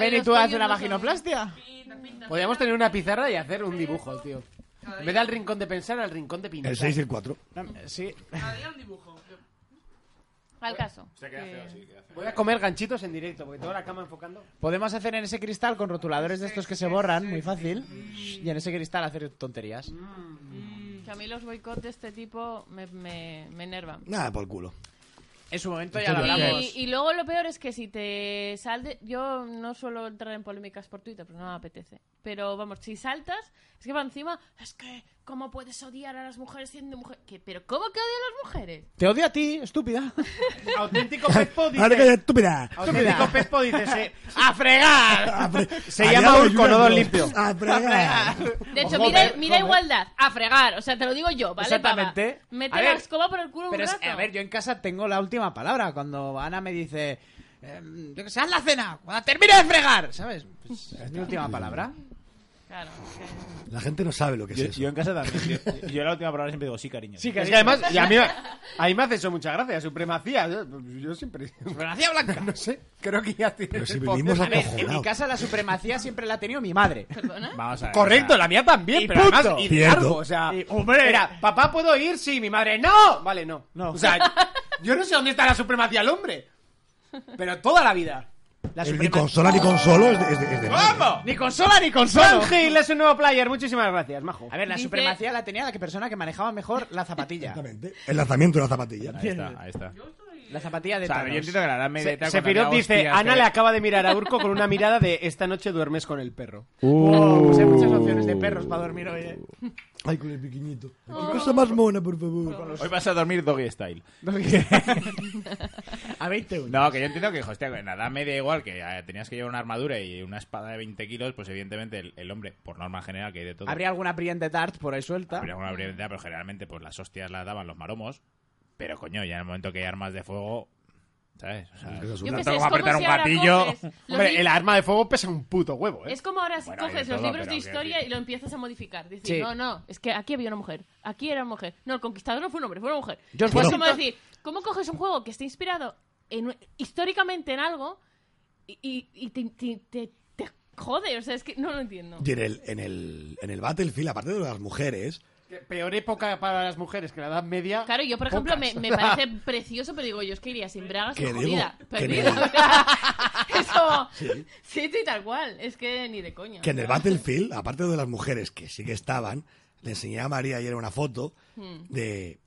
Ven y Los tú haces pollos una no son- vaginoplastia. Pinta, pinta. Podríamos tener una pizarra y hacer un dibujo, tío. En vez del rincón de pensar, al rincón de pintar. El 6 y el 4. No, Sí. Haría un dibujo. Al caso. que- Voy a comer ganchitos en directo, porque tengo la cama enfocando. Podemos hacer en ese cristal con rotuladores de estos que se borran, muy fácil. Y en ese cristal hacer tonterías. Que a mí los boicots de este tipo me, me, me enervan. Nada, por el culo. En su momento ya lo Entonces, hablamos. Y, y luego lo peor es que si te salde yo no suelo entrar en polémicas por Twitter, pero no me apetece. Pero vamos, si saltas, es que va encima, es que cómo puedes odiar a las mujeres siendo mujer, ¿Qué? pero cómo que odio a las mujeres? Te odio a ti, estúpida. Auténtico Pespo Ahora que dice... estúpida. Auténtico Pespo dice... se- ¡A fregar! Se Haría llama lo de Urco, no Julian Don Bros. Limpio. A fregar. De hecho, Joder, mira, mira joder. igualdad, a fregar, o sea, te lo digo yo, ¿vale? pava? Exactamente. Mete A la ver, escoba por el culo Pero un es, rato. a ver, yo en casa tengo la última palabra. Cuando Ana me dice, em, yo que sé, haz la cena, cuando termine de fregar, ¿sabes? Pues, es mi última palabra. Claro, que- La gente no sabe lo que es Yo, eso. yo en casa también. Yo, yo la última palabra siempre digo sí, cariño. Sí, Es que además, y a mí, a mí me hace eso mucha gracia, supremacía. Yo, yo siempre. Supremacía blanca. No sé, creo que ya tiene. Pero si el poder. vivimos A ver, en mi acojonado. casa la supremacía siempre la ha tenido mi madre. ¿Perdona? Vamos a ver. Correcto, la mía también, Y pero punto. además, y de Cierto. largo, o sea. Y, hombre. Era, papá, ¿puedo ir? Sí, mi madre, ¡no! Vale, no. No. O sea, yo no sé dónde está la supremacía del hombre. Pero toda la vida. La El Ni suprema- consola ni consolo es de, es de- es de madre. Ni consola ni consola. Ángel es un nuevo player, muchísimas gracias, majo. A ver, la Dice- supremacía la tenía la que persona que manejaba mejor la zapatilla. Exactamente. El lanzamiento de la zapatilla. Ahí está, ahí está. La zapatilla de O sea, yo Thanos. entiendo que la gran media Se- y tal, cuando Sephiroth me hago dice, hostias, Ana que- le acaba de mirar a Urco con una mirada de esta noche duermes con el perro. Oh, pues hay muchas opciones de perros para dormir hoy, eh. Ay, con el pequeñito. Qué Oh. cosa más mona, por favor. Hoy vas a dormir doggy style. A 20 euros. No, que yo entiendo que, hostia, en la edad media igual, que eh, tenías que llevar una armadura y una espada de 20 kilos, pues evidentemente el, el hombre, por norma general, que hay de todo. Habría alguna Brienne de Tart por ahí suelta. Habría una habilidad, pero generalmente pues las hostias las daban los maromos. Pero coño, ya en el momento que hay armas de fuego, ¿sabes? O sea, no Yo qué sé, tengo es que como apretar si un ahora gatillo. coges los Hombre, libros- el arma de fuego pesa un puto huevo, ¿eh? Es como ahora si Bueno, hay de coges los todo, libros pero de quiero historia decir- y lo empiezas a modificar. Dices, Sí. no, no, es que aquí había una mujer, aquí era una mujer. No, el conquistador no fue un hombre, fue una mujer. Yo os es puedo- como decir, ¿cómo coges un juego que está inspirado en- históricamente en algo y, y- y te, te- te- te jode? O sea, es que no lo entiendo. Y en el, en, el, en el Battlefield, aparte de las mujeres, Que Peor época para las mujeres que la edad media. Claro, yo por ejemplo me, me parece precioso, pero digo, yo es que iría sin bragas ¿Qué y digo? jodida. ¿Qué digo? Perdida. Eso. Sí. Sí. sí, tal cual. Es que ni de coña. que en el O sea, Battlefield, aparte de las mujeres que sí que estaban, le enseñé a María ayer una foto Hmm. de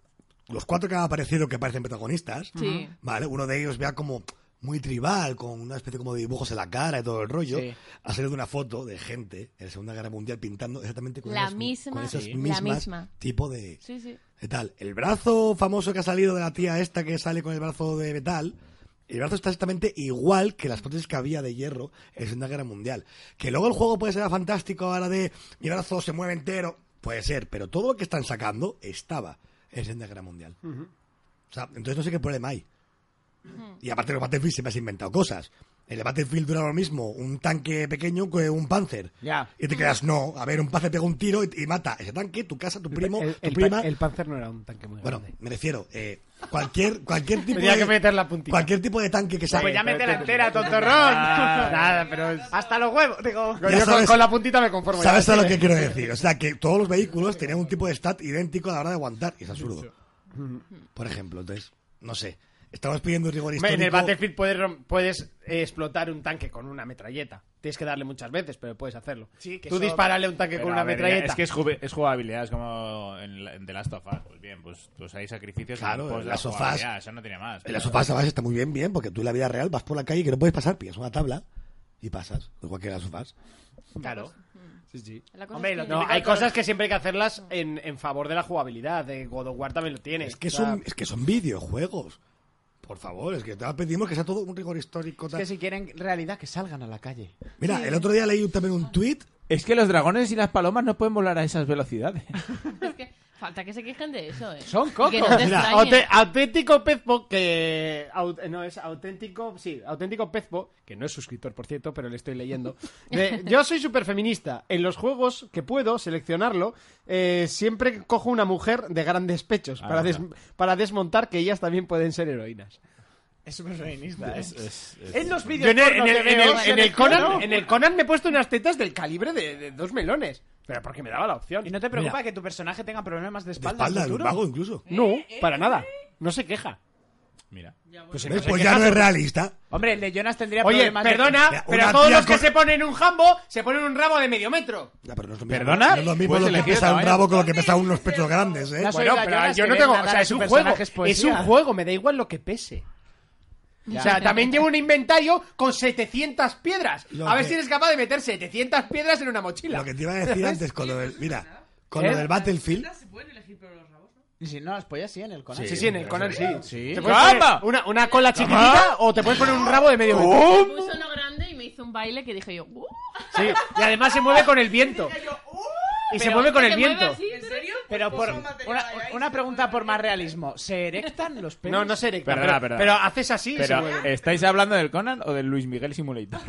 los cuatro que han aparecido que parecen protagonistas. Sí. Vale, uno de ellos vea como muy tribal, con una especie como de dibujos en la cara y todo el rollo. Sí. Ha salido una foto de gente en la Segunda Guerra Mundial pintando exactamente con La esas- misma- con esas sí. la mismas misma. tipo de, Sí, sí. de tal. El brazo famoso que ha salido de la tía esta que sale con el brazo de metal, el brazo está exactamente igual que las prótesis que había de hierro en la Segunda Guerra Mundial. Que luego el juego puede ser fantástico ahora de mi brazo se mueve entero. Puede ser, pero todo lo que están sacando estaba en Segunda Guerra Mundial. O sea, entonces no sé qué problema hay. Y aparte los Battlefield siempre has inventado cosas. En el Battlefield dura lo mismo un tanque pequeño que un Panzer. Ya. Y te quedas, no, a ver, un Panzer pega un tiro y, y mata ese tanque, tu casa, tu primo, el, tu el prima. pa- el Panzer no era un tanque muy Bueno, grande. me refiero, eh, cualquier, cualquier tipo Tenía de... que meter la puntita. Cualquier tipo de tanque que salga. Pues ya métela entera, tontorrón. Ah, nada, pero es- Hasta los huevos, digo. Ya yo con, sabes- con la puntita me conformo. ya. ¿Sabes a lo que quiero decir? O sea, que todos los vehículos tenían un tipo de stat idéntico a la hora de aguantar. Y es absurdo. Por ejemplo, entonces, no sé. Estamos pidiendo un rigor Hombre, histórico. En el Battlefield puedes, rom- puedes eh, explotar un tanque con una metralleta. Tienes que darle muchas veces, pero puedes hacerlo. Sí, que Tú eso- dispararle un tanque Pero, con a una ver, metralleta. Es que es, juve- es jugabilidad, es como en, la- en The Last of Us. Pues bien, pues, pues hay sacrificios. Claro, pues, en Last of Us- jugabilidad, Eso no tiene más. En la sofá además está muy bien, bien, porque tú en la vida real vas por la calle que no puedes pasar, pillas una tabla y pasas. Igual que en las sofás. Claro. La cosa Hombre, es que- no, hay cosas que siempre hay que hacerlas en, en favor de la jugabilidad. De God of War también lo tiene. Es que O sea, son, es que son videojuegos. Por favor, es que te pedimos que sea todo un rigor histórico. tal. que si quieren realidad, que salgan a la calle. Mira, el otro día leí un- también un tweet Es que los dragones y las palomas no pueden volar a esas velocidades. Es que falta que se quejen de eso, ¿eh? Son cocos. Que no te Mira, extrañe. aute- auténtico Pezbo, que au- eh, no es auténtico, sí, auténtico Pezbo, que no es suscriptor por cierto, pero le estoy leyendo. de, yo soy súper feminista. En los juegos que puedo seleccionarlo, eh, siempre cojo una mujer de grandes pechos Ah, para, des- para desmontar que ellas también pueden ser heroínas. Es súper feminista, ¿eh? En los vídeos en el, porno que en el- veo, en el selecciono. Conan, en el Conan me he puesto unas tetas del calibre de, de dos melones, pero porque me daba la opción. ¿Y no te preocupa que tu personaje tenga problemas de de espalda, espalda en de un futuro? vago incluso. No, para nada. No se queja. Mira. Pues, si ¿Ves? se Pues queja, ya no se- es realista. Hombre, el de Jonas tendría Oye, problemas de- perdona, Mira, pero una todos tía los que con- se ponen un jambo se ponen un ramo de medio metro. Ya, pero no es lo mismo, ¿Perdona? No es lo mismo Puedes lo que elegir pesa un tamaño. rabo con lo que pesa unos pechos grandes, ¿eh? Las Bueno, Oiga, pero Jonas, yo que no ven tengo, nadar o sea, a es su un personaje juego, es es poesía. un juego, me da igual lo que pese. O sea, también llevo un inventario con 700 piedras. Lo a ver que- si eres capaz de meter 700 piedras en una mochila. Lo que te iba a decir antes con lo del. Mira, con lo ¿Eh? del Battlefield. Se pueden elegir pero los rabos, ¿no? Y si no, las pollas sí en el Conan. Sí, sí, en el Conan sí. Sí. Te puedes poner una, una cola chiquitita o te puedes poner un rabo de medio metro. Me puso uno grande y me hizo un baile que dije yo. "Uh". Sí, y además se mueve con el viento. Diga yo, ¡uh! Y se Pero mueve con Se el mueve viento. así, ¿En serio? Pero Pues por poco material una, hay ahí, una se pregunta puede por más elegir. realismo. ¿Se erectan los pelos? No, no se erecta, Perdona, pero, perdona. pero haces así y se Pero, eh, mueve. ¿estáis hablando del Conan o del Luis Miguel Simulator?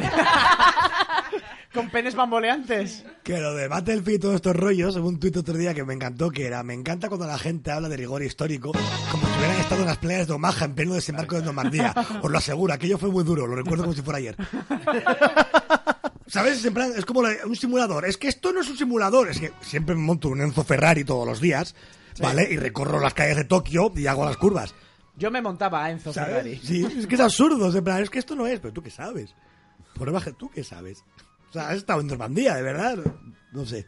¿Con penes bamboleantes? Que lo de Battlefield y todos estos rollos, hubo un tuit otro día que me encantó, que era, me encanta cuando la gente habla de rigor histórico, como si hubieran estado en las playas de Omaha en pleno desembarco de Normandía. Os lo aseguro, aquello fue muy duro, lo recuerdo como si fuera ayer. ¿Sabes? En plan, es como la- un simulador. Es que esto no es un simulador, es que siempre me monto un Enzo Ferrari todos los días, ¿vale? Y recorro las calles de Tokio y hago las curvas. Yo me montaba a Enzo ¿Sabes? Ferrari. Sí, es que es absurdo. En plan, es que esto no es, pero tú qué sabes. Por debajo, tú qué sabes. O sea, has estado en Normandía, de verdad. No sé. Es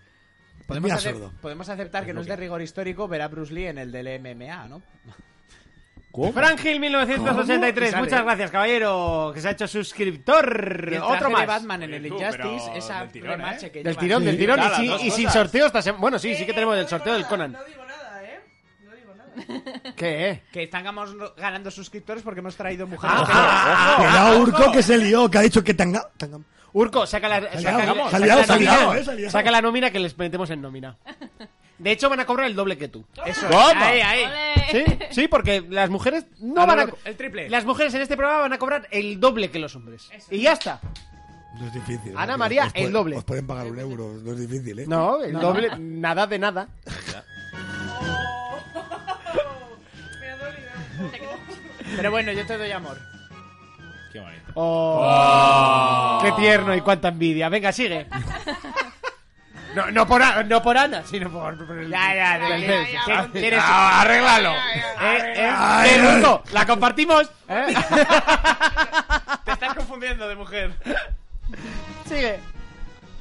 muy Podemos, acep- absurdo. podemos aceptar que no es de rigor histórico ver a Bruce Lee en el del MMA, ¿no? Frangil 1983, ¿Cómo? muchas gracias, caballero, que se ha hecho suscriptor. Y el Otro traje más. de Batman en el Tú, Injustice, pero esa del tirón, remache ¿eh? que Del lleva. tirón, del tirón, Nada, y, dos sí- y sin cosas. sorteo esta semana. Bueno, sí, sí que Eh, tenemos no el sorteo digo del Conan. nada, No digo nada, ¿eh? No digo nada. ¿Qué? eh? Que estamos ganando suscriptores porque hemos traído mujeres. Ah, que- ah, Que ah, ya Urco que se lió, que ha dicho que tanga. tanga- Urco, saca la, Se ha saca liado, la- se ha saca liado, la se ha nómina. liado, eh, se ha liado. Saca la nómina que les metemos en nómina. De hecho, van a cobrar el doble que tú. Eso. Ahí, ahí. Ole. Sí, sí, porque las mujeres no A lo van a. loco, el triple. Las mujeres en este programa van a cobrar el doble que los hombres. Y ya está. No es difícil. Ana ¿no? María, Os pueden- el doble. Os pueden pagar un euro, no es difícil, ¿eh? No, el doble, nada de nada. Me ha dolido un poco. Pero bueno, yo te doy amor. Qué bonito. Oh, ¡Qué tierno y cuánta envidia! Venga, sigue. No, no, por, a- no por Ana, sino por... por el- Ya, ya, el- ya, el- ya, el- ya, ¿Qué ya. quieres? ¡Arréglalo! Eh, eh, Ay, eh, ay. Urco, ¿La compartimos? ¿Eh? Te estás confundiendo de mujer. Sigue.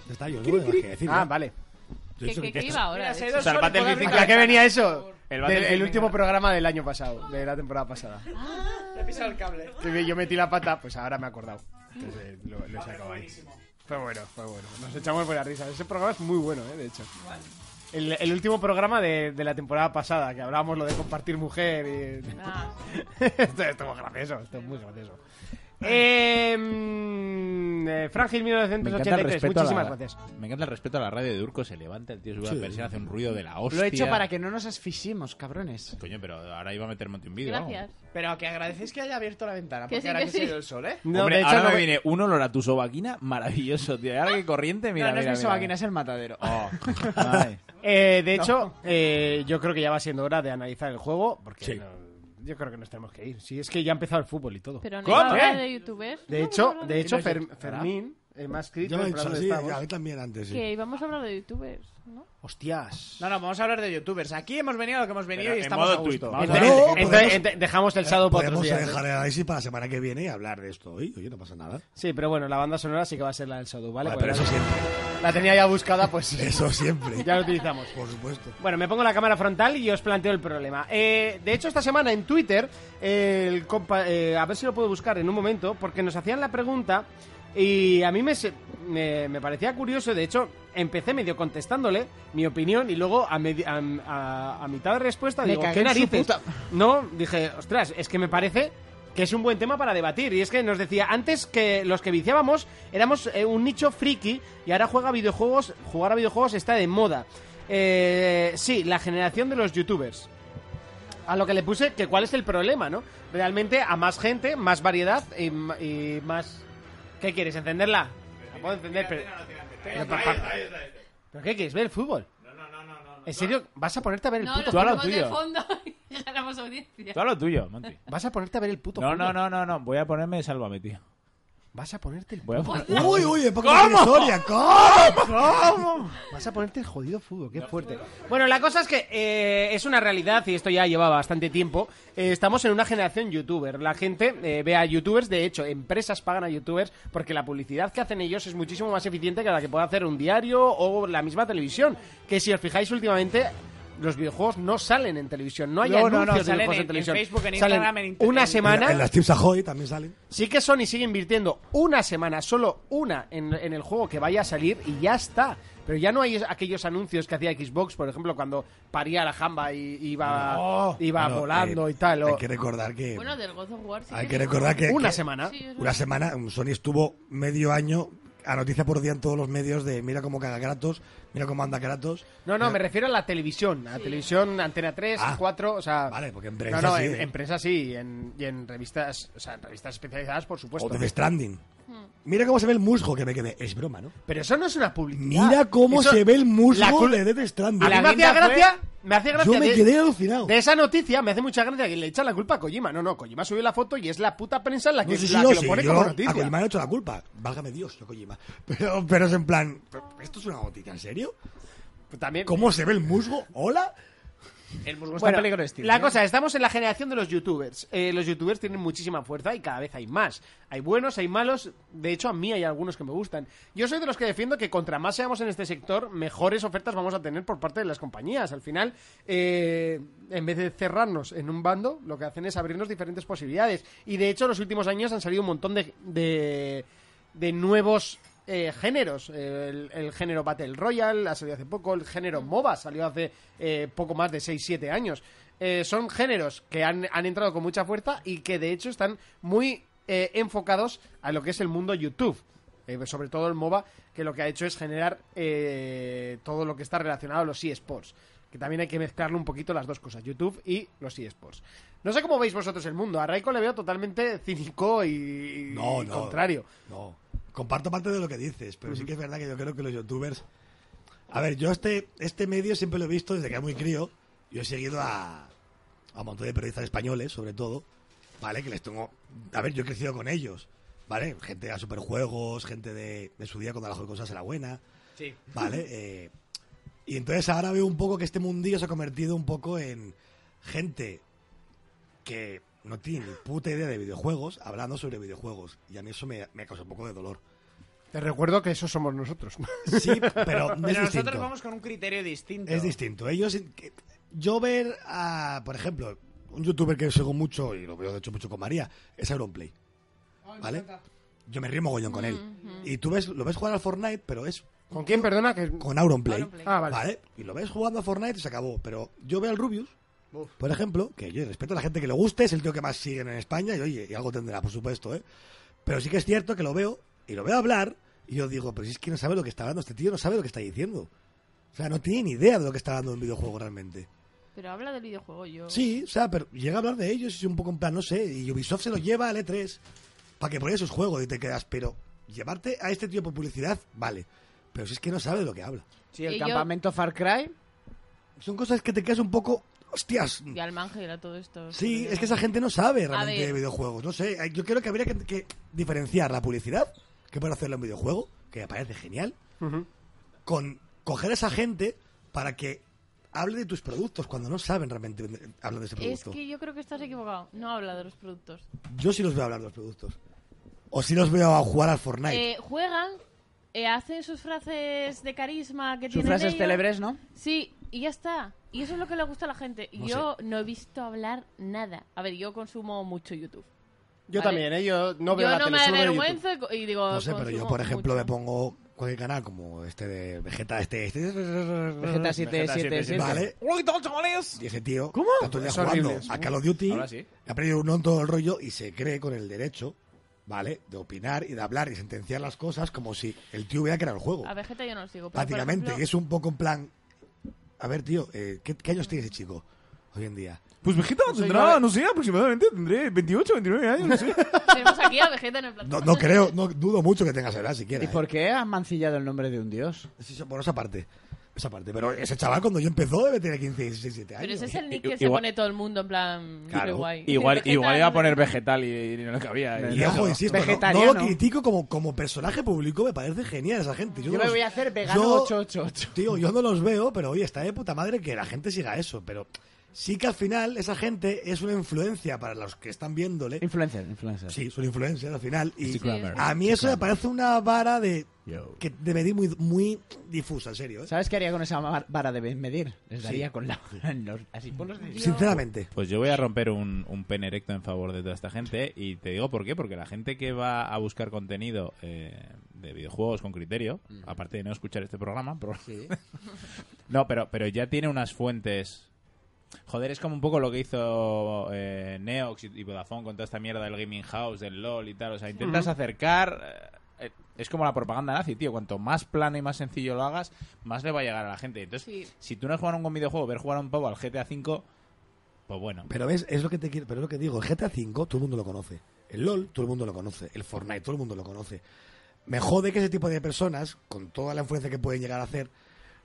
Ya está, yo no tengo nada que decir. Ah, ¿no? vale. Yo he Que, dicho que, que- que iba ahora. eh". Mira, de se hecho. dos sea, sol el y Battlefield podrá cinco- ¿A brincar. qué venía eso? El Del- El, Battlefield último venga. programa del año pasado, de la temporada pasada. Te he pisado el cable. Que yo metí la pata, pues ahora me he acordado. Entonces, lo, lo he sacado ahí. Fue bueno, fue bueno. Nos echamos buena risa. Ese programa es muy bueno, ¿eh? de hecho. El, el último programa de, de la temporada pasada, que hablábamos lo de compartir mujer y... Ah, esto, esto es gracioso, esto es muy gracioso. Eh, mm, eh, Frank Gil Me encanta el 1983, respeto a la- muchísimas gracias. Me encanta el respeto a la radio de Durco. Se levanta el tío, sube a Sí. la persiana, hace un ruido de la hostia. Lo he hecho para que no nos asfixiemos, cabrones. Coño, pero ahora iba a meter un vídeo. Gracias. Pero que agradecéis que haya abierto la ventana, Que porque sí, ahora que que, sí. se dio el sol, ¿eh? vamos. Hombre, ahora me viene un olor a tu sobaquina maravilloso, tío. Y Ahora que corriente, mira, No, no es mira, mi mira, sobaquina, mira. es el matadero. Oh. Eh, de No. hecho, eh, yo creo que ya va siendo hora de analizar el juego, porque Sí. no- yo creo que nos tenemos que ir. Si es que ya ha empezado el fútbol y todo. Pero no iba a hablar de youtubers. De No, hecho, no, no. de hecho Y no Fer- es- Fermín, el más crítico, Ya lo he el dicho, programa sí, donde ya, a estamos. mí también antes. ¿eh? sí. Que íbamos a hablar de youtubers, ¿no? Hostias. No, no, vamos a hablar de youtubers. Aquí hemos venido a lo que hemos venido Pero y en estamos modo a gusto. tuit, vamos. Entonces- No, entonces- podemos- ente- dejamos el sábado para otros Eh, Podemos días. dejar el análisis para la semana que viene y hablar de esto hoy. Oye, no pasa nada. Sí, pero bueno, la banda sonora sí que va a ser la del Sodom, pues ¿vale? Vale, Porque pero eso la- siempre. La tenía ya buscada, pues. Eso siempre. Ya lo utilizamos. Por supuesto. Bueno, me pongo la cámara frontal y os planteo el problema. Eh, de hecho, esta semana en Twitter, eh, el compa- eh, a ver si lo puedo buscar en un momento, porque nos hacían la pregunta y a mí me, se- me, me parecía curioso. De hecho, empecé medio contestándole mi opinión y luego a, medi- a- a- a mitad de respuesta Me digo, cagué ¿qué en su narices? puta- No, dije, ostras, es que me parece que es un buen tema para debatir. Y es que nos decía, antes que los que viciábamos éramos eh, un nicho friki y ahora juega videojuegos, jugar a videojuegos está de moda. Eh, sí, la generación de los youtubers. A lo que le puse que cuál es el problema, ¿no? Realmente a más gente, más variedad y, m- y más... ¿Qué quieres? ¿Encenderla? La puedo encender, pero... pero pa- pa- ¿Pero qué quieres? ¿Ver el fútbol? ¿En serio? ¿Vas a ponerte a ver el No, puto los Tú a lo ponemos de tuyo. fondo y ganamos audiencia. Tú a lo tuyo, Monty. ¿Vas a ponerte a ver el puto No, fútbol? no, no, no, no. Voy a ponerme Sálvame, tío. ¿Vas a ponerte el Voy a poner... Uy, uy, es poco ¿Cómo? de historia. ¿Cómo? ¿Cómo? Vas a ponerte el jodido fútbol, qué fuerte. Bueno, la cosa es que eh, es una realidad y esto ya lleva bastante tiempo. Eh, estamos en una generación youtuber. La gente eh, ve a youtubers, de hecho, empresas pagan a youtubers porque la publicidad que hacen ellos es muchísimo más eficiente que la que puede hacer un diario o la misma televisión. Que si os fijáis últimamente... Los videojuegos no salen en televisión, no hay No, no, no, anuncios de salen videojuegos en- en televisión. en Facebook, en Salen Instagram, en Internet. Una semana. En las tips Ahoy también salen. Sí que Sony sigue invirtiendo una semana, solo una, en, en el juego que vaya a salir y ya está. Pero ya no hay es- aquellos anuncios que hacía Xbox, por ejemplo, cuando paría la jamba y iba, iba Bueno, volando eh, y tal. o- Hay que recordar que. Bueno, del God of War sí Hay que- que recordar que. Una que- semana. Sí, es Una semana. um, Sony estuvo medio año a noticia por día en todos los medios de mira cómo caga Kratos, mira cómo anda Kratos. No, no, me refiero a la televisión, a televisión Antena 3, Ah. 4, o sea... Vale, porque en no, prensa no, sí, en, ¿eh? en prensa sí, y en, y en revistas, o sea, en revistas especializadas, por supuesto. O de Stranding. Hmm. Mira cómo se ve el musgo que me quedé. Es broma, ¿no? Pero eso no es una publicidad. Mira cómo Eso- se ve el musgo la cul- de Death Stranding. A mí me hacía gracia, me hacía gracia Yo me de- quedé alucinado. De esa noticia me hace mucha gracia que le echan la culpa a Kojima. No, no, Kojima subió la foto y es la puta prensa la que, No, sí, sí, la no, que lo sí, pone yo como A noticia. Kojima le he hecho la culpa. Válgame Dios, yo Kojima. Pero, pero es en plan, ¿esto es una noticia en serio? Pues También, ¿Cómo se ve el musgo? ¿Hola? El musgo está Bueno, en peligro de extinción. la cosa, estamos en la generación de los youtubers. Eh, los youtubers tienen muchísima fuerza y cada vez hay más. Hay buenos, hay malos. De hecho, a mí hay algunos que me gustan. Yo soy de los que defiendo que contra más seamos en este sector, mejores ofertas vamos a tener por parte de las compañías. Al final, eh, en vez de cerrarnos en un bando, lo que hacen es abrirnos diferentes posibilidades. Y de hecho, en los últimos años han salido un montón de- de de nuevos eh, géneros. Eh, El, el género Battle Royale ha salido hace poco, el género MOBA salió hace eh, poco más de 6-7 años. Eh, son géneros que han, han entrado con mucha fuerza y que de hecho están muy eh, enfocados a lo que es el mundo YouTube. Eh, sobre todo el MOBA, que lo que ha hecho es generar eh, todo lo que está relacionado a los eSports. Que también hay que mezclarle un poquito las dos cosas, YouTube y los eSports. No sé cómo veis vosotros el mundo. A Raiko le veo totalmente cínico y, y No, no. contrario. No. Comparto parte de lo que dices, pero sí que es verdad que yo creo que los youtubers. A ver, yo este, este medio siempre lo he visto desde que era muy crío. Yo he seguido a, a un montón de periodistas españoles, sobre todo, ¿vale? Que les tengo. A ver, yo he crecido con ellos, ¿vale? Gente a superjuegos, gente de, de su día cuando la cosas era buena. Sí. ¿Vale? Eh, y entonces ahora veo un poco que este mundillo se ha convertido un poco en gente que no tiene ni puta idea de videojuegos hablando sobre videojuegos. Y a mí eso me, me causa un poco de dolor. Te recuerdo que esos somos nosotros. Sí, pero no es Pero nosotros distinto. vamos con un criterio distinto. Es distinto. Ellos, que- yo ver a, por ejemplo, un youtuber que sigo mucho, y lo veo de hecho mucho con María, es Auronplay. ¿Vale? Yo me río mogollón con él. Y tú ves, lo ves jugar al Fortnite, pero es ¿Con quién, perdona? Que... con Auronplay. Ah, vale. Y lo ves jugando a Fortnite y se acabó. Pero yo veo al Rubius, por ejemplo, que yo respeto a la gente que le guste, es el tío que más siguen en España, y oye, y algo tendrá, por supuesto, ¿eh? Pero sí que es cierto que lo veo y lo veo hablar y yo digo, pero si es que no sabe lo que está hablando, este tío no sabe lo que está diciendo. O sea, no tiene ni idea de lo que está hablando en un videojuego realmente. Pero habla del videojuego yo. Sí, o sea, pero llega a hablar de ellos y es un poco en plan, no sé, y Ubisoft se lo lleva al E3 para que pruebes sus juegos y te quedas, pero llevarte a este tío por publicidad, vale. Pero si es que no sabe de lo que habla. Sí, el Y yo- campamento Far Cry. Son cosas que te quedas un poco, hostias. Y al mangel a todo esto. Sí, es que esa gente no sabe realmente ver. de videojuegos. No sé, yo creo que habría que, que diferenciar la publicidad, que puede hacerla en videojuego, que me parece genial, con coger a esa gente para que hable de tus productos cuando no saben realmente vender- hablar de ese Es producto. que yo creo que estás equivocado. No habla de los productos. Yo sí los veo hablar de los productos. O sí los veo a jugar al Fortnite. Eh, juegan, eh, hacen sus frases de carisma que Sus tienen frases ellos. célebres, ¿no? Sí, y ya está. Y eso es lo que le gusta a la gente. Y No yo no he visto hablar nada. A ver, yo consumo mucho YouTube. Yo Vale. también, ¿eh? Yo no veo yo la no tele, me solo veo YouTube. avergüenzo y co- y digo... no sé, pero yo, consumo por ejemplo, mucho. me pongo cualquier canal como este de Vegeta, este, este. Vegeta 777. Vale. Uy, todos chavales. Y ese tío ¿Cómo? está todo el día Es jugando horrible, es a muy- Call of Duty, Ahora sí. ha perdido un todo el rollo y se cree con el derecho, ¿vale? De opinar y de hablar y sentenciar las cosas como si el tío hubiera creado el juego. A Vegeta yo no los sigo. pero, por prácticamente. ejemplo, Y es un poco en plan. A ver, tío, eh, ¿qué, qué años tiene ese chico hoy en día? Pues Vegeta tendrá, no sé, aproximadamente tendré 28, 29 años, no sé. Tenemos aquí a Vegeta en el plato. No, no creo, no dudo mucho que tengas edad siquiera. eh. ¿Y por qué has mancillado el nombre de un dios? Bueno, esa parte. Esa parte. Pero ese chaval cuando yo empezó debe tener 15, 16, 17 años. eh. Pero ese es el nick que se Igual- pone todo el mundo en plan... Claro. qué guay. Igual, Vegeta, igual iba a no- poner vegetal y, y no le cabía. Y ojo, insisto, no- no, lo Vegetariano. critico como, como personaje público, me parece genial esa gente. Yo, Yo no me los- voy a hacer vegano yo- 888. Tío, yo no los veo, pero oye, está de puta madre que la gente siga eso. Pero sí que al final esa gente es una influencia para los que están viéndole. Influencer, influencer. Sí, son influencers al final. Y Instagrammer. a mí eso me parece una vara de, Yo. que de medir muy, muy difusa, en serio. ¿eh? ¿Sabes qué haría con esa mar- vara de medir? Les Sí. daría con la... en los- así, ponlos de- Sinceramente. Pues yo voy a romper un, un pene erecto en favor de toda esta gente y te digo por qué, porque la gente que va a buscar contenido eh, de videojuegos con criterio, aparte de no escuchar este programa, pero- no, pero, pero ya tiene unas fuentes... Joder, es como un poco lo que hizo eh, Neox y y Vodafone con toda esta mierda del gaming house, del LOL y tal. O sea, intentas Ujú. acercar... eh, eh, Es como la propaganda nazi, tío. Cuanto más plano y más sencillo lo hagas, más le va a llegar a la gente. Entonces, si tú no has jugado a un videojuego, ver jugar a un pavo al GTA V, pues bueno. Pero ves, es lo que te quiero, pero es lo que digo, el GTA V todo el mundo lo conoce. El LOL todo el mundo lo conoce, el Fortnite todo el mundo lo conoce. Me jode que ese tipo de personas, con toda la influencia que pueden llegar a hacer,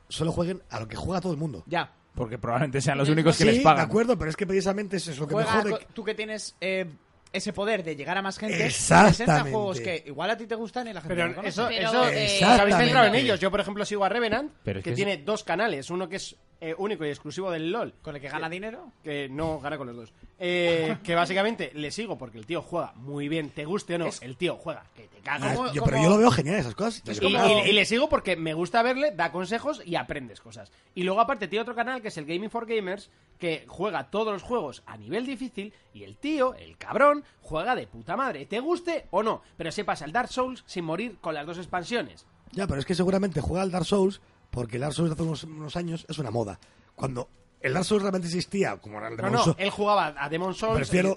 solo jueguen a lo que juega todo el mundo. Ya. Porque probablemente sean los únicos que Sí, les pagan. de acuerdo, pero es que precisamente eso es lo que Juega me jode. co- tú que tienes eh, ese poder de llegar a más gente. Exactamente. presenta juegos que igual a ti te gustan y la gente Pero no conoce. eso, eso eh, os habéis centrado en ellos. Yo, por ejemplo, sigo a Revenant, Pero que, es que tiene dos canales. Uno que es eh, único y exclusivo del LOL. ¿Con el que gana dinero? Que no gana con los dos. Eh, que básicamente le sigo porque el tío juega muy bien. Te guste o no, el tío juega que te cagas. Ah, yo- pero yo lo veo genial esas cosas. Es Yo- como- y, y le sigo porque me gusta verle, da consejos y aprendes cosas. Y luego aparte tiene otro canal que es el Gaming for Gamers, que juega todos los juegos a nivel difícil y el tío, el cabrón, juega de puta madre, te guste o no, pero se pasa el Dark Souls sin morir con las dos expansiones. Ya, pero es que seguramente juega al Dark Souls porque el Dark Souls de hace unos, unos años es una moda. Cuando el Dark Souls realmente existía, como era el No, Demon no, Souls, él jugaba a Demon Souls. prefiero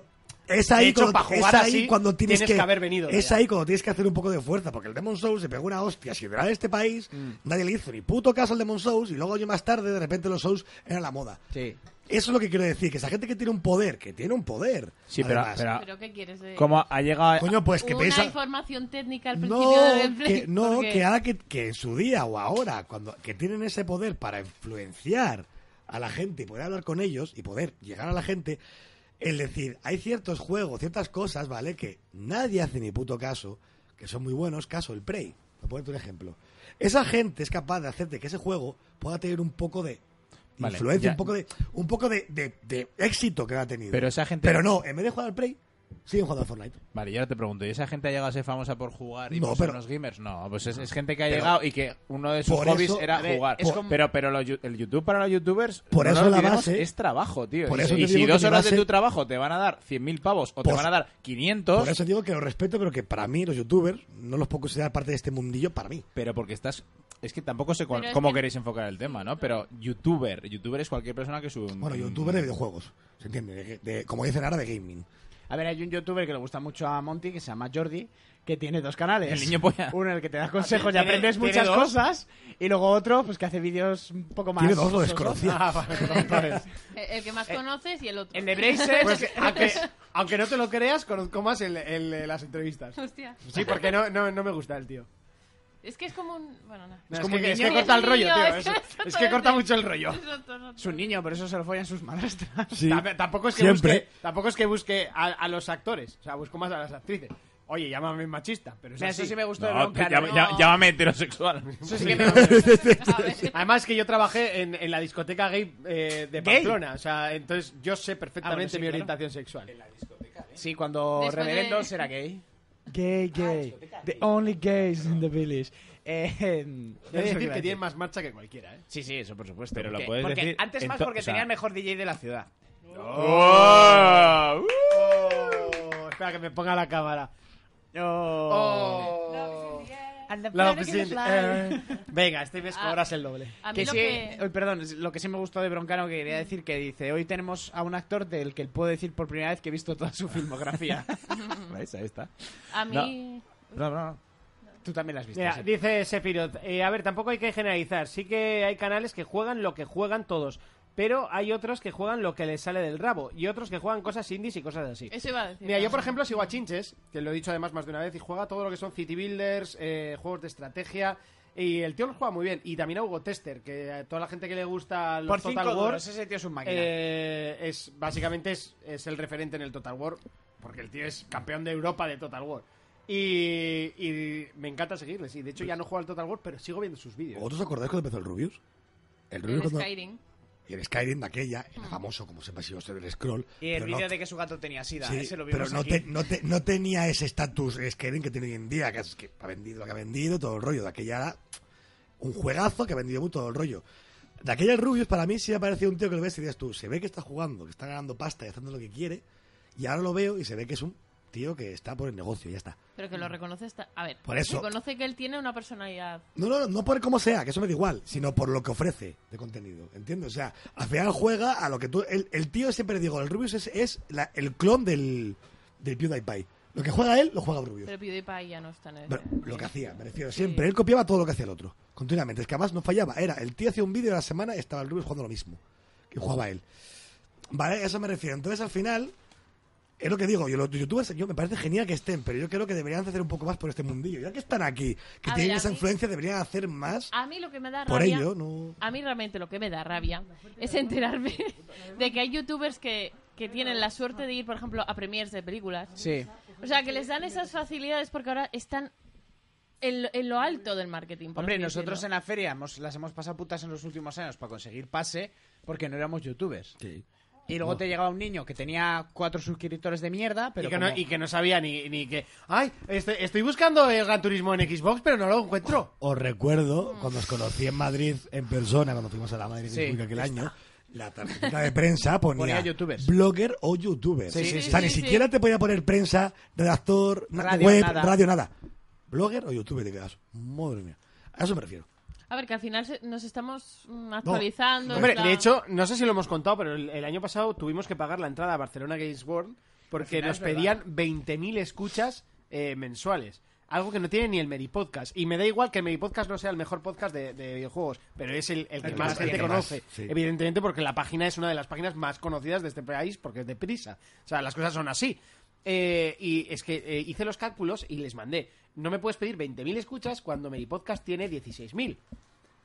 eh, es ahí, de hecho, cuando, para jugar es ahí así, cuando tienes, que, haber venido. de es allá. ahí cuando tienes que hacer un poco de fuerza porque el Demon Souls se pegó una hostia sideral de este país Mm. nadie le hizo ni puto caso al Demon Souls y luego años más tarde de repente los Souls eran la moda Sí. eso es lo que quiero decir que esa gente que tiene un poder que tiene un poder Sí, pero- además. pero- ¿Pero qué quieres de...? Como ha llegado a- coño pues que Una pesa información técnica al principio no, del gameplay. que, no porque- que ahora que, que en su día o ahora, cuando que tienen ese poder para influenciar a la gente y poder hablar con ellos y poder llegar a la gente, es decir, hay ciertos juegos, ciertas cosas, ¿vale? Que nadie hace ni puto caso, que son muy buenos, caso el Prey, por ponerte un ejemplo. Esa gente es capaz de hacerte que ese juego pueda tener un poco de Vale, influencia, ya. un poco de un poco de, de- de éxito que ha tenido. Pero esa gente- Pero no, en vez de jugar al Prey, siguen jugando al Fortnite. Vale, y ahora te pregunto, ¿y esa gente ha llegado a ser famosa por jugar y No, por pero- ser unos gamers? No, pues es, es gente que ha Pero- llegado y que uno de sus Por hobbies eso- era a ver, jugar. es como- Pero, pero lo yu- el YouTube para los youtubers Por no eso nos la olvidemos, base- es trabajo, tío. Por Y eso si- te y si digo que dos mi horas de base- tu trabajo te van a dar 100.000 pavos o Por- te van a dar 500, Por eso digo que lo respeto, pero que para mí los youtubers no los puedo considerar parte de este mundillo para mí. pero porque estás... Es que tampoco sé cuál- Pero es cómo que- queréis enfocar el tema, ¿no? Pero youtuber, youtuber es cualquier persona que sube un... Bueno, un- youtuber de videojuegos, ¿se entiende? De- de- como dicen ahora, de gaming. A ver, hay un youtuber que le gusta mucho a Monty, que se llama Jordi, que tiene dos canales. El niño polla. Uno en el que te da Ah, consejos y tiene- aprendes tiene muchas dos. cosas. Y luego otro, pues que hace vídeos un poco más. Tiene dos, lo sosos. desconocía. Ah, vale, perdón, perdón. El, el que más conoces y el otro. El de Braces. Pues, aunque, aunque no te lo creas, conozco más el, el de las entrevistas. Hostia. Sí, porque no, no, no me gusta el tío. Es que es como un. Bueno, no. Es como que- es que corta el rollo, tío. Es, es que corta mucho el rollo. Es un niño, por eso se lo follan sus Pues madrastras. Sí. Tamp- Tampoco es que Siempre. busque, tampoco es que busque a, a los actores, o sea, busco más a las actrices. Oye, llámame machista, pero es Mira, así. eso sí me gustó de No, Bronca, ya- ¿no? Ah, ya- llámame heterosexual. Eso sí que me gustó. Además que yo trabajé en, en la discoteca gay eh, de ¿Gay? Pamplona, o sea, entonces yo sé Ah, bueno, perfectamente sí, mi claro. orientación sexual. ¿eh? Sí, cuando Después de- Reverendo era gay. Gay, Ah, gay. The only gays in the village. Eh, Debo decir que tienen más marcha que cualquiera, ¿eh? Sí, sí, eso por supuesto. Pero lo Porque- puedes porque decir antes en más to- porque o sea, tenía el mejor DJ de la ciudad. ¡Oh! ¡Uh! Espera que me ponga la cámara. Oh. Love is in the air. Venga, este mes cobras el doble. a mí Que lo sí, que- eh, Perdón, es lo que sí me gustó de Broncano que quería decir que dice, hoy tenemos a un actor del que puedo decir por primera vez que he visto toda su filmografía. ¿Veis? Ahí está. A mí. No, no, no. Tú también la has visto. Mira, sí. dice Sephiroth, eh, a ver, tampoco hay que generalizar. Sí que hay canales que juegan lo que juegan todos, pero hay otros que juegan lo que les sale del rabo y otros que juegan cosas indies y cosas así. Eso iba a decir. Mira, yo por ejemplo sigo a Chinches, que lo he dicho además más de una vez, y juega todo lo que son City Builders, eh, juegos de estrategia. Y el tío lo juega muy bien. Y también a Hugo Tester, que a toda la gente que le gusta los Por cinco Total War. duros, ese tío es un máquina. eh, es, básicamente es, es el referente en el Total War, porque el tío es campeón de Europa de Total War. Y, y me encanta seguirles. Y de hecho ya no juego al Total War, pero sigo viendo sus vídeos. ¿Vosotros acordáis cuando empezó el Rubius? El El Rubius cuando- Skyrim. Y el Skyrim de aquella, era famoso, como siempre ha sido el scroll. Mm. y el pero no- vídeo de que su gato tenía sida, Sí, ese lo pero vimos no, aquí. te- no te- no tenía ese estatus Skyrim que tiene hoy en día, que, es que ha vendido lo que ha vendido, todo el rollo. De aquella era un juegazo que ha vendido mucho todo el rollo. De aquella Rubius, para mí sí me ha parecido un tío que lo ves y dices tú, se ve que está jugando, que está ganando pasta y haciendo lo que quiere, y ahora lo veo y se ve que es un tío que está por el negocio, ya está. Pero que lo reconoce. Esta... A ver. Por eso. Reconoce que él tiene una personalidad. No, no, no por cómo sea, que eso me da igual, sino por lo que ofrece de contenido, ¿entiendes? O sea, al final juega a lo que tú... El, el tío siempre digo, el Rubius es, es la- el clon del, del PewDiePie. Lo que juega él, lo juega Rubius. Pero PewDiePie ya no está en el. Pero lo que hacía, me refiero, siempre. Él copiaba todo lo que hacía el otro, continuamente. Es que además no fallaba. Era, el tío hacía un vídeo a la semana y estaba el Rubius jugando lo mismo que jugaba él. Vale, a eso me refiero. Entonces al final, es lo que digo, yo los youtubers, yo me parece genial que estén, pero yo creo que deberían hacer un poco más por este mundillo. Ya que están aquí, que A tienen ver, a esa mí- influencia, deberían hacer más A mí lo que me da por rabia. ello, ¿no? A mí realmente lo que me da rabia es enterarme de que hay youtubers que, que tienen la suerte de ir, por ejemplo, a premiers de películas. Sí. O sea, que les dan esas facilidades porque ahora están en lo, en lo alto del marketing. por Hombre, así nosotros en decirlo. la feria hemos- las hemos pasado putas en los últimos años para conseguir pase porque no éramos youtubers. Y luego te llegaba un niño que tenía cuatro suscriptores de mierda, pero y, que como- no, y que no sabía ni, ni que... ¡Ay! Este, estoy buscando el Gran Turismo en Xbox, pero no lo encuentro. Os recuerdo cuando os conocí en Madrid en persona, cuando fuimos a la Madrid Sí, Games Week aquel ya año, la tarjetita de prensa ponía, Ponía youtubers. blogger o youtuber. Sí, sí, o sí, sea, sí, ni sí. siquiera te podía poner prensa, redactor, na- Radio, web, nada. radio, nada. Blogger o youtuber te quedas. Madre mía. A eso me refiero. A ver, que al final se- nos estamos mm, actualizando. Hombre, está- de hecho, no sé si lo hemos contado, pero el, el año pasado tuvimos que pagar la entrada a Barcelona Games World porque Al final nos es verdad. pedían 20.000 escuchas eh, mensuales. Algo que no tiene ni el Meripodcast. Y me da igual que el Meripodcast no sea el mejor podcast de, de videojuegos, pero es el, el que El más más- gente el que más, conoce. sí. Evidentemente porque la página es una de las páginas más conocidas de este país porque es de prisa. O sea, las cosas son así. Eh, y es que eh, hice los cálculos y les mandé. No me puedes pedir 20.000 escuchas cuando Meripodcast tiene 16.000.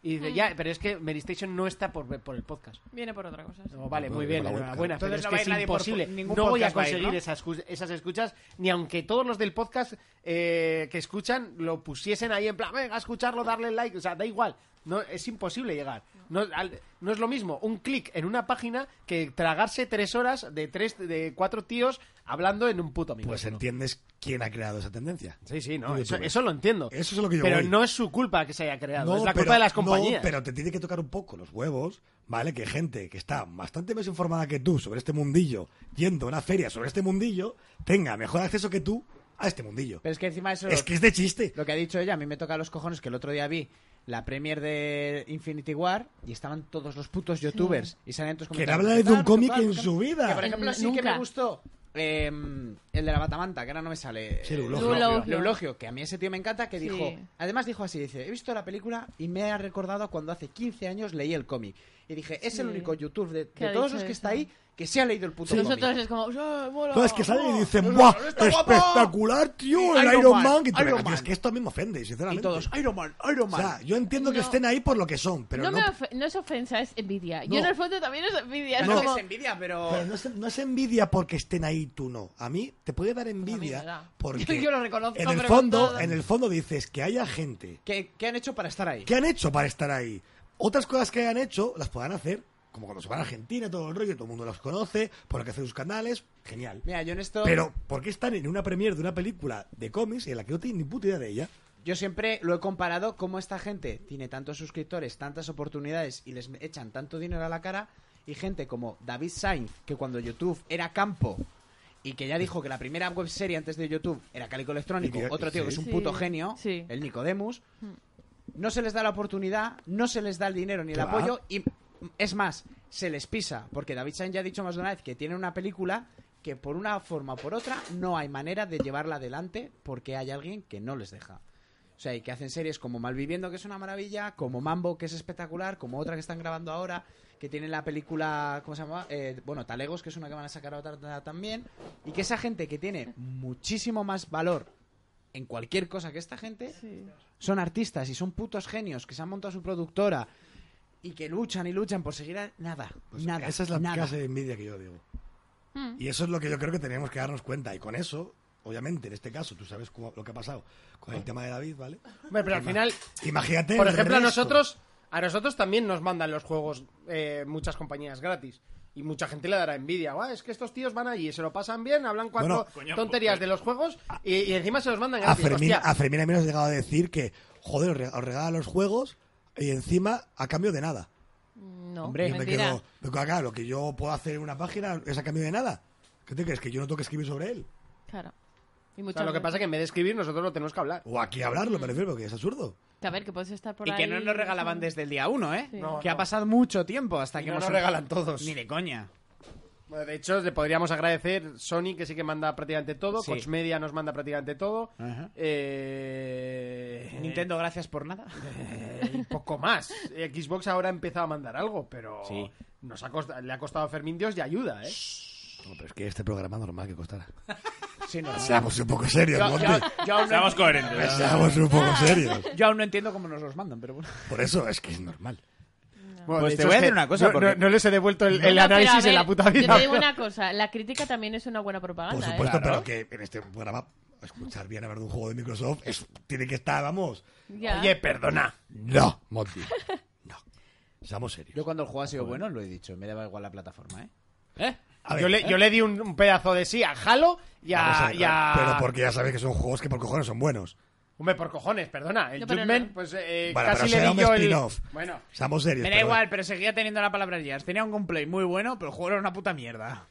Y Mm. dice, ya, pero es que Medistation no está por, por el podcast. Viene por otra cosa. sí. No, vale, Bueno, muy por bien, la webcam. enhorabuena, pero Entonces es no que va a es ir nadie por- imposible. ningún no voy a podcast va a ir, conseguir ¿no? esas, cus- esas escuchas, ni aunque todos los del podcast eh, que escuchan lo pusiesen ahí en plan, venga, a escucharlo, darle like, o sea, da igual. No, es imposible llegar. No, al- no es lo mismo un clic en una página que tragarse tres horas de tres, de cuatro tíos hablando en un puto micrófono. Pues entiendes quién ha creado esa tendencia. Sí, sí, no, Tú, eso, youtuber. eso lo entiendo. Eso es lo que yo Pero voy. no es su culpa que se haya creado, No, es la pero- culpa de las no, compañías. pero te tiene que tocar un poco los huevos, ¿vale? Que gente que está bastante más informada que tú sobre este mundillo, yendo a una feria sobre este mundillo, tenga mejor acceso que tú a este mundillo. Pero es que encima eso... Es que es de chiste. Lo que ha dicho ella, a mí me toca los cojones que el otro día vi la premier de Infinity War y estaban todos los putos youtubers y salían todos Que no comentando, habláis de un "Tal, cómic tal, en tal". su vida. Que por ejemplo sí que Nunca. me gustó eh, el de la batamanta, que ahora no me sale. Sí, eh, Leulogio. Leulogio. Leulogio, que a mí ese tío me encanta, que Sí. dijo... Además dijo así, dice, he visto la película y me ha recordado cuando hace 15 años leí el cómic. Y dije, es el Sí. único YouTube de, ¿Qué de ha todos dicho los que eso? está ahí que se ha leído el puto Sí. cómic. Nosotros es como, ¡ah, mola! Entonces que salen y dicen, no, ¡buah! no, está guapo". ¡Espectacular, tío! El Iron Iron, Man, Man. que te Iron venga, tío, es Man. que esto a mí me ofende, sinceramente. Y todos, Iron Man, Iron Man. O sea, yo entiendo que estén ahí por lo que son, pero no, no. me ofe- no es ofensa, es envidia. No. Yo en el fondo también es envidia. es No. como- Es envidia, pero... pero no, es, no es envidia porque estén ahí tú no. A mí te puede dar me da. envidia porque Yo lo reconozco, en el pero con fondo, todo. en el fondo dices que haya gente ¿Qué, qué han hecho para estar ahí? ¿Qué han hecho para estar ahí? Otras cosas que hayan hecho las podrán hacer, como cuando se van a Argentina, todo el rollo, todo el mundo los conoce, por lo que hacen sus canales, genial. Mira, yo en esto... Pero, ¿por qué están en una premiere de una película de cómics en la que no tienen ni puta idea de ella? Yo siempre lo he comparado como esta gente tiene tantos suscriptores, tantas oportunidades y les echan tanto dinero a la cara y gente como David Sainz, que cuando YouTube era campo y que ya dijo que la primera webserie antes de YouTube era Calico Electrónico, Y que- otro tío que es un sí. puto Sí, genio, sí. el Nicodemus, no se les da la oportunidad, no se les da el dinero ni el Claro. apoyo y es más, se les pisa, porque David Sainz ya ha dicho más de una vez que tiene una película que por una forma o por otra no hay manera de llevarla adelante porque hay alguien que no les deja. O sea, y que hacen series como Malviviendo, que es una maravilla, como Mambo, que es espectacular, como otra que están grabando ahora, que tienen la película, ¿cómo se llama? Eh, bueno, Talegos, que es una que van a sacar ahora también. Y que esa gente que tiene muchísimo más valor en cualquier cosa que esta gente, Sí. son artistas y son putos genios que se han montado su productora y que luchan y luchan por seguir a... nada, Pues nada, esa es la nada. clase de envidia que yo digo. Hmm. Mm. Y eso es lo que yo creo que tenemos que darnos cuenta. Y con eso, obviamente, en este caso, tú sabes cómo- lo que ha pasado con Oh. el tema de David, ¿vale? Hombre, pero al final, Imagínate. por el ejemplo, a resto. nosotros, a nosotros también nos mandan los juegos eh, muchas compañías gratis. Y mucha gente le dará envidia. Guau, es que estos tíos van allí, se lo pasan bien, hablan cuatro Bueno, tonterías de los juegos y, y encima se los mandan A gratis. Fermín, Hostia. a Fermín a mí nos ha llegado a decir que, joder, os re- os regalan los juegos y encima a cambio de nada. No, Hombre, yo me mentira. quedo, me quedo acá, lo que yo puedo hacer en una página es a cambio de nada. ¿Qué te crees? ¿Que yo no tengo que escribir sobre él? Claro. Y O muchas sea, lo que veces- pasa es que en vez de escribir, nosotros lo tenemos que hablar. O aquí hablarlo, me refiero, porque es absurdo. Que a ver, que puedes estar por Y ahí... que no nos regalaban de... desde el día uno, ¿eh? Sí. No, que no. ha pasado mucho tiempo hasta Y que no hemos... nos regalan todos. Ni de coña. Bueno, de hecho, le podríamos agradecer Sony, que sí que manda prácticamente todo. Sí. Coach Media nos manda prácticamente todo. Ajá. Eh, Nintendo, gracias por nada. eh, y poco más. Eh, Xbox ahora ha empezado a mandar algo, pero Sí. nos ha costa- le ha costado a Fermín Dios y ayuda, ¿eh? No, pero es que este programa normal que costara. Sí, no. Seamos un poco serios, Yo- Monty. yo- yo aún no- Seamos coherentes. Seamos un poco serios. Yo aún no entiendo cómo nos los mandan, pero bueno. Por eso es que es normal. Bueno, Pues de te hecho, es voy a que decir una cosa, No, porque- no- no les he devuelto el, el No, pero a análisis en ver, la puta Yo vida. te digo una cosa, la crítica también es una buena propaganda. Por ¿eh? supuesto, Claro. pero que en este programa escuchar bien hablar de un juego de Microsoft es- tiene que estar, vamos. Ya. Oye, perdona. No, Monty. No. Seamos serios. Yo cuando el juego ha sido bueno, lo he dicho. Me daba igual la plataforma, ¿eh? A ver, yo, le, yo le di un, un pedazo de sí a Halo y vamos a a... ver, y a- Pero porque ya sabéis que son juegos que por cojones son buenos. Hombre, por cojones, perdona. El No, pero Judgment, no. pues eh, Bueno, casi pero le será di un yo el... spin-off. Bueno, Seamos serios. Me da pero- igual, pero seguía teniendo la palabra Gears. Tenía un gameplay muy bueno, pero el juego era una puta mierda.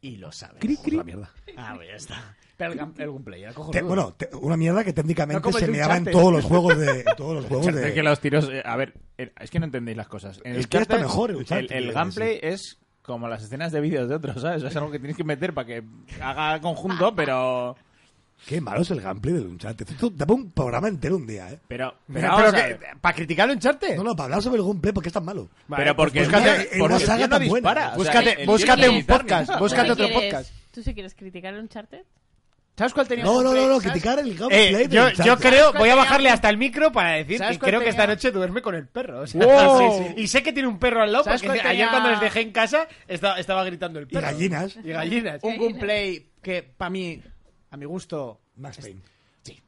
Y lo sabes. Una mierda. Ah, pues ya está. Pero el, gam- el gameplay era cojonudo. Te- bueno, te- una mierda que técnicamente No como el se de meaba en Uncharted. todos los juegos de. en todos los juegos Uncharted que de. los tiros. eh, a ver, eh, es que no entendéis las cosas. En Es que está Uncharted, mejor el el, Uncharted, el sí, gameplay es como las escenas de vídeos de otros, ¿sabes? Es algo que tienes que meter para que haga conjunto, pero. Qué malo es el gameplay del Uncharted. Esto daba un programa entero un día, ¿eh? Pero. Pero, pero, vamos a ver. que... ¿Para criticar un charte? No, no, para hablar sobre el gameplay, ¿por qué es tan malo? Pero porque. pues búscate- en porque una saga el tío no tan buena. Pues, dispara. o sea, Búscate- el tío búscate no un dispara ni podcast, nada. ¿Tú búscate sí otro quieres- podcast. ¿Tú sí quieres criticar un charter? ¿Sabes cuál tenía No, no, no, Gameplay? no, ¿Sabes? criticar el Eh, gameplay. del yo, yo Uncharted. creo, voy a bajarle hasta el micro para decir ¿Sabes que cuál creo que esta tenía? noche duerme con el perro. o sea, ¡Wow! sí, sí. Y sé que tiene un perro al lado, ¿Sabes porque cuál ayer tenía? cuando les dejé en casa estaba, estaba gritando el Y perro. gallinas. Y gallinas. Un gameplay que, para mí, a mi gusto... Max Payne. Sí.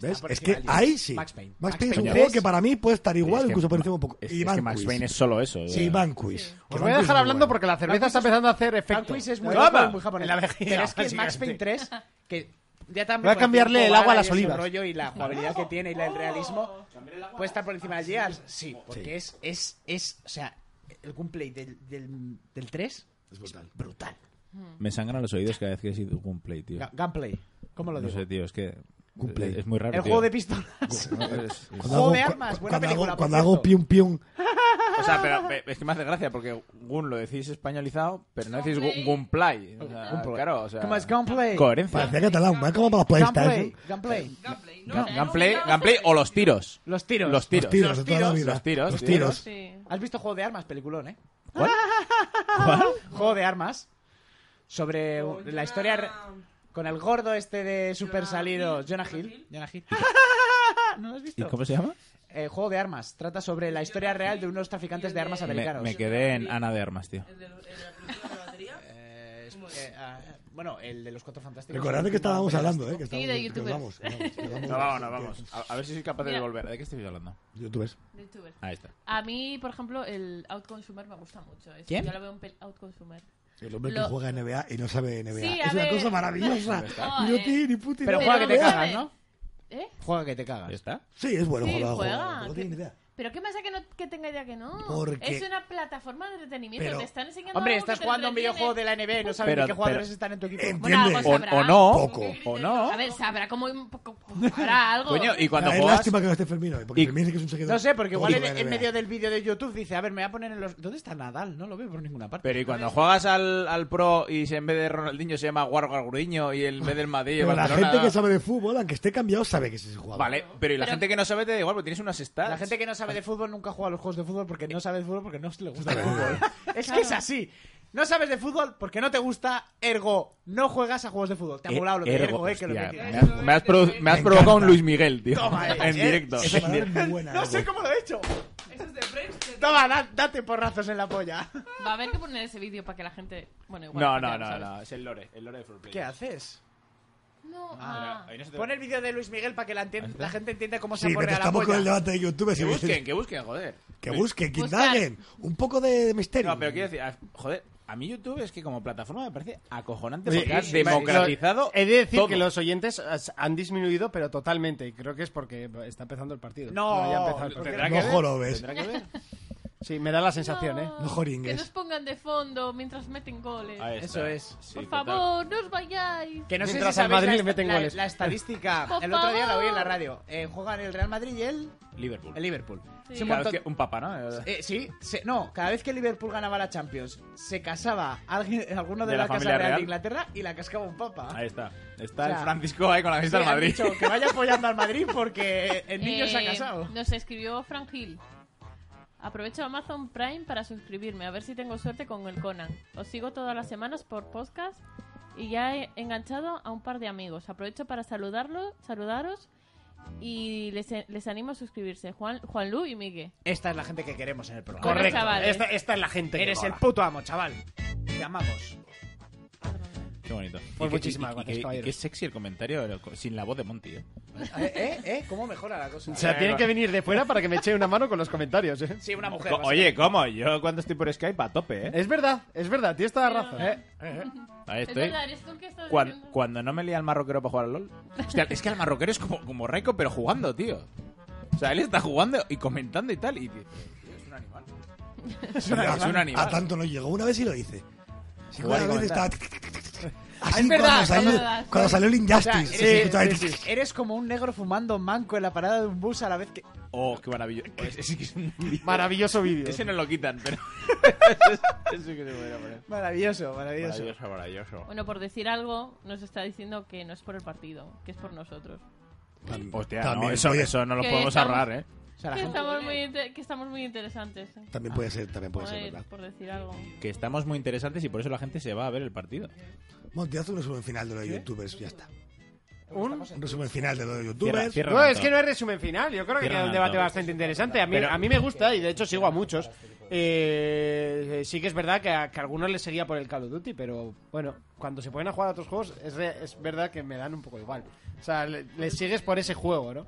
¿Ves? Está por Es encima que del diez. ahí sí. Max Payne. Max Payne es un Payne juego tres. que para mí puede estar igual, Es que incluso por Ma- encima un poco. Es, Y es que Vanquish. Max Payne es solo eso. Sí, eh. Vanquish. Que Os voy a Vanquish dejar es hablando muy porque la cerveza Vanquish está es- empezando a hacer efecto. Vanquish es muy, ¡Toma! japonés, muy japonés. En la vejiga, Pero es que el Max Payne básicamente. 3, que ya también Voy a por cambiarle tipo el agua a bala las y ese olivas. rollo y la jugabilidad que tiene y la- el realismo puede estar por encima de Gears, sí, porque es, es, es, o sea, el gameplay del, del, del 3 Es brutal. brutal. Me sangran los oídos cada vez que he sido un play, tío. Ga- Gameplay, ¿cómo lo No digo? sé, tío, es que. Gameplay. Es muy raro. el tío. juego de pistolas. No, es- es- Cuando Juego hago- de armas, buena cuando película, hago- por Cuando cierto. hago pium pium O sea, pero pe- es que me hace gracia porque Gun lo decís españolizado, pero no decís Gun- Gunplay. O sea, claro, o sea. ¿Cómo es Gunplay? Coherencia. Parecía catalán, me como para los PlayStation. Gunplay. Gunplay, Gunplay o los tiros. Los tiros. Los tiros. Los tiros de toda la vida. Los tiros. Los tío. tiros. ¿Has visto Juego de Armas, peliculón, eh? ¿Cuál? Juego de Armas. Sobre un- la historia re- con el gordo este de super salido, Jonah Hill. Jonah Hill. ¿No lo has ¿Y visto? cómo se llama? Eh, Juego de Armas. Trata sobre la historia real de unos traficantes de armas Me, americanos. me quedé en Ana de Armas, tío. Eh, es- eh, ah, bueno, el de los cuatro fantásticos. Pues, Recordad de que estábamos hablando, ¿eh? Que estábamos, de que nos youtubers. vamos, que nos vamos, que nos vamos. No, vamos, no, vamos. A, a ver si soy capaz de Mira. volver. ¿De qué estoy hablando? Youtubers. De youtubers. Ahí está. A mí, por ejemplo, el Outconsumer me gusta mucho. Es- ¿Quién? Yo lo veo un pel- Outconsumer. El hombre Lo- que juega NBA y no sabe NBA. Sí, a es una ver. cosa maravillosa. No, Ni eh. Oti, ni Putin, Pero ni juega que te NBA. cagas, ¿no? ¿Eh? Juega que te cagas. ¿Está? Sí, es bueno Sí, jugar. juega. No tiene ni idea. Pero qué más que no que tenga idea que no. Porque- Es una plataforma de entretenimiento. Pero- Te están enseñando. Hombre, algo que estás te jugando a un entretiene. videojuego de la NBA y no sabes Pero- ni qué jugadores pero- están en tu equipo. Entiende. Pues algo O, sabrá. o no. Poco. O no. A ver, sabrá como un poco. Sabrá algo. Coño, y cuando Ah, Es juegas. lástima que no esté Fermín hoy, porque Y- Fermín sí que es un seguidor. No sé, porque igual en, Joder, en NBA. medio del vídeo de YouTube dice, a ver, me voy a poner en los... ¿Dónde está Nadal? No lo veo por ninguna parte. Pero y cuando juegas al, al pro y se- en vez de Ronaldinho se llama Guaro Garguriño y el- en vez del Madrid Pero la Barcelona- gente que sabe de fútbol, aunque esté cambiado, sabe que es ese jugador. Vale, pero y la Pero- gente que no sabe te da igual, porque tienes unas stats. La gente que no sabe de fútbol nunca juega a los juegos de fútbol porque no sabe de fútbol porque no le gusta el fútbol. es que es así. No sabes de fútbol porque no te gusta, ergo, no juegas a juegos de fútbol. Te ha Eh, molado lo de ergo, ergo, eh, que lo hostia, que me tiene. has- Me has, produ- me has Me provocado un encanta. Luis Miguel, tío. Toma, eh, en eh, directo. Esa palabra es muy buena. ¿eh? No sé Ergo. cómo lo he hecho. Eso es de Friends. que- Toma, da- date porrazos en la polla. Va a haber que poner ese vídeo para que la gente. Bueno, igual. No, ya no, lo no, sabes. no, es el lore, el lore de For Play. ¿Qué haces? No, ah. Ahí no se te- Pon el vídeo de Luis Miguel para que la, entien- la gente entienda cómo se Sí, pero pone a la estamos con el polla. debate de YouTube. Que si busquen, dices- que busquen, joder. Que busquen, que Buscar. indaguen. Un poco de de misterio. No, pero quiero decir, a- joder, a mí YouTube es que como plataforma me parece acojonante Sí, porque ha sí, democratizado. He de decir todo. que los oyentes as- han disminuido, pero totalmente. Y creo que es porque está empezando el partido. No, ya ha empezado el ¿por qué partido. no? No jorobes. Tendrá que ver. Sí, me da la sensación, ¿eh? No Que joringues. nos pongan de fondo mientras meten goles. Ahí está. Eso es. Sí, Por total. favor, no os vayáis. Que no sé Mientras si al sabéis Madrid la, le meten la- goles. la estadística. Por El otro día la oí en la favor. radio. Eh, juegan el Real Madrid y el, Liverpool. el Liverpool. Sí. Se Cada vez montó- que- un papa, ¿no? eh, sí, se- no, cada vez que el Liverpool ganaba la Champions, se casaba alguien, alguno de, De la, la Casa familia Real, de real. Inglaterra y la cascaba un papa. Ahí está. O Está sea, el Francisco ahí con la Sí, vista han del Madrid. dicho que vaya apoyando al Madrid porque el niño se ha Eh, casado. Nos escribió Frank Hill. Aprovecho Amazon Prime para suscribirme, a ver si tengo suerte con el Conan. Os sigo todas las semanas por podcast y ya he enganchado a un par de amigos. Aprovecho para saludarlo, saludaros y les, les animo a suscribirse. Juan, Juan Lu y Miguel. Esta es la gente que queremos en el programa. Correcto. Bueno, chavales. Esta, esta es la gente. que Eres el mola. puto amo, chaval. Te amamos. Qué bonito. Y Pues qué- y- muchísimas y gracias, qué- y caballeros. Qué sexy el comentario pero co- sin la voz de Monty, eh. ¿Eh? ¿Eh? ¿Eh? ¿Cómo mejora la cosa? O sea, tienen que venir de fuera para que me eche una mano con los comentarios, ¿eh? pues Sí, una mujer. Co- Oye, ¿cómo? Yo cuando estoy por Skype a tope, ¿eh? Es verdad, es verdad, tienes toda la razón. Eh, Ahí Es estoy. verdad, eres tú el que estás Cuan- diciendo- cuando no me lía al marroquero para jugar al LOL. Hostia, es que el marroquero es como, como Raiko, pero jugando, tío. O sea, él está jugando y comentando y tal. Y dice, "Tío, es un animal. Es un animal. Es un A animal. tanto no llegó. Una vez sí lo hice. Sí, Jugar una vez y estaba... Así es verdad, cuando salió, cuando- cuando salió el O sea, Injustice. eres- sí, estaba ahí. Eres como un negro fumando manco en la parada de un bus a la vez que. Oh, qué maravilloso. Ese, que es un vídeo. Maravilloso vídeo. Ese no lo quitan, pero. Ese que se podría poner. Maravilloso, maravilloso. Maravilloso, maravilloso. Bueno, por decir algo, nos está diciendo que no es por el partido, que es Ah. por nosotros. Tam- Hostia, no, también, eso, puede, eso no lo Que podemos estamos- ahorrar, ¿eh? O sea, la Que gente- estamos muy, inte- que estamos muy interesantes. ¿eh? también puede ser, también puede ser, Joder, Pues ¿verdad? por decir algo. Que estamos muy interesantes y por eso la gente se va a ver el partido. Monty, haz un resumen final de los youtubers, ya está. Un- Un resumen final de los Cierra, youtubers. cierra No, es tanto. que no es resumen final. Yo creo Cierra que queda un tanto. debate bastante interesante. A mí, Pero- a mí me gusta y de hecho sigo a muchos. Eh, eh, sí que es verdad que a, que a algunos les seguía por el Call of Duty, pero bueno, cuando se ponen a jugar a otros juegos es, re- es verdad que me dan un poco igual. O sea, le- les sigues por ese juego, ¿no?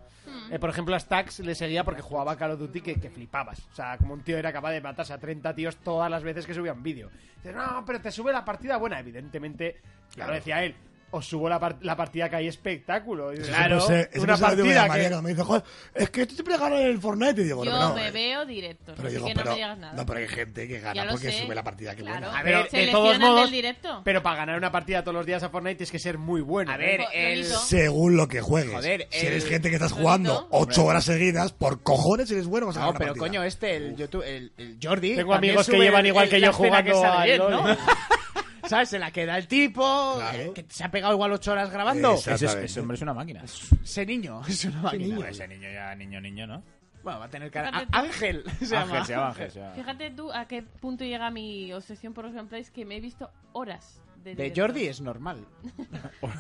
Eh, por ejemplo, a Stax le seguía porque jugaba a Call of Duty que, que flipabas. O sea, como un tío era capaz de matarse a 30 tíos todas las veces que subía un vídeo. Dices, no, pero te sube la partida buena, evidentemente. Claro, decía él. os subo la, par- la partida que hay espectáculo. Y dices, Claro. "No Ese- sé, ese una episodio de partida María que... cuando me dice, "Joder, es que esto siempre gana en el Fortnite. Y digo, Yo pero no. eh. me veo directo, pero así digo, que pero, no me digas nada. no, pero hay gente que Ya gana lo porque sé, sube la partida. Que claro. buena. A ver, de Seleccionan todos del modos, directo. pero para ganar una partida todos los días a Fortnite tienes que ser muy bueno. A ver, ¿eh? el- Según lo que juegues. Joder, si eres el- gente que estás el jugando Lolito. 8 horas seguidas, por cojones eres bueno, vas a No, ganar una pero partida. eh, coño, este, el, YouTube, el, el Jordi. Tengo también amigos que sube llevan igual que yo la cena jugando se al ayer, LOL. ¿no? ¿Sabes? Se la queda el tipo, eh, que se ha pegado igual ocho horas grabando. Ese, es- ese hombre es una máquina. Ese niño es una máquina. Niño, Ese niño ya, niño, niño, ¿no? Bueno, va a tener cara. Fíjate Á- tú. Ángel se Ángel, llama. se llama Ángel, se llama. Fíjate tú a qué punto llega mi obsesión por los gameplays que me he visto horas de De directo. Jordi es normal.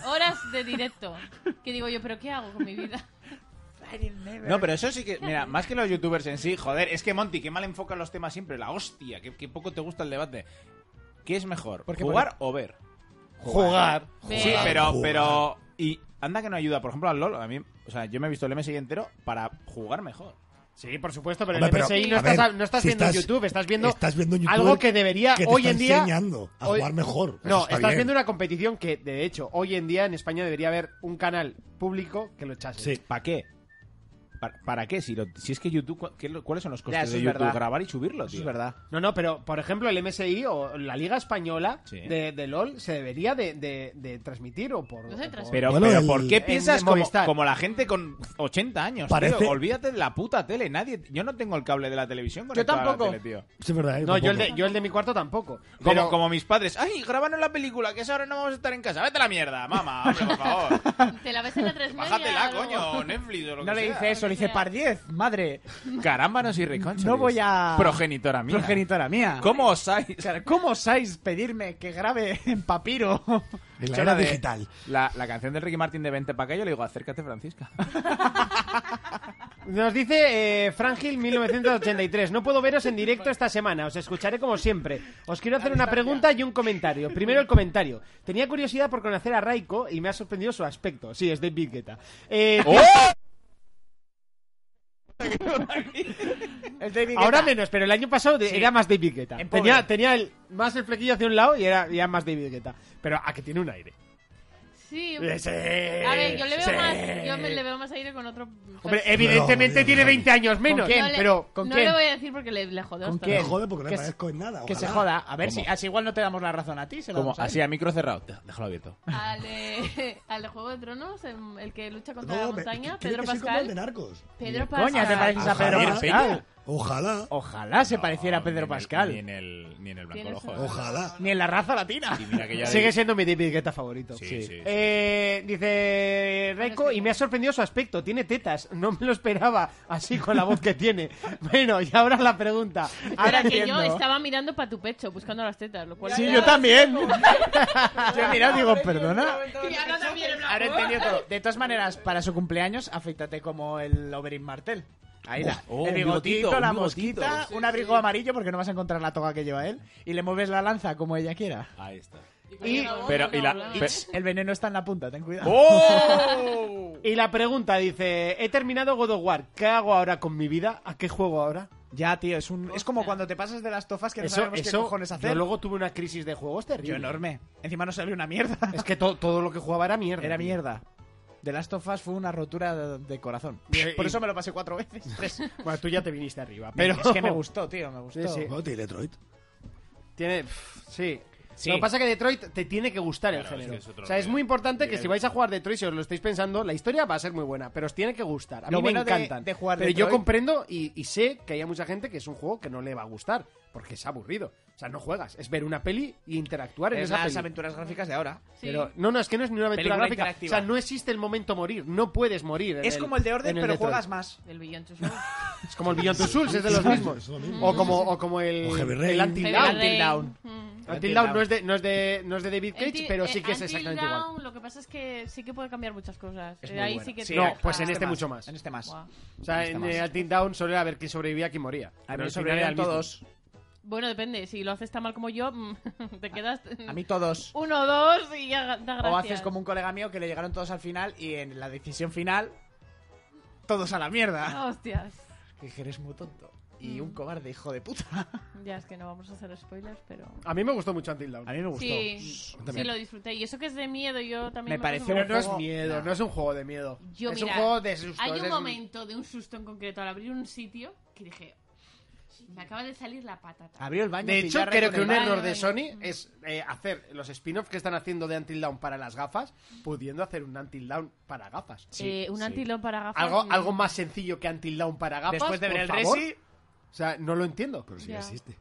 Horas de directo. Que digo yo, ¿pero qué hago con mi vida? No, pero eso sí que, mira, más que los youtubers en sí, joder, es que Monty, que mal enfoca los temas siempre, la hostia, que, que poco te gusta el debate. ¿Qué es mejor, Porque jugar o ver? Jugar. Jugar. Sí, Ver. pero, Jugar. pero, y anda que no ayuda, por ejemplo, al LOL, a mí, o sea, yo me he visto el MSI entero para jugar mejor. Sí, por supuesto, pero Hombre, en el pero, MSI no a estás, ver, no estás si viendo estás- YouTube, estás viendo, estás viendo un youtuber algo que debería que te hoy está en día. enseñando a hoy- jugar mejor. Eso No, está estás bien. viendo una competición que, de hecho, hoy en día en España debería haber un canal público que lo echase. ¿Para qué? ¿Para, para qué? Si, lo- si es que YouTube, ¿cu- qué- ¿cuáles son los Ya, costes eso de es YouTube? verdad. Grabar y subirlo, tío. es verdad. No, no, pero por ejemplo, el MSI o la Liga Española Sí. de, de LOL se debería de, de- de transmitir o por. o por- Pero, Bueno, pero el- ¿por qué en- piensas en como, Movistar. como la gente con 80 años? Parece- tío? olvídate de la puta tele. Nadie, yo no tengo el cable de la televisión conectado tampoco. a la tele, tío. Sí, es verdad, No, yo el, tampoco. de, yo el de mi cuarto tampoco. Como, Pero- como mis padres. ¡Ay, grabaron la película! Que es ahora no vamos a estar en casa. ¡Vete a la mierda, mamá! hombre, por favor! Te la ves en la tres ¡Bájatela, coño! o Netflix o No lo que le sea. dice eso, le dice par 10, madre. Carámbanos y reconchas. No voy a- Progenitora mía. Progenitora mía. ¿Cómo osáis? Claro, ¿Cómo osáis pedirme que grabe en papiro? En la Yo era de- digital. La, la canción del Ricky Martin de Vente pa' acá, yo le digo, acércate, Francisca. Nos dice eh, Frangil 1983. No puedo veros en directo esta semana. Os escucharé como siempre. Os quiero hacer una pregunta y un comentario. Primero el comentario. Tenía curiosidad por conocer a Raiko y me ha sorprendido su aspecto. Sí, es de Big Guetta. Eh, El David Ahora Guetta. menos, pero el año pasado de- era más David Guetta. En Tenía, pobre. tenía el, más el flequillo hacia un lado y era, era más David Guetta. Pero a que tiene un aire. Sí, Sí. A ver, yo le veo sí. más, yo me le veo más aire con otro. Hombre, evidentemente Pero, tiene 20 años menos. quién? No le- Pero, ¿con no quién? le voy a decir porque le, le jodo. ¿Con hasta quién? Me jode porque no Que me parezco en nada. Que se ojalá. joda. A ver ¿Cómo? si así igual no te damos la razón a ti. Se la Como damos a él. así, a micro cerrado. Déjalo abierto. Al, de- al de Juego de Tronos, em, el que lucha contra No, la me- montaña, cree Pedro que soy como el de Pascal. narcos. Pedro Pascal. Coña, te pareces a Pedro Javier Pascal. Ojalá. Ojalá se pareciera a Pedro Ni en el- Pascal. Ni en el, ni en el blanco Tienes ojo. razón. Ojalá. Ni en la raza latina. Y mira que ya Sigue de- siendo mi David Guetta favorito. Sí, sí, sí. Eh, dice Reiko, y me ha sorprendido su aspecto. Tiene tetas, no me lo esperaba así con la voz que tiene. Bueno, y ahora la pregunta. Ah, Ahora Ahora que yo entiendo. estaba mirando para tu pecho, buscando las tetas, lo cual Sí, era- yo también. yo mira, digo, este perdona. Ya no también en Ahora he blanco. entendido todo. De todas maneras, para su cumpleaños, afeítate como el Oberyn Martel. Ahí la, Oh, el un bigotito, bigotito, la un bigotito. mosquita, un abrigo amarillo porque no vas a encontrar la toga que lleva él. Y le mueves la lanza como ella quiera. Ahí está. Y, Pero, y la... pe- El veneno está en la punta, ten cuidado. ¡Oh! y la pregunta dice, he terminado God of War, ¿qué hago ahora con mi vida? ¿A qué juego ahora? Ya, tío, es, un, es como cuando te pasas de las tofas que no sabemos qué cojones hacer. yo luego tuve una crisis de juegos terrible. Yo enorme. Encima no salió una mierda. Es que to- todo lo que jugaba era mierda. Era tío. mierda. The Last of Us fue una rotura de, de corazón. Por eso me lo pasé cuatro veces. Tres. Bueno, tú ya te viniste arriba, pero... Es que me gustó, tío, me gustó. Sí, sí. No, tiene Detroit. Tiene. pff, sí. Sí. Lo que pasa es que Detroit te tiene que gustar el Claro, es género. que es otro o sea, es rollo. muy importante que Nivel. si vais a jugar Detroit, si os lo estáis pensando, la historia va a ser muy buena, pero os tiene que gustar. A mí Lo bueno me de- encantan. de jugar pero yo Detroit- comprendo y, y sé que hay mucha gente que es un juego que no le va a gustar, porque es aburrido. O sea, no juegas, es ver una peli y interactuar en Es esa las peli. aventuras gráficas de ahora. Sí. Pero, no, no, es que no es ni una aventura Película gráfica. O interactiva. sea, no existe el momento morir, no puedes morir. en Es como el de Orden, en el pero Detroit. juegas más. Del Beyond Two Souls. Es como el Beyond Two Souls, es de los mismos. Es lo mismo. O como, o como el, O Heavy el Rain. Until Heavy Dawn. Rain. Until Dawn. Mm. Until Dawn no es de, no es de, no es de David Cage, Until- pero eh, sí que es Until exactamente igual. Dawn, Lo que pasa es que sí que puede cambiar muchas cosas. Es Eh, muy Ahí bueno. sí que Sí, te no, deja- pues en este mucho más. En este más. Guau. O sea, en eh, Until Dawn solo era ver quién sobrevivía, quién moría. Pero A mí al final era sobrevivieron el mismo. todos. Bueno, depende. Si lo haces tan mal como yo, mm, te quedas A mí todos. uno o dos y ya da gracias. O haces como un colega mío que le llegaron todos al final y en la decisión final, todos a la mierda. Hostias. Que dije, eres muy tonto. Y y un cobarde hijo de puta. Ya es que no vamos a hacer spoilers, pero. A mí me gustó mucho Until Dawn. A mí me gustó. Sí, sí, También. lo disfruté. Y eso que es de miedo, yo también. Me pareció paso no es juego- miedo, no es un juego de miedo. Yo, es mira, un juego de susto. Hay un es- momento de un susto en concreto al abrir un sitio que dije. Me acaba de salir la patata. Abrió el baño. De hecho, pillarra creo con que el un baño. error de Sony es eh, hacer los spin-offs que están haciendo de Until Dawn para las gafas, pudiendo hacer un Until Dawn para gafas. Eh, un antilón para gafas. Algo, mm, algo más sencillo que Until Dawn para gafas. Después de por ver el favor. Resi- O sea, no lo entiendo. Pero sí Ya. existe.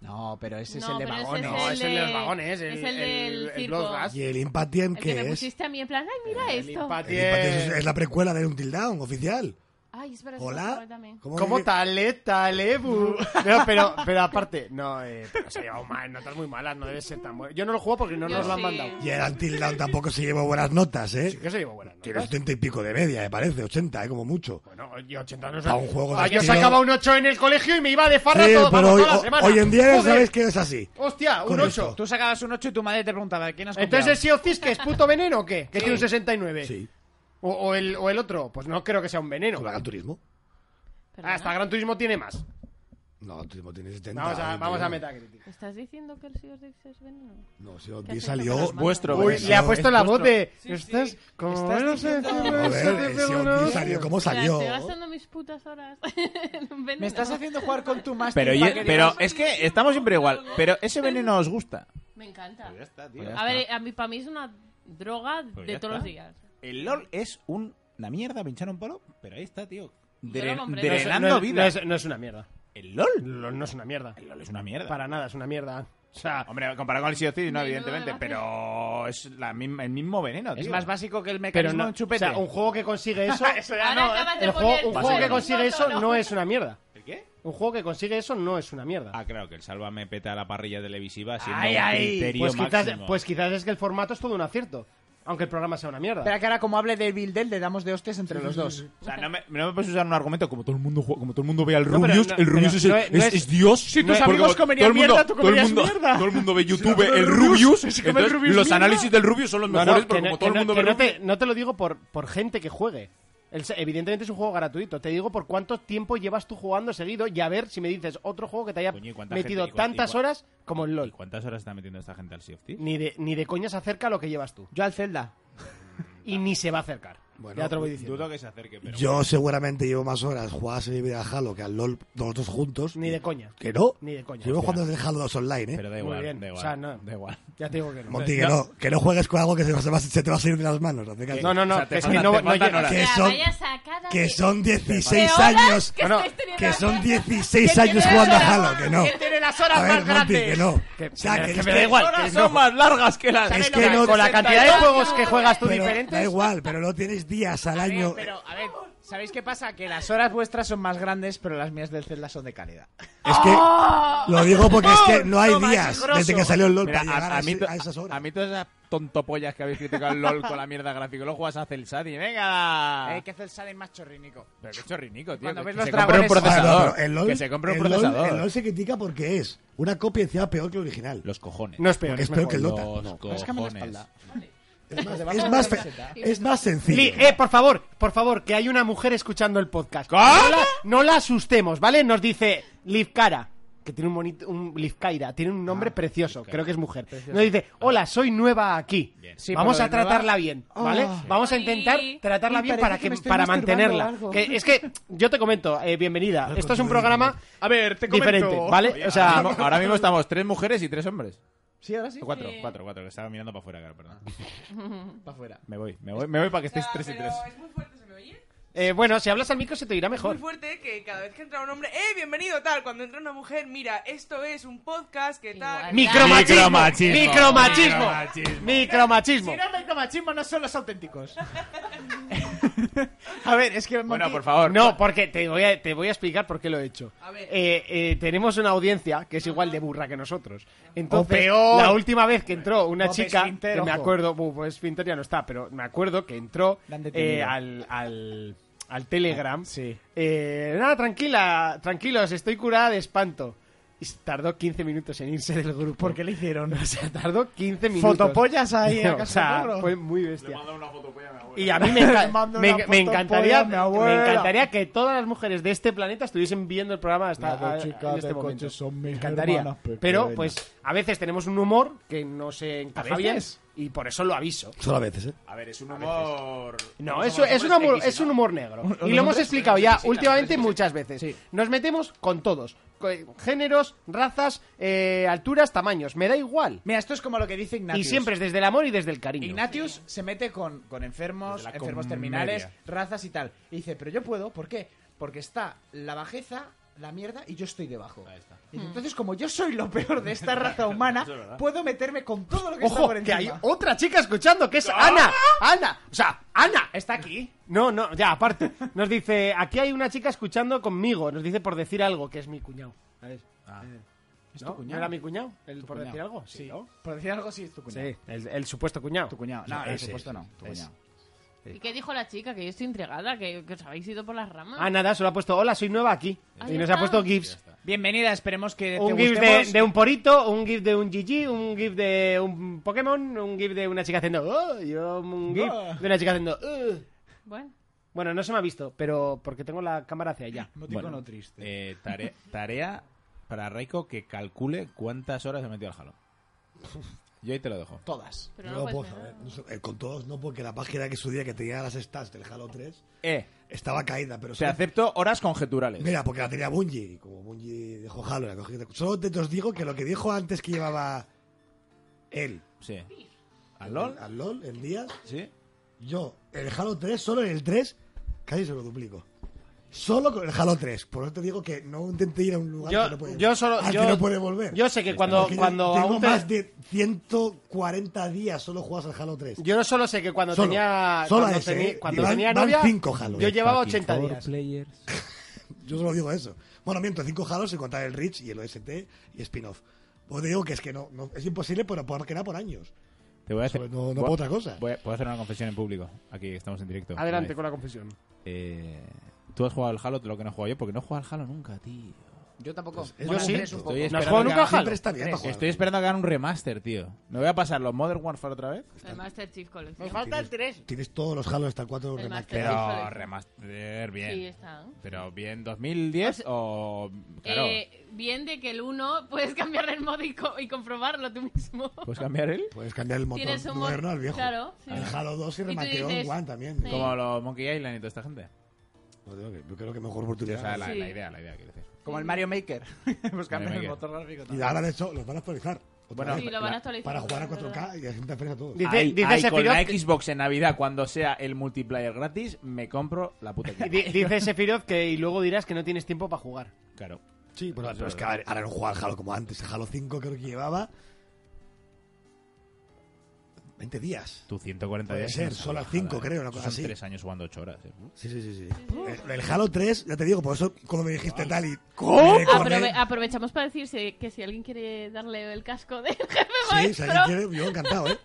No, pero ese No, pero ese es No, el es el de los de- vagones. es el del circo. Bloodlust. ¿Y el Impatiem El que me qué es? pusiste a mí en plan, ay, mira El esto. Impact El Impatiem es, es la precuela de Until Down, oficial. Ay, espera, eso Hola. Ah, me acordé también. Como que- tale, tale, eh? bu. No, pero, pero aparte, no, eh, pero se ha llevado mal, notas muy malas, no debe ser tan bueno. Yo no lo juego porque no Yo nos lo han sí. mandado. Y el Until Down tampoco se llevó buenas notas, ¿eh? Sí que se llevó buenas notas. Tiene 70 y pico de media, me parece, 80, ¿eh? Como mucho. No, yo 80 no sé. Para un juego de Ah, yo estilo- sacaba un 8 en el colegio y me iba de farra Sí, todo, pero vamos, hoy, toda la semana. hoy en día Joder. sabes que es así. Hostia, un Con 8. Tú sacabas un 8 y tu madre te preguntaba, ¿quién has comprado? Entonces, si Ocis que es puto veneno o qué? Que Sí. tiene un 69. Sí. O, o el, o el otro, pues no creo que sea un veneno. ¿Con Gran Turismo? Ah, Hasta Gran Turismo tiene más. No, Gran Turismo tiene 70. Vamos a, vamos a meter. Metacritic. ¿Estás diciendo que el Sea of Thieves es veneno? No, si ¿Qué has salió. hecho Es con las vuestro Uy, le ha puesto la voz de. Estás. Como Estás no sé, diciendo- no Joder, sé, el pero Sea of no. Thieves salió como Claro, salió. Estoy gastando mis putas horas. en un veneno. Me estás haciendo jugar con tu máster. Pero, para yo- que pero digas- eh- es que estamos siempre igual. Pero ese veneno os gusta. Me encanta. Pues ya A ver, está. a mí, para mí es una droga Pues de ya todos está. los días. El LOL es un- una mierda, pinchar un palo. Pero ahí está, tío. lo Dre- comprendo. No es- drenando no es- vida. No es, no es una mierda. ¿El LOL? Lo- no es una mierda. El LOL es una mierda. Para nada, es una mierda. O sea, Hombre, comparado con el Sea of Thieves, no, Menudo evidentemente. debate. Pero es la misma- el mismo veneno, tío. Es más básico que el pero mecanismo no. de un chupete. O sea, un juego que consigue eso. Eso ya Ahora no, ¿eh? acabas de el juego, poner un todo juego el que mundo consigue eso solo. no es una mierda. ¿El qué? Un juego que consigue eso no es una mierda. Ah, claro, que el Sálvame peta la parrilla televisiva siendo Ay, un ay. criterio Pues quizás, máximo. pues quizás es que el formato es todo un acierto. Aunque el programa sea una mierda. Espera que ahora como hable de Bildel le damos de hostias entre los dos. O sea, no me, no me puedes usar un argumento como todo el mundo juega- como todo el mundo ve al No, pero Rubius, no- el Rubius pero es, el- no es- no es- es- es Dios. Si tus porque amigos como- comerían todo el mundo- mierda, tú todo el comerías mundo- mierda. Todo el mundo ve YouTube, el el Rubius, Rubius. se come el entonces, Rubius los mierda. análisis del Rubius son los No, no, mejores, que pero no- como que todo el no- mundo que ve no Rubius- te, no te lo digo por, por gente que juegue. El se- evidentemente es un juego gratuito. Te digo por cuánto tiempo llevas tú jugando seguido y a ver si me dices otro juego que te haya Coño, ¿y cuánta metido gente? ¿Y cuán- tantas y cuán- horas como el ¿Y LOL. cuántas horas está metiendo esta gente al Sea of Thieves? Ni de, ni de coñas acerca lo que llevas tú. Yo al Zelda. Y ni se va a acercar. Bueno, ya te lo voy diciendo. Dudo que se acerque, pero... Yo seguramente llevo más horas jugadas en mi vida a Halo que al LOL nosotros juntos. Ni de coña. ¿Que no? Ni de coña. Llevo jugando desde el Halo 2 online, ¿eh? Pero da Muy igual, bien. da O igual. sea, no. Da igual. Ya te digo que no. Monti, que no, que no juegues con algo que se, va- se te va a salir de las manos. acércate. No, no, no. O sea, te es faltan- que no, te no faltan llega- horas. Que O sea, son, vaya sacada que de- son de 16 horas años. que No, estáis teniendo Que la son cara. 16 Que años tiene jugando horas- a Halo, que no. que tiene las horas A ver, más Monti, grandes. que no. Que- O sea, que que, me es da igual. que que Horas no. son más largas que las... Es que no- Con la cantidad de juegos que juegas tú pero da diferentes. igual, pero no tienes días al año. Pero, a ver, ¿sabéis qué pasa? Que las horas vuestras son más grandes, pero las mías del Zelda son de calidad. Es que lo digo porque es que no hay Toma, días qué grosso. desde que salió el LOL Mira, para llegar a, a, a mí ese- to- a esas horas. a mí todas esas tontopollas que habéis criticado el LOL con la mierda gráfica, lo juegas a Celsadi, venga. Eh, que Zelda es más chorrínico. Pero qué chorrinico, tío. Cuando que- ves que los se compre un dragones- procesador. Bueno, pero el LOL, que se compre un el LOL- procesador. el LOL se critica porque es una copia encima peor que el original. Los cojones. No es peor. Porque Es es peor que el mejor. Dota. Los Rascame la cojones. espalda. Es más, debajo es de más la fe- camiseta. es más Li, sencillo. eh, por favor, por favor, que hay una mujer escuchando el podcast. No la, no la asustemos, ¿vale? Nos dice Livkara, que tiene un bonito, un Livkaira, tiene un nombre precioso, creo que es mujer. Nos dice, hola, soy nueva aquí. Sí, Vamos pero a de nueva- tratarla bien, ¿vale? Vamos a intentar Ay. tratarla Uy, bien parece para que que, me estoy para masturbando o mantenerla. algo. Que- es que yo te comento, eh, bienvenida. Esto es un programa A ver, te diferente, ¿vale? O sea, ahora, mismo, ahora mismo estamos tres mujeres y tres hombres. Sí, ahora sí. O cuatro, Sí. cuatro, cuatro. Que estaba mirando para afuera, claro, perdón. Para afuera. Me voy, me voy, me voy para que O sea, estéis tres y pero tres. es muy fuerte, ¿se me oye? eh, bueno, si hablas al micro se te irá Es muy mejor. fuerte que cada vez que entra un hombre, ¡eh, bienvenido! Tal, cuando entra una mujer, mira, esto es un podcast, ¿qué tal? Igual. Micromachismo. Micromachismo. Micromachismo. Micromachismo. Micromachismo. Si no hay machismo, no son los auténticos. a ver, es que. Bueno, Monty- por favor. No, porque te voy, a, te voy a explicar por qué lo he hecho. A ver. Eh, eh, tenemos una audiencia que es igual de burra que nosotros. Entonces, O peor. la última vez que entró una Bob chica, Esfinter, que me ojo. acuerdo, bu, pues Esfinter ya no está, pero me acuerdo que entró La han detenido. eh, al, al, al Telegram. Ah, Sí. Eh, nada, tranquila, tranquilos, estoy curada de espanto. Y tardó 15 minutos en irse del grupo. ¿Por qué le hicieron? O sea, tardó 15 minutos. Fotopollas ahí a O casa de sea, Curro. fue muy bestia. abuela. Y a mí me, enca- Le mando me, me una foto encantaría, polla a mi me abuela. encantaría que todas las mujeres de este planeta estuviesen viendo el programa hasta Las dos a- chicas en este de momento. coche son mis me encantaría. hermanas pequeñas. Pero pues a veces tenemos un humor que no se encaja bien veces? y por eso lo aviso. Solo a veces, ¿eh? A ver, es un humor. No, eso es un humor, es un humor negro. Los Y lo hemos hombres- explicado ya Sí, sí, últimamente sí, sí. muchas veces. Nos metemos con todos. Co- Géneros, razas, eh, alturas, tamaños. Me da igual. Mira, esto es como lo que dice Ignatius. Y siempre es desde el amor y desde el cariño. Ignatius se mete con, con enfermos, Desde la enfermos comedia. terminales, razas y tal. Y dice, pero yo puedo, ¿por qué? Porque está la bajeza, la mierda y yo estoy debajo. Y dice, Mm. entonces, como yo soy lo peor de esta raza humana, Eso es verdad. puedo meterme con todo lo que está Ojo, por que encima. hay otra chica escuchando, que es Ana. Ana. O sea, Ana. Está aquí. No, no, ya, aparte. Nos dice, aquí hay una chica escuchando conmigo. Nos dice por decir algo, que es mi cuñado. ¿Sabes? ¿Es ¿No? tu cuñado? ¿No era mi cuñado? ¿El ¿Tu por cuñado? decir algo? Sí. Por decir algo, sí, es tu cuñado. Sí, el, el supuesto cuñado. Tu cuñado. No, el supuesto no, tu cuñado. ¿Y qué dijo la chica? Que yo estoy intrigada, que, que os habéis ido por las ramas. Ah, nada, solo ha puesto, hola, soy nueva aquí. Ahí Y nos está. ha puesto GIFs. Bienvenida, esperemos que Un te GIF de, gustemos. de un porito, un GIF de un GG, un GIF de un Pokémon, un GIF de una chica haciendo... "Oh", y un GIF Ah. de una chica haciendo... "Ugh". Bueno. Bueno, no se me ha visto, pero porque tengo la cámara hacia allá. Bueno, eh, tare- tarea para Raiko que calcule cuántas horas ha metido al jalo. Yo ahí te lo dejo. Todas. Yo no puedo saber. No sé, eh, con todos no, porque la página que su día que tenía las stats del Halo 3 Eh. estaba caída, pero... Te solo- acepto horas conjeturales. Mira, porque la tenía Bungie, y como Bungie dejó Halo, la cogió- Solo te os digo que lo que dijo antes que llevaba él... Sí. ¿Al LOL? Al LOL, en días. Sí. Yo, el Halo 3, solo en el 3, casi se lo duplico. Solo con el Halo 3. Por eso te digo que no intenté ir a un lugar Yo- que no puede yo solo- al yo- que no puede volver. yo sé que cuando- Porque yo cuando Tengo aún te- más de 140 días solo jugas al Halo 3. Yo no solo sé que cuando Solo. tenía Solo cuando, a ese, teni- ¿eh? cuando Van- tenía van novia, cinco Halos. yo llevaba Aquí, 80 por días. Yo solo digo eso. Bueno, miento, 5 Halos y contar el Rich y el OST y spin-off. Pues te digo que es que no, no- es imposible, pero por que era por años. Te voy a hacer, Sobre- Pues no- no puedo otra cosa. Voy a, puedo hacer una confesión en público. Aquí estamos en directo. Adelante Live. con la confesión. Eh, Tú has jugado al Halo, lo que no he jugado yo, porque no he jugado al Halo nunca, tío. Yo tampoco. Pues, Bueno, yo sí. tres un poco. Estoy ¿No has esperando jugado que nunca al hagan- Halo? Siempre está bien para jugar. Estoy esperando que hagan un remaster, tío. Me voy a pasar los Modern Warfare otra vez. El Master Chief Collection. Me falta el 3. Tienes todos los Halos hasta el 4 El remaster. Pero remaster bien. Sí, están. Pero bien Ah, 2010 o... Claro, Eh, bien de que el 1 puedes cambiar el mod y, co- y comprobarlo tú mismo. ¿puedes cambiar él? Puedes cambiar el Tienes motor un mod- moderno al viejo. Claro, sí. Al Halo 2 y Y tú remaqueó dices- en One también. Sí. Como los Monkey Island y toda esta gente. Pues digo que- Yo creo que mejor oportunidad. O sea, la, Sí. la idea, la idea, quiero decir. Como el Mario Maker. pues cambia el Maker. motor gráfico. Y ahora de hecho los van a actualizar. Otra Bueno, vez. Sí, lo van a actualizar, Para jugar a es verdad. Ah, 4K y a gente a todos. Dice- Ahí- dice ahí con Sephiroth la que- Xbox en Navidad, cuando sea el multiplayer gratis, me compro la puta Y di- Dice Sephiroth que y luego dirás que no tienes tiempo para jugar. Claro. Sí, pues pero es que ahora ahora no juega al Halo como antes. El Halo 5 creo que llevaba 20 días. Tu 140 Puede días. ser, no es solo una al cinco, bajada, ¿eh? creo, una Eso cosa Son así. 3 años jugando 8 horas. ¿eh? Sí, sí, sí. sí. El, el Halo 3, ya te digo, por eso cuando me dijiste tal y... me acordé- Aprove- aprovechamos para decir si- que si alguien quiere darle el casco de jefe Sí, si maestro, alguien quiere, yo encantado, ¿eh?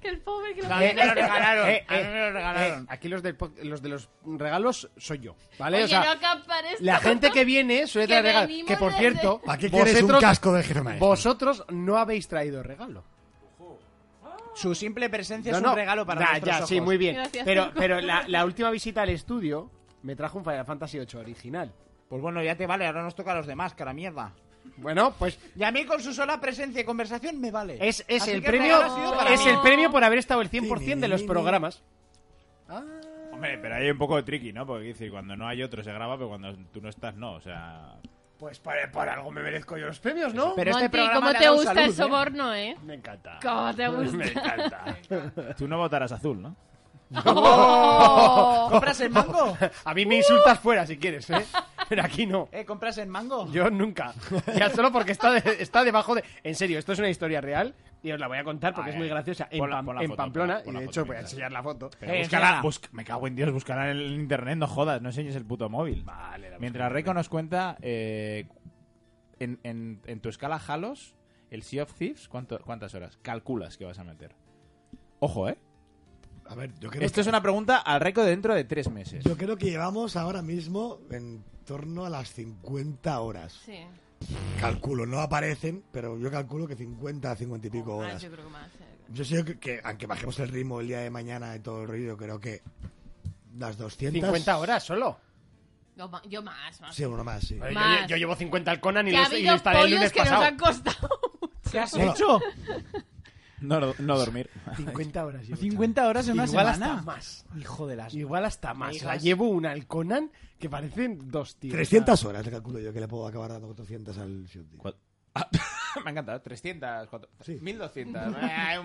que el pobre que lo Eh, eh, eh, a mí me lo eh, regalaron. eh, aquí los, del pod- los de los regalos soy yo, ¿vale? Oye, o sea, no acampar esto. la gente que viene suele Que traer regalos. venimos Que por desde- cierto, ¿Para qué quieres un casco de jefe maestro? Vosotros no habéis traído regalo. Su simple presencia No, es no. un regalo para Ya, nuestros Ya, sí, ojos. muy bien. Gracias, pero Urco. pero la, la última visita al estudio me trajo un Final Fantasy VIII original. Pues bueno, ya te vale, ahora nos toca a los demás, cara mierda. Bueno, pues Y a mí con su sola presencia y conversación me vale. es, es Así el que premio regalo ha sido para es mí. el premio por haber estado el 100% de los programas. Hombre, pero hay un poco de tricky, ¿no? Porque quiero decir, cuando no hay otro se graba, pero cuando tú no estás, no. O sea. Pues para, para algo me merezco yo los premios, ¿no? Pero Monty, este programa ¿cómo le ha te dado gusta salud, el ¿eh? soborno, eh? Me encanta. ¿Cómo te gusta? Me encanta. Tú no votarás azul, ¿no? ¡Oh! ¿Compras el mango? A mí me insultas fuera si quieres, ¿eh? Pero aquí no. ¿Eh? ¿Compras el mango? Yo nunca. Ya solo porque está, de- está debajo de... En serio, esto es una historia real y os la voy a contar porque A es ver, muy graciosa. En, pon la- Pam- pon la en foto, Pamplona, pon la- pon y la de foto, hecho voy a mira. enseñar la foto. Pero búscala, busca- me cago en Dios, buscala en el internet, no jodas, no enseñes el puto móvil. Mientras Reiko nos cuenta, eh, en, en- en tu escala Halos, el Sea of Thieves, ¿cuánto- ¿cuántas horas calculas que vas a meter? Ojo, ¿eh? A ver, yo creo Esto que- es una pregunta al Reiko de dentro de tres meses. Yo creo que llevamos ahora mismo en torno a las 50 horas. Sí. Calculo, no aparecen, pero yo calculo que 50, 50 y pico Ah, horas. yo creo que más. eh. Yo sé que, que aunque bajemos el ritmo el día de mañana y todo el rollo, yo creo que las 200... 50 horas solo. No, ma- yo más, más. Sí, uno más, sí. Oye, yo- Más. Yo, yo llevo 50 al Conan y, que ha los, y habido los instalé el pollos lunes que nos pasado. han costado mucho. ¿Qué has Bueno. hecho? No, no dormir. 50 horas. llevo. 50 horas en una Igual semana. hasta más. Hijo de las. Igual hasta más. O sea, Amigas. llevo una al Conan que parecen dos tíos. 300 horas, le calculo yo, que le puedo acabar dando 400 al Shunti. Ah. Me ha encantado. 300, cuatro- 1200.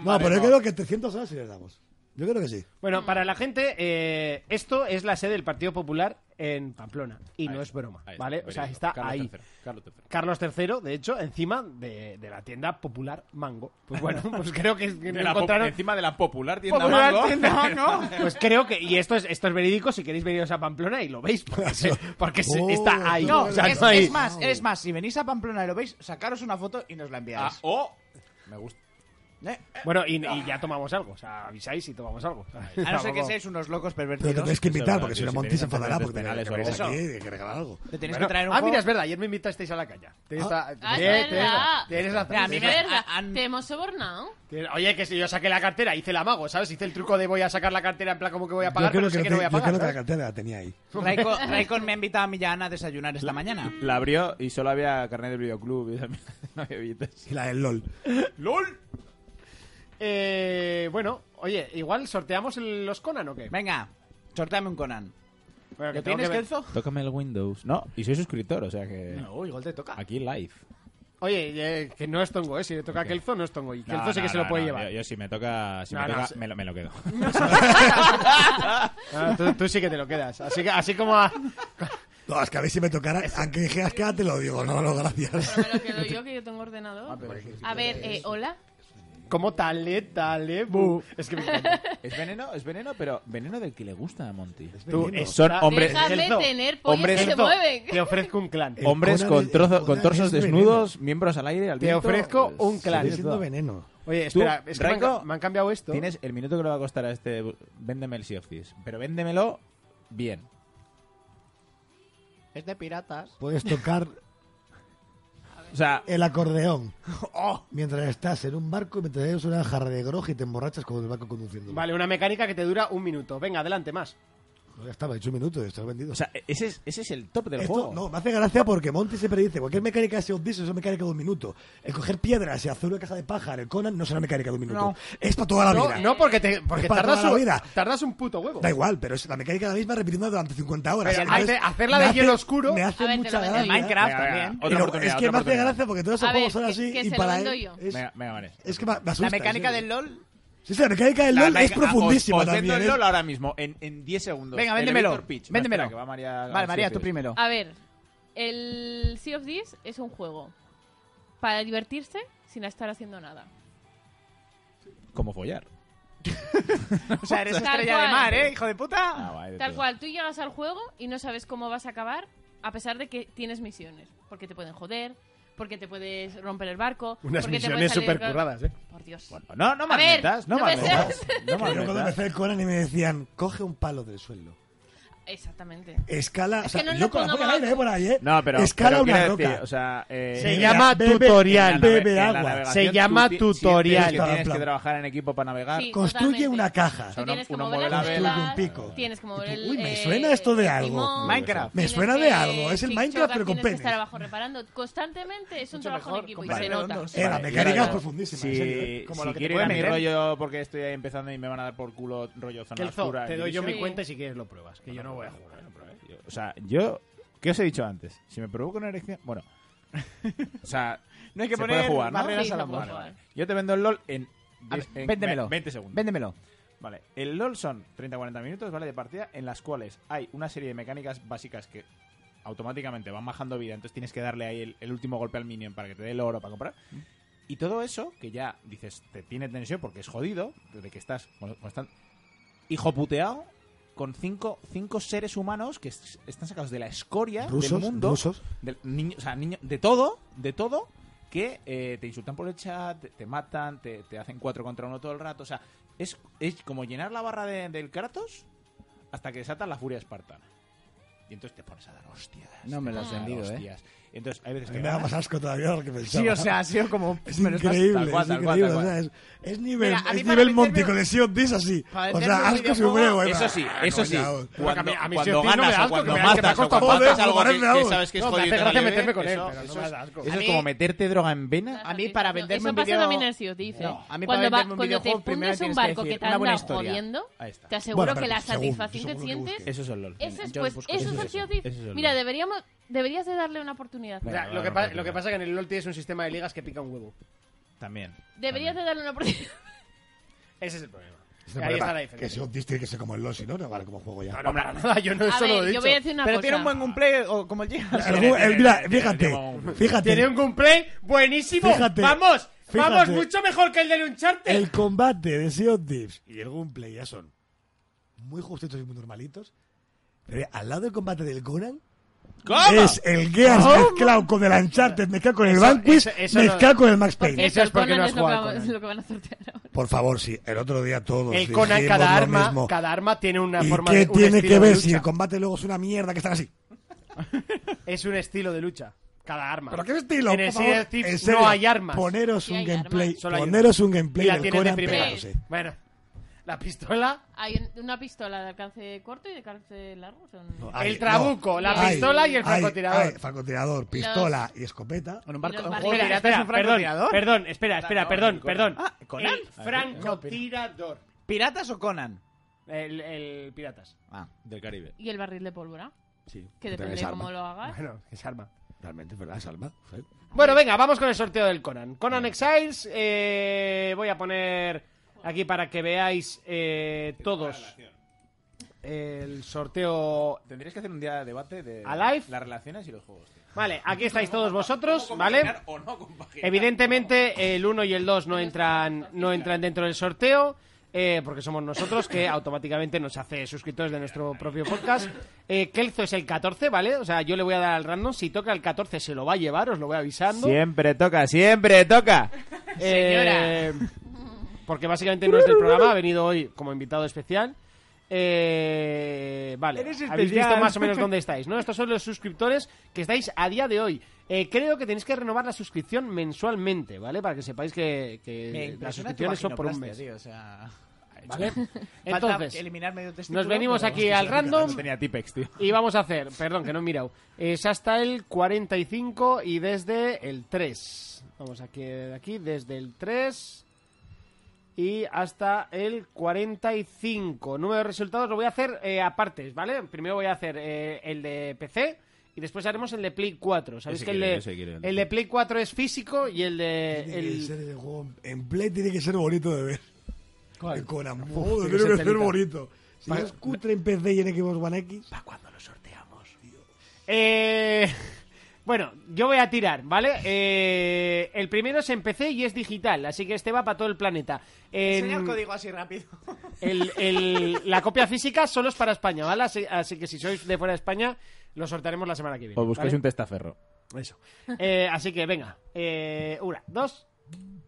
No, pero yo creo que 300 horas sí les damos. Yo creo que sí. Bueno, para la gente, eh, esto es la sede del Partido Popular en Pamplona. Y no es broma, ¿vale? O sea, está ahí. Carlos Carlos III, de hecho, encima de, de la tienda popular Mango. Pues bueno, pues creo que que De la po- encontraron... Encima de la popular Pues tienda Popular Mango. tienda Mango. Pues creo que... Y esto es, esto es verídico, si queréis veniros a Pamplona y lo veis, porque, se- porque se- Oh, está ahí. No, o sea, es, no hay- es más, es más, si venís a Pamplona y lo veis, sacaros una foto y nos la Ah, enviáis. oh. Me gusta. oh. ¿Eh? Bueno, y, y ya tomamos algo. O sea, avisáis y tomamos algo. A no ser que Tampoco- seáis unos locos Pero te pervertidos. tienes que invitar, verdad, porque tío, si no si Monty tienes se enfadará que hacer porque penales te o algo venís así. aquí y hay que regalar algo. Te tenéis Bueno, que traer un ah, juego. mira, es verdad, ayer me invitasteis a la calla. Tienes ta- Ah, es tienes- tienes- verdad. tienes razón, Mira, a mí tienes me- razón. Verdad, han- Te hemos sobornado. Tienes- Oye, que si yo saqué la cartera, hice el amago, ¿sabes? Hice el truco de voy a sacar la cartera en plan como que voy a Yo pagar, creo pero que, sé no que no te- voy a yo creo pagar. que la ¿sabes? cartera la tenía ahí. Raikon, Raikon me ha invitado a Millán a desayunar esta mañana. La abrió y solo había carnet del videoclub. Y también no había billetes. Y la del LOL. ¡Lol! Eh, bueno, oye, igual sorteamos el- los Conan o qué. Venga, sorteame un Conan. Bueno, ¿Lo tengo tienes, ver- Kelzo? Tócame el Windows. No, y soy suscriptor, o sea que. No, igual te toca. Aquí live. Oye, eh, que no es tongo, ¿eh? Si le toca a Kelzo, no es tongo. Y Kelzo No, sé que no, se lo no, puede no, llevar. Yo, yo si me toca, si No, me, no, toca sí. me, lo, me lo quedo. Ah, tú, tú sí que te lo quedas. Así, que, así como a... No, es que a mí si me tocara, aunque dijeras que te lo digo, no, no, gracias. Pero me lo quedo yo, que yo tengo Ah, ordenador. A ver, eh, hola. Como tale, tale, bu. Es que me encanta. Es veneno, es veneno, pero veneno del que le gusta a Monty. Tú, Veneno. son hombres- Déjame Kelzo, tener pollos hombres- que se Kelzo, mueven. Te ofrezco un clan. El Hombres Conan con, es- trozo- el con Conan torsos es veneno. desnudos, miembros al aire, al Te viento, ofrezco pues, un clan. sin Estoy diciendo duda. veneno. Oye, espera, Tú, es que me han- Raiko, me han cambiado esto. Tienes el minuto que le va a costar a este. bu- Véndeme el Sea of Thieves, Pero véndemelo bien. Es de piratas. Puedes tocar O sea, el acordeón mientras estás en un barco, mientras hay una jarra de groja y te emborrachas con el barco conduciendo. Vale, una mecánica que te dura un minuto. Venga, adelante, más. Ya estaba, hecho un minuto, estás vendido. o sea, ese, es, ese es el top del Esto, juego. no, me hace gracia porque Monty siempre dice, cualquier mecánica de Sea of Thieves es una mecánica de un minuto. El coger piedras y hacer una caja de paja en el Conan no es una mecánica de un minuto. No. Es para toda la No, vida. no, porque, te, porque Ah, Es para tardas, toda la un, vida. tardas un puto huevo. Da igual, pero es la mecánica es la misma repitiendo durante 50 horas. Pero Entonces, hace- hacerla me de hace- hielo oscuro. Me hace A ver, te mucha lo vendo gracia. yo. Minecraft Venga, venga, también. otra Pero oportunidad, es que otra me hace oportunidad. gracia porque todos esos A juegos ver, son que- así que y se lo para vendo él yo. es, Venga, venga, vale. es que me, me asusta. La mecánica sí. del LOL. Sí, sí, la mecánica del La LOL es mecánica- profundísima os- os vendo también. el ¿eh? LOL ahora mismo, en, en 10 segundos. Venga, El véndemelo, Elevator pitch. No, véndemelo. espera, que va María- Vale, María, sí, tú sí. primero. A ver, el Sea of Thieves es un juego para divertirse sin estar haciendo nada. Como follar. O sea, eres Tal estrella de cual. mar, ¿eh, hijo de puta? Ah, vale, Tal tío. cual, tú llegas al juego y no sabes cómo vas a acabar, a pesar de que tienes misiones. Porque te pueden joder, porque te puedes romper el barco. Unas porque te misiones puede salir- súper curradas, ¿eh? Por Dios. Bueno, no, no A ver, malmetas, no no me malmetas. No Que Yo cuando malmetas. empecé el Conan y me decían, coge un palo del suelo. Exactamente. Escala. Es o sea, que no yo lo con la boca al pongamos- aire, eh, por ahí, ¿eh? No, pero. Escala pero una quiero decir, roca. o sea, eh, Se en llama bebe- tutorial. bebe en la agua. navegación Se tú llama ti- tutorial. sientes que Estaba en Tienes que plan- trabajar en equipo para navegar. Sí, Construye totalmente. una caja. Tú sea, uno- tienes que uno mover mueve las la vela. velas, Construye un pico. Tienes que mover el, Uy, me eh, suena esto de el algo. timón, Minecraft. Me tienes suena de que algo, es el Minecraft, chichocar, pero con Tienes que penes. estar abajo reparando constantemente. Es un trabajo en equipo y vale. se nota. Eh, la Vale, mecánica yo- es profundísima. en serio, ¿eh? Si, Como si lo que te quiero ir puede a mi meter. rollo porque estoy ahí empezando y me van a dar por culo rollo zona Kelzo, oscura. te doy yo mi Sí. cuenta y si quieres lo pruebas, que yo no voy a jugar. Yo- O sea, yo... ¿Qué os he dicho antes? Si me provoco una erección... Bueno. O sea... No hay que se poner puede jugar, ¿no? barreras Sí, al no amor. puedo Vale, vale. jugar. Yo te vendo el LOL en... A ver, diez- en véndemelo. 20 segundos. Véndemelo. Vale. El LOL son 30-40 minutos, ¿vale? De partida en las cuales hay una serie de mecánicas básicas que automáticamente van bajando vida. Entonces tienes que darle ahí el, el último golpe al minion para que te dé el oro para comprar. Y todo eso, que ya dices, te tiene tensión porque es jodido, de que estás con- constan- hijoputeado con cinco, cinco seres humanos que es- están sacados de la escoria Rusos, del mundo. rusos. del niño- o sea, niño- de todo, de todo, que eh, te insultan por el chat, te, te matan, te, te hacen cuatro contra uno todo el rato. O sea, es, es como llenar la barra de- del Kratos hasta que desatan la furia espartana. Y entonces te pones a dar hostias. No me lo has A dar vendido, ¿eh? hostias. Entonces, hay veces A que. mí me da más asco todavía de lo que pensaba. Sí, o sea, ha sido como- Es me lo estás- increíble, tal cual, es tal cual, increíble. tal o sea, cual. es, es nivel, Mira, a mí es para nivel meterme- Montico de Sea of Thieves así. para O meterme sea, en asco si videojuego, hubiera, güey, Eso va. sí, Ah, eso sí. coño. Cuando, A mí cuando Sea of Thieves no me ganas da o asco, cuando que me da- que me matas da o cuando costa matas joder, algo que, ponerme aún. que sabes que es No, me jodido. hace que gracia la bebe, meterme con él, eso- pero no eso me es- da asco. Eso A es mí- como meterte droga en vena. A mí para Eso venderme pasa un video... también en el Sea of Thieves, No, ¿eh? a mí para cuando, venderme un cuando te videojuego primero fundes un tienes que barco que, decir te una han buena dado historia. jodiendo, Ahí está. te aseguro Bueno, que pero la seguro, satisfacción seguro que que sientes... busque. Eso es el LOL. Eso es, Yo pues, busco- eso eso es el es Sea of el- Thieves. eso es el Mira, LOL. deberíamos, deberías de darle una oportunidad. O sea, lo, que pa- lo que pasa es que en el LoL tienes un sistema de ligas que pica un huevo. También. Deberías de darle una oportunidad. Ese es el problema. Es el Ahí problema, está la diferencia. Que Sea of Thieves tiene que ser como el Lost, ¿no? No vale como juego ya. No, no, para nada, yo no A eso ver, lo he yo dicho. voy a decir una Pero cosa. tiene un buen gameplay o como el Gears. El juego- el- mira, fíjate, fíjate. Tiene un gameplay buenísimo. Fíjate, vamos, vamos fíjate. mucho mejor que el del Uncharted. El combate de Sea of Thieves y el gameplay ya son muy justitos y muy normalitos. Pero al lado del combate del Conan ¿Cómo? es el Gears ¿Cómo? mezclado con el Uncharted, mezclado con el Eso- Vanquish, eso- eso no- mezclado con el Max Payne. Eso es porque no has es lo que, jugado. va- con es él. lo que van a sortear. Por favor, sí, el otro día todos El Conan, dijimos cada lo arma, mismo. cada arma tiene una ¿Y forma qué de un tiene estilo que de ver lucha. si el combate luego es una mierda que están así? Es un estilo de lucha. Cada arma. ¿Pero qué estilo? En el Por favor, Sea of Thieves en no serio, hay armas. Poneros un gameplay, Solo hay poneros una. un gameplay Y la del tienes de Conan eh. primera. pegándose. Bueno, la pistola, Hay un- una pistola de alcance corto y de alcance largo. Son... No, hay- el trabuco, no, la hay- pistola y el hay- francotirador. hay francotirador, pistola y escopeta. En un barco- los un barcos. juego de Espera, piratas, espera, un francotirador. Perdón, espera, espera, no, perdón, Conan. perdón. Ah, ¿Conan? El francotirador. ¿Piratas o Conan? El, el piratas. Ah, del Caribe. Y el barril de pólvora. Sí. Que Pero depende es de arma. cómo lo hagas. Bueno, es arma. Realmente, ¿verdad? Es arma. Sí. Bueno, venga, vamos con el sorteo del Conan. Conan Exiles, eh, voy a poner aquí para que veáis eh, todos el sorteo. Tendrías que hacer un día de debate de Alive. las relaciones y los juegos. tío. Vale, aquí estáis todos vosotros, ¿Cómo ¿vale? compaginar o no compaginar? Evidentemente, el 1 y el 2 no entran, no entran dentro del sorteo. eh, porque somos nosotros que automáticamente nos hace suscriptores de nuestro propio podcast. Eh, Kelzo es el 14, ¿vale? O sea, yo le voy a dar al random. Si toca el 14, se lo va a llevar, os lo voy avisando. Siempre toca, siempre toca. Eh, porque básicamente no es del programa, ha venido hoy como invitado especial. Eh, vale, Eres habéis especial. visto más o menos dónde estáis, ¿no? Estos son los suscriptores que estáis a día de hoy. Eh, creo que tenéis que renovar la suscripción mensualmente, ¿vale? Para que sepáis que, que Me Eh, las impresiona tu suscripciones son por un mes. vaginoplastia, tío, o sea... ¿Vale? Falta Entonces, eliminar medio testículo, nos venimos pero- aquí al random Tenía Tipex, tío. y vamos a hacer, perdón que no he mirado, es hasta el 45 y desde el 3. Vamos aquí, aquí desde el 3 y hasta el 45. Nueve resultados lo voy a hacer eh, a partes, ¿vale? Primero voy a hacer eh, el de PC y después haremos el de Play 4. Sabéis Ese que quiero, el, ese quiero, de, el de el de Play 4 es físico y el de... Tiene que el- ser el juego- en play tiene que ser bonito de ver. El Conan, Uf, modo, tiene que tiene ser que ser telita. bonito. Si Pa- es cutre en PC y en Xbox One X, Eh, bueno, yo voy a tirar, ¿vale? Eh, el primero es en PC y es digital, así que este va para todo el planeta. En- Enseña el código así rápido. el- el- la copia física solo es para España, ¿vale? Así, así que si sois de fuera de España, lo sortearemos la semana que viene. Os buscáis ¿vale? un testaferro. Eso. Eh, así que venga. Eh, una, dos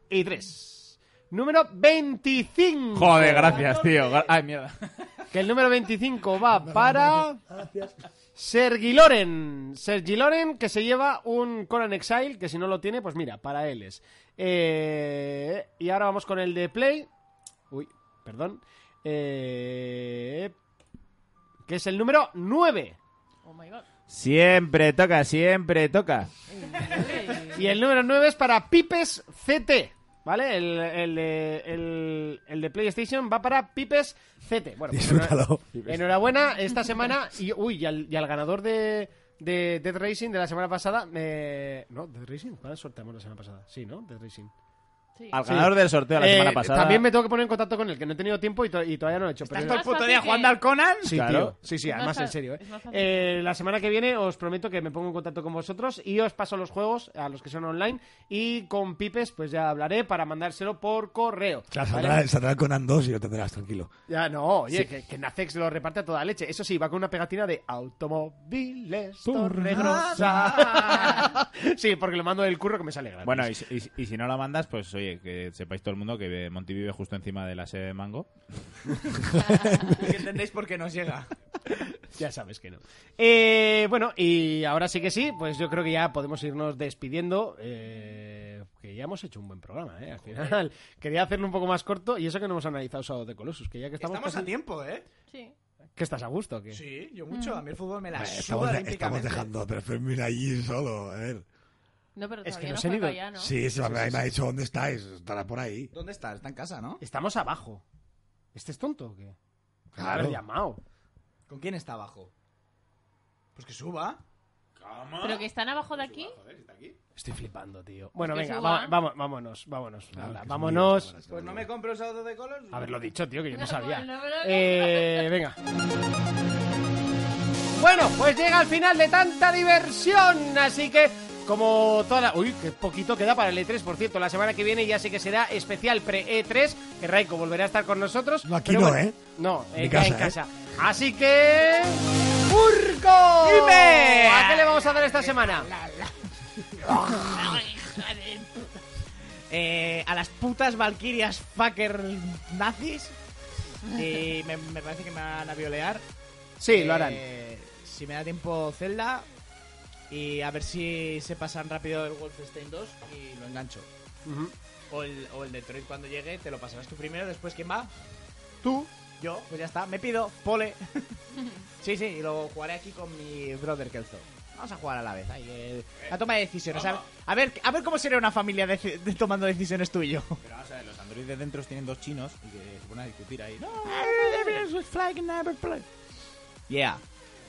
y tres. Número 25. Joder, gracias, tío. Gra- Ay, mierda. Que el número 25 va para. Sergi Loren. Sergi Loren que se lleva un Conan Exile, que si no lo tiene, pues mira, para él es. Eh, y ahora vamos con el de Play. Uy, perdón. Eh, que es el número 9. Oh my god. Siempre toca, siempre toca. Y el número 9 es para Pipes CT. ¿Vale? El, el de, el- el de PlayStation va para Pipes CT. Bueno, pues Disfrútalo. enhora- enhorabuena esta semana. Y, uy, y al, y al ganador de, de Dead Racing de la semana pasada. eh, no, Dead Racing. ¿Cuál sorteamos la semana pasada? Sí, ¿no? Dead Racing. Sí. Al ganador del sorteo la Eh, semana pasada. También me tengo que poner en contacto con él, que no he tenido tiempo y, to- y todavía no lo he hecho. ¿Estás pero- todo el más puto fácil día que- jugando al Conan? Sí, Claro. tío. Sí, sí, Es más además en fácil, serio. ¿eh? es más fácil. Eh, la semana que viene os prometo que me pongo en contacto con vosotros y os paso los juegos a los que son online y con Pipes pues ya hablaré para mandárselo por correo. claro, ¿vale? saldrá, saldrá el Conan 2 y lo tendrás tranquilo. Ya no, oye, Sí. que, que Nacex lo reparte a toda leche. Eso sí, va con una pegatina de automóviles Torregrosa. sí, porque lo mando del curro que me sale gratis. Bueno, y, si- y si- y si no la mandas, pues oye, que sepáis todo el mundo que Monty vive justo encima de la sede de Mango. Que entendéis por qué nos llega. Ya sabes que no. Eh, bueno, y ahora sí que sí, pues yo creo que ya podemos irnos despidiendo. eh, que ya hemos hecho un buen programa, ¿eh? Al final, quería hacerlo un poco más corto y eso que no hemos analizado Sábado de Colossus, que ya que estamos... Estamos casi- a tiempo, ¿eh? Sí. ¿Que estás a gusto o qué? Sí, yo mucho. A mí el fútbol me la Vale, suda Pues estamos, de- estamos olímpicamente. dejando a Fermín allí solo. A ver. No, pero Es que todavía nos han no fue ido- para allá, ¿no? Sí, se me, me ha dicho dónde estáis. Estará por ahí. ¿Dónde está? Está en casa, ¿no? Estamos abajo. ¿Este es tonto o qué? Claro. Haber llamado. ¿Con quién está abajo? Pues que suba. Pero que están abajo de aquí. Estoy flipando, tío. Bueno, que venga, suba. va- vamos, vámonos, vámonos. Hala, que es vámonos. ¿eh? Pues no me compro un sábado de color. Haberlo dicho, tío, que yo no sabía. No, no, no, no. Eh, venga. Bueno, pues llega al final de tanta diversión, así que como toda la... Uy, qué poquito queda para el E3, por cierto, la semana que viene ya sé que será especial pre-E3, que Raiko volverá a estar con nosotros. No, aquí pero no, bueno, ¿eh? No, En eh, mi ya en casa, casa. Así que... ¡Urco! Dime. ¿A qué le vamos a dar esta semana? Eh, a las putas valquirias fucker nazis. Y me, me parece que me van a violear. Sí, lo harán. Eh, si me da tiempo, Zelda. Y a ver si se pasan rápido el Wolfenstein 2 y lo engancho. Ujú. O el, o el Detroit cuando llegue, te lo pasarás tú primero, después ¿quién va? Tú. Yo, pues ya está, me pido, pole. sí, sí, y luego jugaré aquí con mi brother Kelso. Vamos a jugar a la vez, ahí, eh, la toma de decisiones. A ver, a ver, a ver cómo sería una familia deci- de- tomando decisiones tú y yo. Pero vamos a ver, los androides dentro tienen dos chinos y que se ponen a discutir ahí. No, Yeah.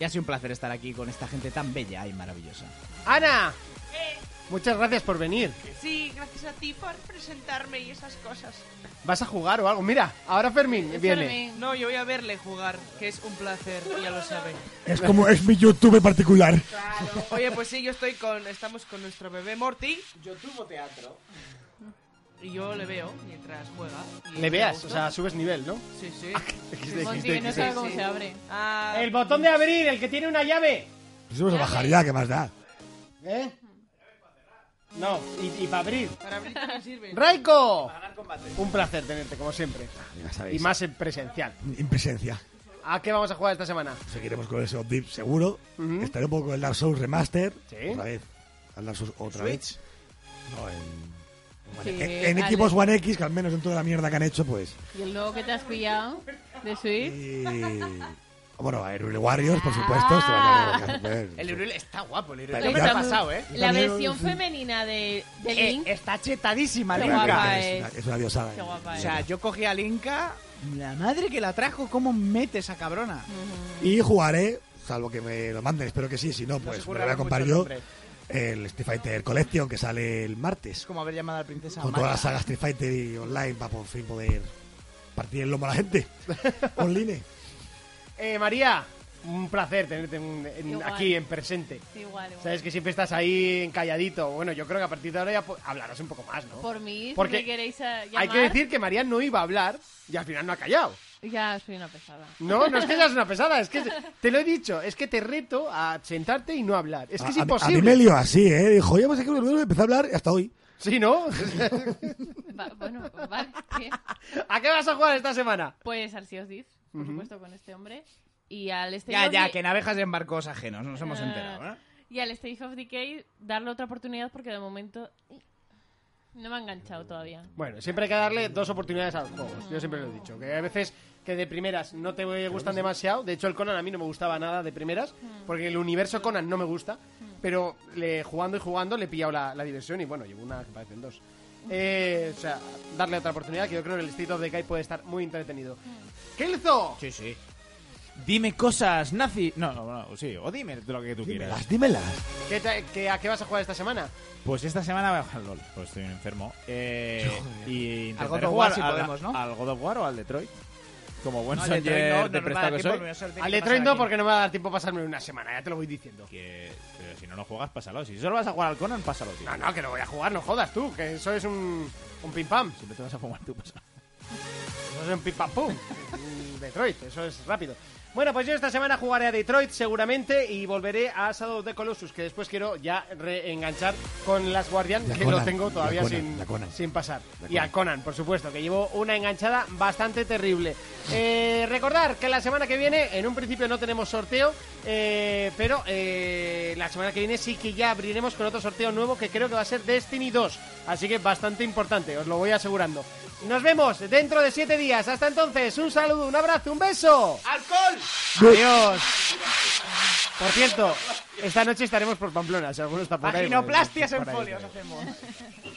Ya ha sido un placer estar aquí con esta gente tan bella y maravillosa. Ana, Eh, muchas gracias por venir. sí, gracias a ti por presentarme y esas cosas. ¿Vas a jugar o algo? Mira, ahora Fermín viene. No, yo voy a verle jugar, que es un placer, ya lo sabe. Es como es mi YouTube en particular. Oye, pues sí, yo estoy con. Estamos con nuestro bebé Morty. Yo tuvo teatro. Y yo le veo mientras juega. y Le me veas, gusta. o sea, subes nivel, ¿no? Sí, sí. XD, Monty, XD, que no XD. sabe cómo se abre. Ah, El botón de abrir, el que tiene una llave. Pues vamos a bajar ya, ¿qué más da? ¿Eh? No, y, para abrir. para abrir no me sirve. ¡Raiko! Un placer tenerte, como siempre. Ah, Y más en presencial. En presencia. ¿A qué vamos a jugar esta semana? Seguiremos con ese Deep seguro. Estaré un poco con el Dark Souls Remaster. Sí. Otra vez. Al Dark Souls otra Switch. vez. No, en. Sí, En, en Ale. Xbox One X, que al menos dentro de la mierda que han hecho, pues. ¿Y el logo que te has pillado? ¿De Switch? Y... Bueno, a Hyrule Warriors, por supuesto. esto va a tener que hacer. pues, El Uriel está guapo, el Uriel. Pero ¿Qué me ya- ha pasado, eh? La También- versión femenina de, de Eh, Link. está chetadísima, Qué Link. guapa Es es. una, es una diosada. Qué guapa O es. sea, yo cogí a Linka. La madre que la trajo, ¿cómo mete esa cabrona? Y jugaré, salvo que me lo manden, espero que sí. Si no, pues me lo voy a curraron comprar mucho el yo. nombre. El Street Fighter Collection que sale el martes. Es como haber llamado a la princesa. con Amaya. toda la saga Street Fighter y online para por fin poder partir el lomo a la gente. Online. Eh, María, un placer tenerte en- en- Igual. aquí en presente. Igual, igual. Sabes que siempre estás ahí encalladito. Bueno, yo creo que a partir de ahora ya po- hablarás un poco más, ¿no? Por mí, Porque si me queréis a- llamar... Hay que decir que María no iba a hablar y al final no ha callado. Ya soy una pesada. No, no es que seas una pesada, es que te lo he dicho, es que te reto a sentarte y no hablar. Es que es A- a- imposible. A, mí me lió así, ¿eh? Dijo, yo pensé que empezó a hablar y hasta hoy. Sí, ¿no? Va- bueno, vale. ¿qué? ¿A qué vas a jugar esta semana? Pues al Sea of Thieves, por supuesto, con este hombre. Y al este Ya, ya, que en abejas y en barcos ajenos, nos hemos Ah. enterado, ¿eh? Y al Stage of Decay darle otra oportunidad porque de momento no me ha enganchado todavía. Bueno, siempre hay que darle dos oportunidades a los juegos. Yo siempre lo he dicho, que hay veces que de primeras no te gustan demasiado. De hecho, el Conan a mí no me gustaba nada de primeras, porque el universo Conan no me gusta. Pero le, jugando y jugando le he pillado la, la diversión y bueno, llevo una que parecen dos. Eh, o sea, darle otra oportunidad, que yo creo que el State of Decay puede estar muy entretenido. ¡Kelzo! Sí, sí. Dime cosas nazi. No, no, no, sí. O dime lo que tú quieras. Dímelas, dímelas. ¿qué te- qué- ¿A qué vas a jugar esta semana? Pues esta semana voy a jugar al LOL. Pues estoy enfermo. Eh, y Al intentaré God of War, jugar si al- podemos, ¿no? Al God of War o al Detroit. Como buen No, soñer Detroit no, no de nos va a prestado dar que tiempo, soy. me voy a hacer- tiene Al que Detroit pasar no, aquí. porque no me va a dar tiempo a pasarme una semana, ya te lo voy diciendo. Que, pero si no lo juegas, pásalo. Si solo vas a jugar al Conan, pásalo, tío. No, no, que lo voy a jugar, no jodas tú, que eso es un, un pim pam. Si no te vas a jugar tú, pásalo. Eso es un pim pam pum. Un Detroit, eso es rápido. Bueno, pues yo esta semana jugaré a Detroit seguramente y volveré a Shadow of the Colossus, que después quiero ya reenganchar con las Guardian, Y a que lo Conan, y tengo a todavía Conan, sin, y a Conan. sin pasar. Y Y a Conan, por supuesto, que llevo una enganchada bastante terrible. Eh, recordar que la semana que viene, en un principio no tenemos sorteo, eh, pero eh, la semana que viene sí que ya abriremos con otro sorteo nuevo que creo que va a ser Destiny 2. Así que bastante importante, os lo voy asegurando. Nos vemos dentro de siete días. Hasta entonces, un saludo, un abrazo, un beso. ¡Alcohol! Adiós. Por cierto, esta noche estaremos por Pamplona, si alguno está por ahí. pues, Vaginoplastia Por ahí, en por ahí. folios hacemos.